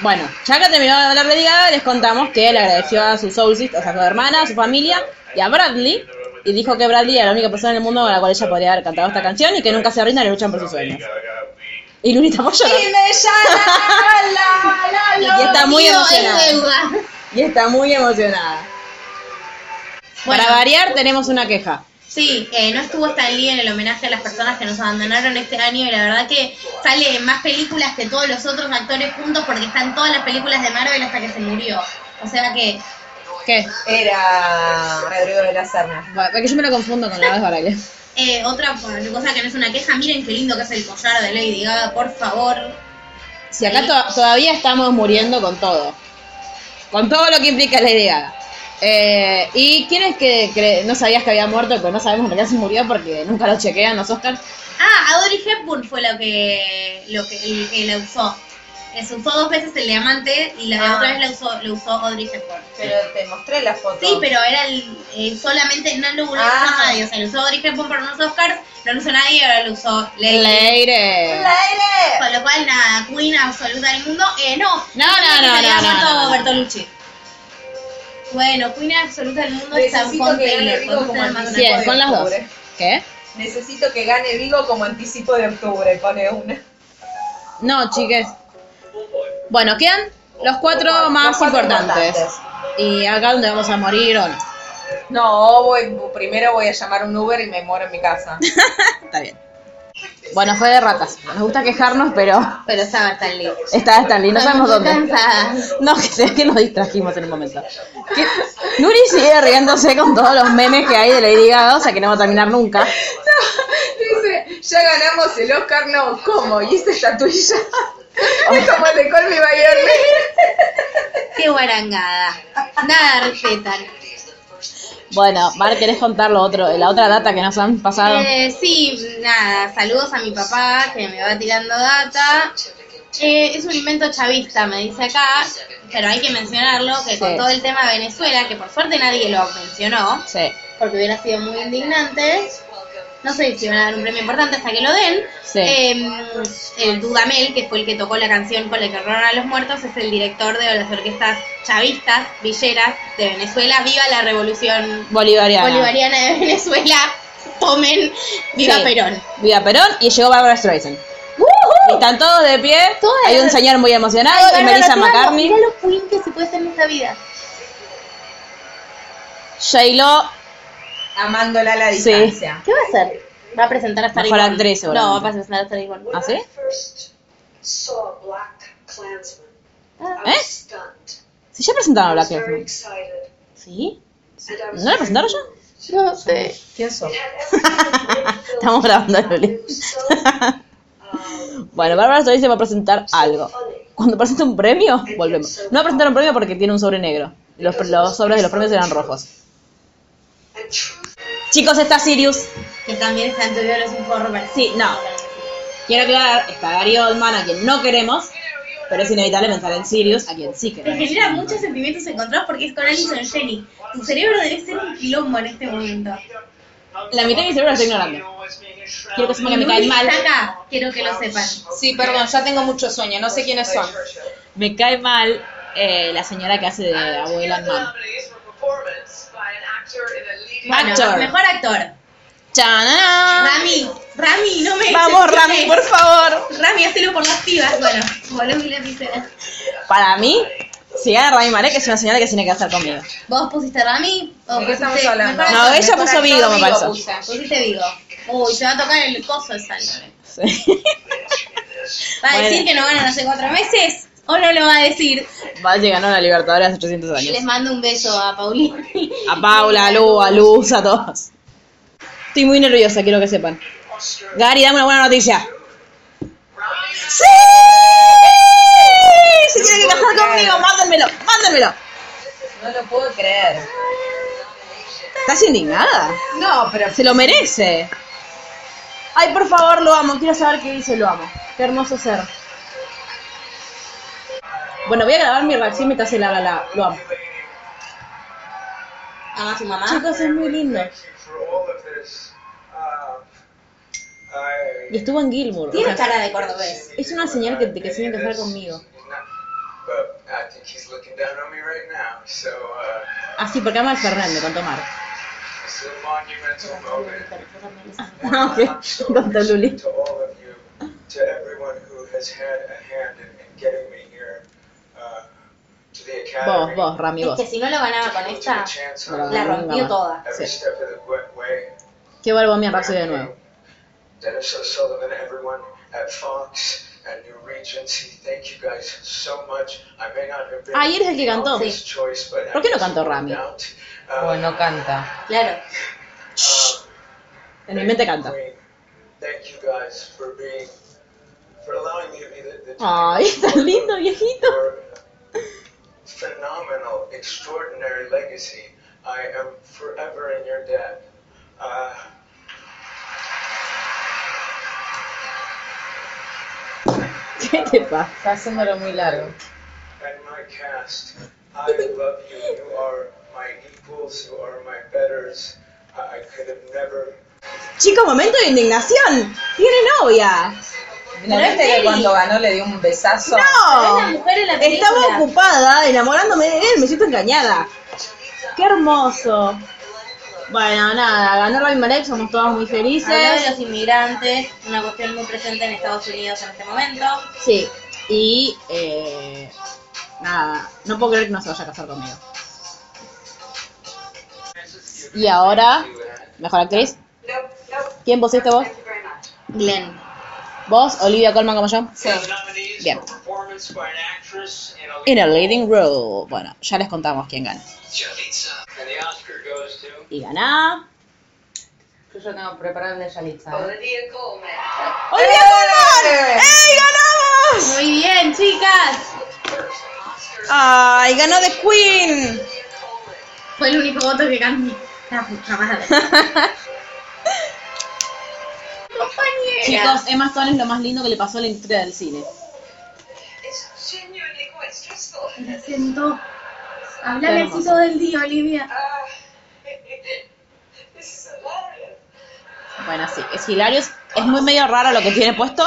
Bueno, ya que terminó de hablar de Lady Gaga, les contamos que le agradeció a su soul sister, o sea, a su hermana, a su familia y a Bradley. Y dijo que Bradley era la única persona en el mundo con la cual ella podría haber cantado esta canción y que nunca se rindan y luchan por sus sueños. Y Lunita Pollo.
Y me *laughs* llama la, la, la,
Y está muy
Tío, es
emocionada.
deuda.
Y está muy emocionada. Para variar, tenemos una queja.
Sí, eh, no estuvo Stan Lee en el homenaje a las personas que nos abandonaron este año y la verdad que sale en más películas que todos los otros actores juntos porque están todas las películas de Marvel hasta que se murió. O sea que,
¿Qué?
Era Rodrigo de la Serna.
Bueno, es que yo me lo confundo con la vez Baraglia.
eh, otra cosa que no es una queja, miren qué lindo que es el collar de Lady Gaga, por favor.
Si acá to- todavía estamos muriendo con todo. Con todo lo que implica la idea. Eh, ¿Y quién es que cre- no sabías que había muerto, pero no sabemos en realidad si murió porque nunca lo chequean los Oscars?
Ah, Audrey Hepburn fue lo que, lo que, el que la usó. Eh, Se usó dos veces el diamante y la
Ah.
otra vez la usó, lo usó Audrey Hepburn.
Pero te mostré la foto.
Sí, pero era el, eh, solamente, no lo usó
Ah.
nadie. O sea, lo usó Audrey Hepburn para unos Oscars, no lo usó nadie y ahora lo usó Lady.
Leire.
Con lo cual, nada, Queen absoluta del mundo. Eh, no.
No, no, no,
Se
no, no,
había muerto
no, no.
Bertolucci. Bueno, Queen absoluta del mundo está
Necesito
con
que gane
Taylor.
Vigo
podemos
como el
tener más
Miss
Sí,
una
Universo.
son las dos. ¿Qué?
Necesito que gane Vigo como anticipo de octubre, pone una.
No, chiques. Bueno, quedan los cuatro
Los
más
cuatro
importantes.
importantes.
Y acá donde vamos a morir o no.
No, voy, primero voy a llamar un Uber y me muero en
*laughs*
mi casa.
Está bien. Bueno, fue de ratas. Nos gusta quejarnos, pero
Pero estaba tan lindo.
está Stanley. No sabemos
Estoy
dónde.
cansada.
No, que se ve que nos distrajimos en el momento. Que- Nuri sigue riéndose con todos los memes que hay de Lady Gaga, o sea que no va a terminar nunca.
Dice, ya ganamos el Oscar, no, ¿cómo? ¿Y
*laughs*
esta estatuilla? es como el de Call Me By
*laughs*
Your Name.
Qué guarangada. Nada respetan.
Bueno, Mar, ¿querés contar lo otro, la otra data que nos han pasado?
Eh, sí, nada, saludos a mi papá que me va tirando data. Eh, es un invento chavista, me dice acá, pero hay que mencionarlo, que
Sí.
con todo el tema de Venezuela, que por suerte nadie lo mencionó,
Sí.
porque hubiera sido muy indignante, no sé si van a dar un premio importante hasta que lo den,
Sí.
eh, el Dudamel, que fue el que tocó la canción con la que honraron a los muertos, es el director de las orquestas chavistas, villeras de Venezuela, viva la revolución
Bolivariana.
bolivariana de Venezuela, tomen, viva
Sí.
Perón.
Viva Perón y llegó Barbara Streisand. Y están todos de pie.
Todas
Hay un
las-
señor muy emocionado Ah, y Melissa McCartney.
Mira los queen que se puede hacer en esta vida.
J-Lo,
Amándola a la
Sí.
distancia.
¿Qué va a hacer? Va a presentar a Starry
Mejor
Bond.
actriz, seguramente.
No, va a presentar a Starry Bond.
¿Ah, sí?
Ah,
¿Eh? Si ya presentaron a Black Clansman. ¿Sí? ¿No la presentaron ya?
No sé.
¿Quién sos?
Estamos grabando, Luli. *laughs* bueno, Bárbara Streisand va a presentar algo. Cuando presente un premio, volvemos. No va a presentar un premio porque tiene un sobre negro. Los, los sobres de los premios eran rojos. Chicos, está Sirius.
Que también está en tu video los informes.
Sí, no. Quiero aclarar, está Gary Oldman, a quien no queremos, pero es inevitable pensar en Sirius, a quien sí
Te
queremos.
genera muchos sentimientos encontrados porque es con Alison Jenny. Tu cerebro debe ser un quilombo en este momento.
La mitad de mi cerebro la estoy ignorando. Quiero que sepan que me cae
Luli
mal.
está acá, quiero que lo sepan.
Sí, perdón, ya tengo mucho sueño, no sé quiénes son.
Me cae mal eh, la señora que hace de abuela en Man.
Bueno,
Actor.
mejor actor.
ah.
¡Chanana!
Rami, Rami, no me
Vamos, Rami, por favor.
Rami, hacelo por las pibas. Bueno, voló y la piscina.
Para mí, si gana Rami Malek es una señora que se tiene que hacer conmigo.
¿Vos pusiste Rami? ¿O
¿De qué estamos
pusiste-
hablando?
mejor
No,
actor?
ella puso Vigo, me
Vigo
pasó.
puse.
Pusiste Vigo. Uy, se va a tocar el coso de sangre.
Sí.
¿Va a
Bueno.
decir que no ganan hace cuatro meses? ¿O no lo va a decir?
Valle ganó la Libertadores hace 800
Les
años.
mando un beso a Paulina.
A Paula, a Lu, a Luz, a todos. Estoy muy nerviosa, quiero que sepan. Gary, dame una buena noticia. ¡Sí! Se tiene que casar conmigo, mándenmelo, mándenmelo.
No lo puedo creer.
¿Estás indignada?
No, pero
Se lo merece. Ay, por favor, lo amo. Quiero saber qué dice lo amo. Qué hermoso ser. Bueno, voy a grabar mi reacción mientras él habla la, lo amo.
¿Ama a su mamá?
Chicos, es muy lindo. Y estuvo en Gilmour.
Tiene cara de cordobés.
*laughs*
Es una señal que te que se quiere casar conmigo.
but I think he's looking down on me right now. So uh,
Ah, sí, porque ama al Fernández con tomar. *laughs*
it's a monumental moment.
Ah, *laughs* ok. Tonto Luli.
to all of you, to everyone who has had a hand in, in getting me here uh, to the
Vos,
academy.
vos, Rami,
Es
vos.
que si no lo ganaba con
To give
esta,
a chance
No,
la rompió
no,
toda.
every
Sí.
step of the wa- way.
Qué vuelvo a mi Rhapsody de nuevo.
Dennis O'Sullivan, everyone at Fox and New Regency, thank you guys so much. I may not have been
Ah, y eres el que cantó.
this choice, but
¿Por qué no cantó Rami?
Out. Uh,
Bueno, canta.
Claro.
um,
En mi mente canta.
Thank you guys for being, for allowing me to be the, the
Ay, *laughs* es tan lindo, viejito.
your phenomenal, extraordinary legacy. I am forever in your debt. Uh,
¿Qué te pasa?
Está haciéndolo muy largo.
and my cast, I love you. You are my equals. You are my betters. I I could have never.
Chico, momento de indignación. Tiene novia.
¿No viste que cuando ganó le dio un besazo?
Pero es la
No.
mujer en la película.
Estaba ocupada enamorándome de él. Me siento engañada. Qué hermoso. Bueno, nada, ganó Rami Malek, somos todos muy
Hablaba de
felices.
los inmigrantes, una cuestión muy presente en Estados Unidos en este momento.
Sí, y eh, nada, no puedo creer que no se vaya a casar conmigo. Y ahora, mejor actriz.
Nope, nope.
¿Quién pusiste vos?
Thank you very much.
Glenn.
¿Vos, Olivia Colman como yo?
Sí.
Bien. In a leading role. Bueno, ya les contamos quién gana. Y gana...
Yo ya tengo preparado el de Yalitza. ¿eh?
Olivia Coleman.
¡Olivia Colman! ¡Ey, ganamos!
Muy bien, chicas.
¡Ay, ganó The Queen!
Fue el único voto que cambié. La puta *laughs* madre.
Chicos, Emma Stone es lo más lindo que le pasó a la industria del cine.
It's genuinely quite stressful.
Me sentó. Hablale así todo el día, Olivia.
Uh, *laughs* this is hilarious.
Bueno, sí, es Hilarious. Es muy medio raro lo que tiene puesto,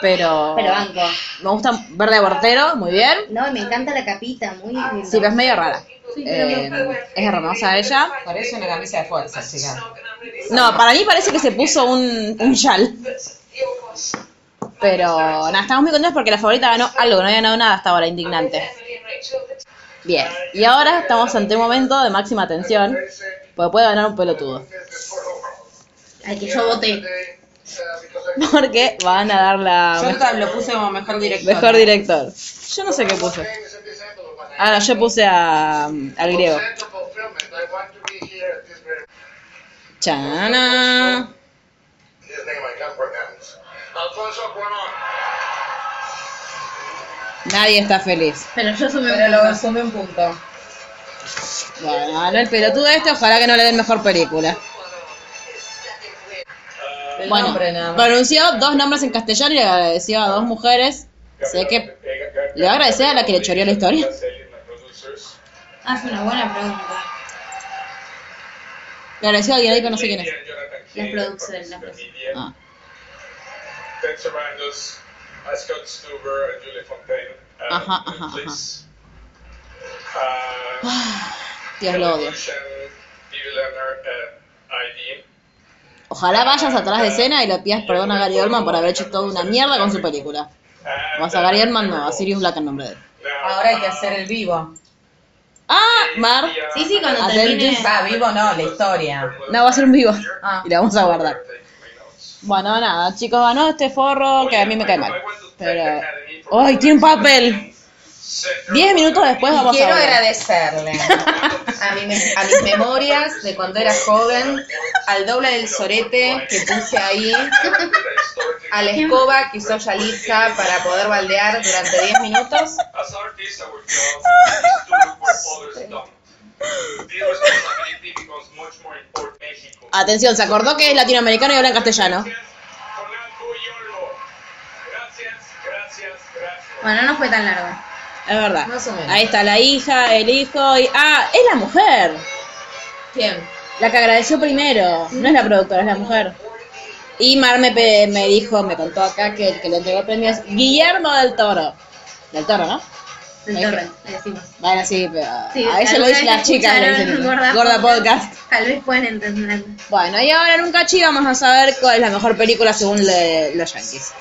pero.
Pero banco.
Me gusta ver de portero, muy bien.
No, y me encanta la capita, muy lindo.
Sí, pero es medio rara. Eh, es hermosa ella.
Parece una camisa de fuerza, chica.
Not gonna really
No, para mí parece que se puso un, un yal.
your boss.
Pero nada, estamos muy contentos porque la favorita ganó algo, no había ganado nada hasta ahora, indignante.
Emily and Rachel, the
Bien, y ahora estamos ante un momento de máxima tensión, porque puede ganar un pelotudo. *laughs*
Al que yo voté.
Porque van a dar la
Yo
mejor,
te lo puse como mejor director.
mejor director. Yo no sé qué puse. Ah, no, yo puse a, um, al griego. Chana.
His name I can't pronounce. Alfonso Cuarón.
Nadie está feliz.
Pero yo soy
Pero lo sumé un punto.
Bueno, ganó el pelotudo este, ojalá que no le den mejor película.
El
Bueno,
nombre nada más.
pronunció dos nombres en castellano y le agradeció a dos mujeres. Sé que le va a agradecer a la que le choreó la historia.
Haz Ah, una buena pregunta.
Le agradeció a alguien ahí, pero no sé quién es.
Las producciones, las producciones.
Ah.
Thanks Randus, Ascot Stuber, and Julie Fontaine. Uh,
Ajá, ajá,
please. Uh,
Dios lo odio.
Evolution, Bibi Leonard, uh, ID.
Ojalá vayas atrás de escena y le pidas perdón a Gary Oldman por haber hecho toda una mierda con su película.
And,
Vas a Gary
uh,
Oldman, no, a
Thunderbolts.
Sirius Black en nombre de él.
Now,
Ahora hay que
uh,
hacer el vivo.
Ah, Mar.
the, uh,
Sí, sí, cuando
Adele
termine.
Gill.
Va, Ah, vivo no, la historia.
No, va a ser un vivo.
Ah.
Y la vamos a guardar. Bueno, nada, chicos, ganó este forro que a mí me cae mal. Pero. ¡Ay, tiene un papel! Diez minutos después
Y
vamos a
quiero
hablar.
agradecerle a, mi me- a mis memorias de cuando era joven, al doble del sorete que puse ahí,
*laughs*
a la escoba que usó Yalitza para poder baldear durante 10 minutos.
As artists, our job is to look what others don't. This responsibility becomes much more important in Mexico.
Atención, se acordó que es latinoamericano y habla en castellano.
Gracias por la apoyo. Gracias, gracias, gracias.
Bueno, no fue tan largo.
Es verdad.
Más o menos.
Ahí está la hija, el hijo y. ¡Ah! ¡Es la mujer!
¿Quién?
La que agradeció primero. No es la productora, es la mujer. Y Mar me, pe- me dijo, me contó acá que el que le entregó el premio es Guillermo del Toro. Del Toro, ¿no?
Del Torre, le decimos.
Bueno, sí, pero a
Sí,
ella
alguna
lo
vez
dicen las chicas.
escucharon
le dicen,
Gorda
gorda podcast.
Tal vez pueden entenderlo.
Bueno, y ahora nunca chi vamos a saber cuál es la mejor película según le- los yankees.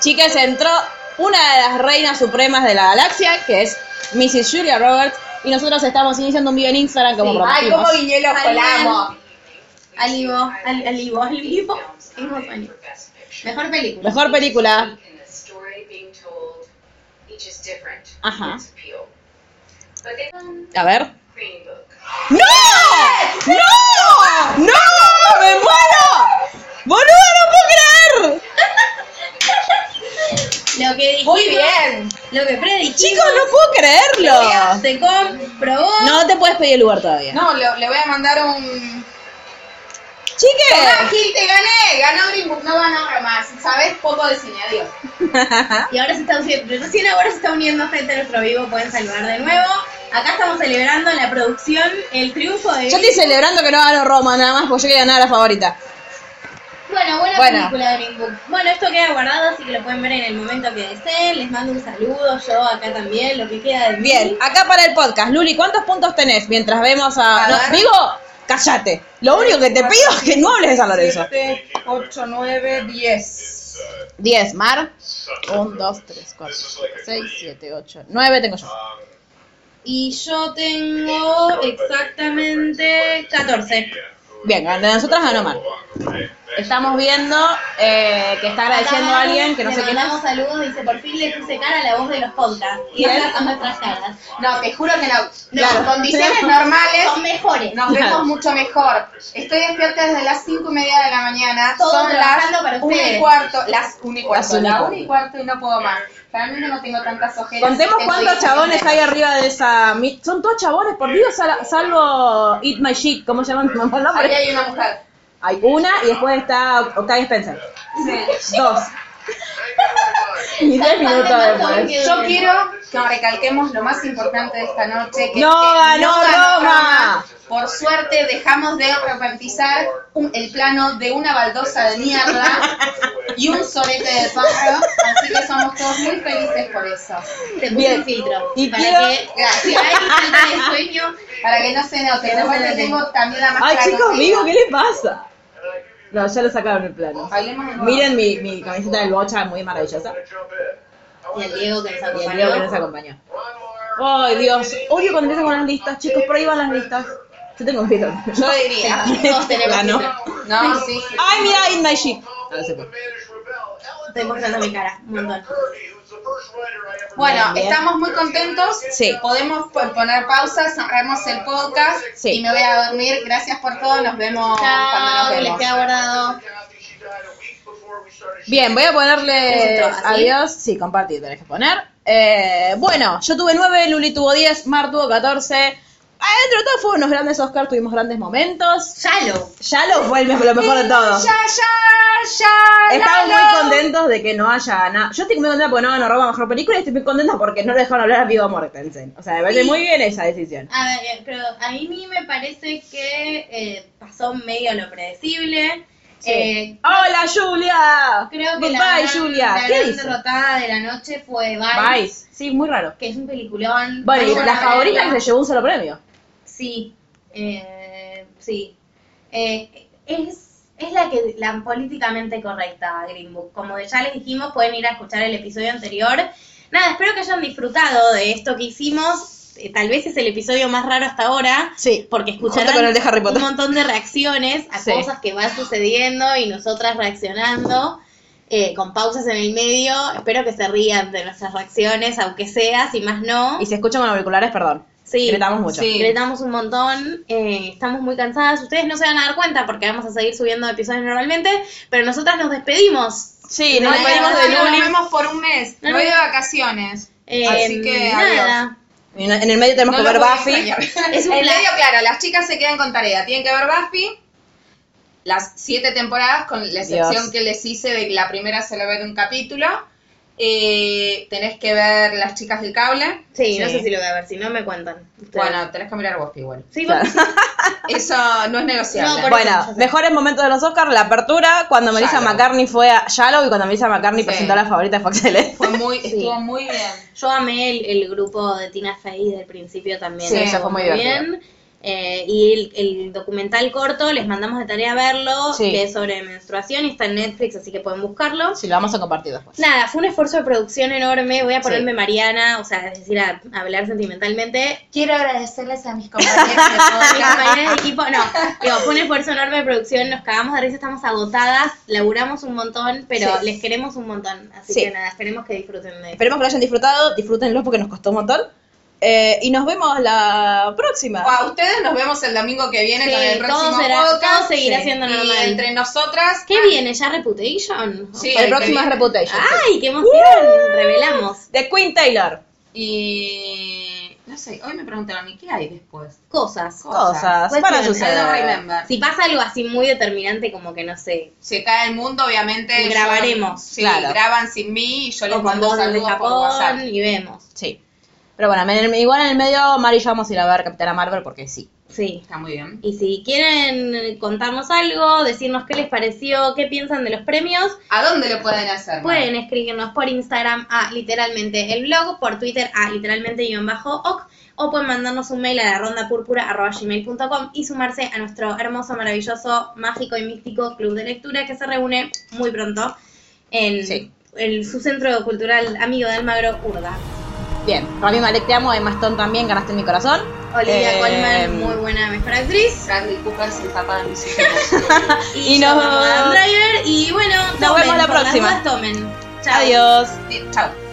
Chicas, entró una de las reinas supremas de la galaxia, que es Mrs. Julia Roberts, y nosotros estamos iniciando un video en Instagram como
Sí. Ay,
prometimos.
cómo Guiñelo colamos.
Alivo, al- alivo, alivo. Seguimos, alivo. Mejor película.
Mejor película.
And the story being told, each is different.
Ajá.
Its appeal. But they
A ver.
Green Book.
¡No! ¡No! ¡No! ¡Me muero! ¡Boludo, no puedo creer!
*laughs* Lo que dijimos,
Muy bien.
Lo que predijimos.
Chicos, no puedo creerlo.
Se comprobó.
No te puedes pedir el lugar todavía.
No, le, le voy a mandar un. Tomá,
Chiques.
Gil, te gané. Ganó Green Book, no ganó ahora más. Sabes poco de cine,
*laughs*
adiós.
Y ahora se está uniendo, recién ahora se está uniendo gente a nuestro vivo, pueden saludar de nuevo. Acá estamos celebrando en la producción el triunfo de...
Yo estoy celebrando que no ganó Roma nada más porque yo quería ganar a la favorita.
Bueno, buena
Bueno.
película de Green Book. Bueno, esto queda guardado, así que lo pueden ver en el momento que deseen. Les mando un saludo, yo acá también, lo que queda de mí.
Bien, acá para el podcast. Luli, ¿cuántos puntos tenés mientras vemos a...
A
No,
ver.
digo, cállate. Lo único que te pido es que no hables de San Lorenzo.
7, 8, 9, 10.
10, Mar. 1, 2, 3, 4, 5, 6, 7, 8, 9 tengo yo.
Y yo tengo exactamente 14.
Bien, de nosotras ganó Mar. Estamos viendo eh, que está agradeciendo a alguien que no
Le
sé quién es.
mandamos saludos, dice, por fin le puse cara a la voz de los podcasts. Y
Bien.
estas son nuestras caras.
No, te juro que no. No,
Claro.
condiciones normales.
Son mejores.
Nos vemos mucho mejor. Estoy despierta desde las 5 y media de la mañana.
Todo
Son las
trabajando para
1 y
ustedes.
cuarto. Las 1 y
Las
cuarto.
una y
Las
cuarto.
1 y cuarto y no puedo más. Realmente no tengo tantas ojeras.
Contemos
Estoy
cuántos chabones
excelente.
hay arriba de esa. mi- Son todos chabones, por Dios, sal- salvo Eat My Shit, ¿cómo se llama mi mamá el
Ahí
nombre? *laughs*
hay una mujer.
Hay una y después está Octavia Spencer. Dos. Y diez minutos después.
Yo quiero que recalquemos lo más importante de esta noche. Que
¡No
es que
ganó Roma!
Por suerte dejamos de romantizar un- el plano de una baldosa de mierda y un sorete de pájaro. Así que somos todos muy felices por eso.
Te puse
Bien.
un filtro.
Y
para
quiero-
que *laughs* si hay falta de sueño,
Para que no se note.
Que no se
Aparte
note.
tengo también la máscara
Ay, chicos,
consigo.
Vigo, ¿qué les pasa? No, ya lo sacaron el plano.
Hablemos de nuevo.
Miren mi, mi camiseta del bocha, muy maravillosa.
eh.
y el Diego que nos
Y el Diego que nos
acompañó.
acompañó. Ay, Dios. Odio cuando empiezan con las listas, chicos, prohíban las listas. Yo tengo Este un filtro. *laughs*
Yo diría.
Todos *laughs* tenemos
Ganó.
filtro.
No, sí, sí.
Ay, mira, Eat My Shit. Ahora se fue.
Estoy mostrando mi cara, un montón.
Bueno,
Bien.
estamos muy contentos.
Sí.
Podemos po- poner pausa, cerramos el podcast
Sí.
y me voy a dormir. Gracias por todo. Nos vemos cuando nos
Chao, les
vemos.
queda guardado.
Bien, voy a ponerle
Esto, ¿así?
adiós. Sí, compartir, tenés que poner. Eh, bueno, yo tuve 9, Luli tuvo 10, Mar tuvo 14. Adentro de todo fue unos grandes Oscars, tuvimos grandes momentos.
Shallow.
Ya lo fue el mejor- lo mejor de todo.
Ya, ya, ya.
Estamos
ya, ya.
muy contentos de que no haya ganado. Yo estoy muy contenta porque no ganó Roma Mejor Película y estoy muy contenta porque no le dejaron hablar a Vigo Mortensen. O sea, me parece
Sí.
muy bien esa decisión.
A ver, eh, pero a mí me parece que eh, pasó medio lo predecible. Eh,
¡Hola, Julia!
creo que
Goodbye,
la gran,
Julia.
la
¿Qué
gran
dice?
derrotada de la noche fue Vice,
Vice. Sí, muy raro.
que es un peliculón.
Bueno, y
Vayan
la
a
favorita
verla.
que se llevó un solo premio.
Sí, eh, sí. Eh, es, es la que la políticamente correcta, Green Book. Como ya les dijimos, pueden ir a escuchar el episodio anterior. Nada, espero que hayan disfrutado de esto que hicimos. Eh, Tal vez es el episodio más raro hasta ahora,
Sí.
porque
Junto con el
escucharon
de Harry
un
Potter.
montón de reacciones a
Sí.
cosas que van sucediendo y nosotras reaccionando. eh, con pausas en el medio, espero que se rían de nuestras reacciones, aunque sea, si más no.
Y si escuchan con auriculares, perdón.
Sí,
Gritamos mucho.
sí. gritamos un montón, eh, estamos muy cansadas, ustedes no se van a dar cuenta porque vamos a seguir subiendo episodios normalmente, pero nosotras nos despedimos.
Sí,
nos
Nos
despedimos
vemos,
de
nos
Luli.
vemos por un mes. No
No, no.
voy de vacaciones.
Eh,
Así que,
nada,
En en el medio tenemos que
No
ver
lo puedo
Buffy.
extrañar.
Es un
en
plan.
medio, claro, las chicas se quedan con tarea. Tienen que ver Buffy las siete temporadas, con la excepción
Dios.
que les hice de que la primera solo ver un capítulo. Eh, tenés que ver Las chicas del cable.
Sí, no sé si lo voy a ver, si no me cuentan. Ustedes.
Bueno, tenés que mirar vos
*laughs*
igual.
Sí, vos-
Eso no es negociable.
bueno, mejores momentos de los Oscars, la apertura, cuando Melissa
Shallow.
McCartney fue a Shallow y cuando Melissa McCartney presentó la favorita fue *laughs* excelente.
Fue muy,
Sí.
estuvo muy bien.
Yo amé el, el grupo de Tina Fey del principio también.
Sí,
estuvo
fue muy divertido.
bien. Eh, y el, el documental corto, les mandamos de tarea verlo,
Sí.
que es sobre menstruación y está en Netflix, así que pueden buscarlo.
Sí, lo vamos a compartir después.
Nada, fue un esfuerzo de producción enorme, voy a ponerme
Sí.
Mariana, o sea, es decir, a, a hablar sentimentalmente.
Quiero agradecerles
*laughs*
a mis compañeros de podcast.
Mis compañeras de equipo, no, digo, fue un esfuerzo enorme de producción, nos cagamos de risa, estamos agotadas, laburamos un montón, pero
Sí.
les queremos un montón, así
Sí.
que nada, esperemos que disfruten de
Esperemos que lo hayan disfrutado, disfrútenlo porque nos costó un montón. Eh, y nos vemos la próxima.
O a ustedes nos vemos el domingo que viene
Sí,
con el
todo
próximo
será-
podcast.
todo seguirá
Sí.
siendo
Y
normal.
entre nosotras.
¿Qué viene? ¿Ya Reputation?
Sí, Ah.
el Uh.
que
próximo es
viene.
Reputation.
¡Ay, qué emoción! Revelamos.
De Queen Taylor.
Y no sé, hoy me preguntaron a mí qué hay después.
Cosas.
Cosas
Cuestiones.
para
I don't
suceder.
remember.
Si pasa algo así muy determinante, como que no sé.
Se cae el mundo, obviamente.
Grabaremos,
yo- sí,
claro.
graban sin mí y yo les
O con
mando
vos desde
saludos por WhatsApp.
Japón y vemos.
Sí. Pero bueno, en el- igual en el medio, Mari y yo vamos a ir a ver Capitana Marvel porque sí.
Sí.
Está muy bien.
Y si quieren eh, contarnos algo, decirnos qué les pareció, qué piensan de los premios,
¿A dónde lo pueden hacer?
Pues,
pueden escribirnos por Instagram a literalmente el blog, por Twitter a literalmente guión bajo oc, o pueden mandarnos un mail a la ronda y sumarse a nuestro hermoso, maravilloso, mágico y místico club de lectura que se reúne muy pronto en
Sí.
el, su centro cultural amigo de Almagro, Urda.
Bien, Rami Malek te amo, Emma Stone también, ganaste en mi corazón.
Olivia
Eh,
Colman, muy buena mejor actriz.
Bradley Cooper es el papá de
*laughs*
mis hijos.
Y
yo,
nos-
Adam Driver. Y bueno,
Nos
tomen,
vemos la
por las
próxima.
dudas, tomen. Chao.
Adiós.
Chao.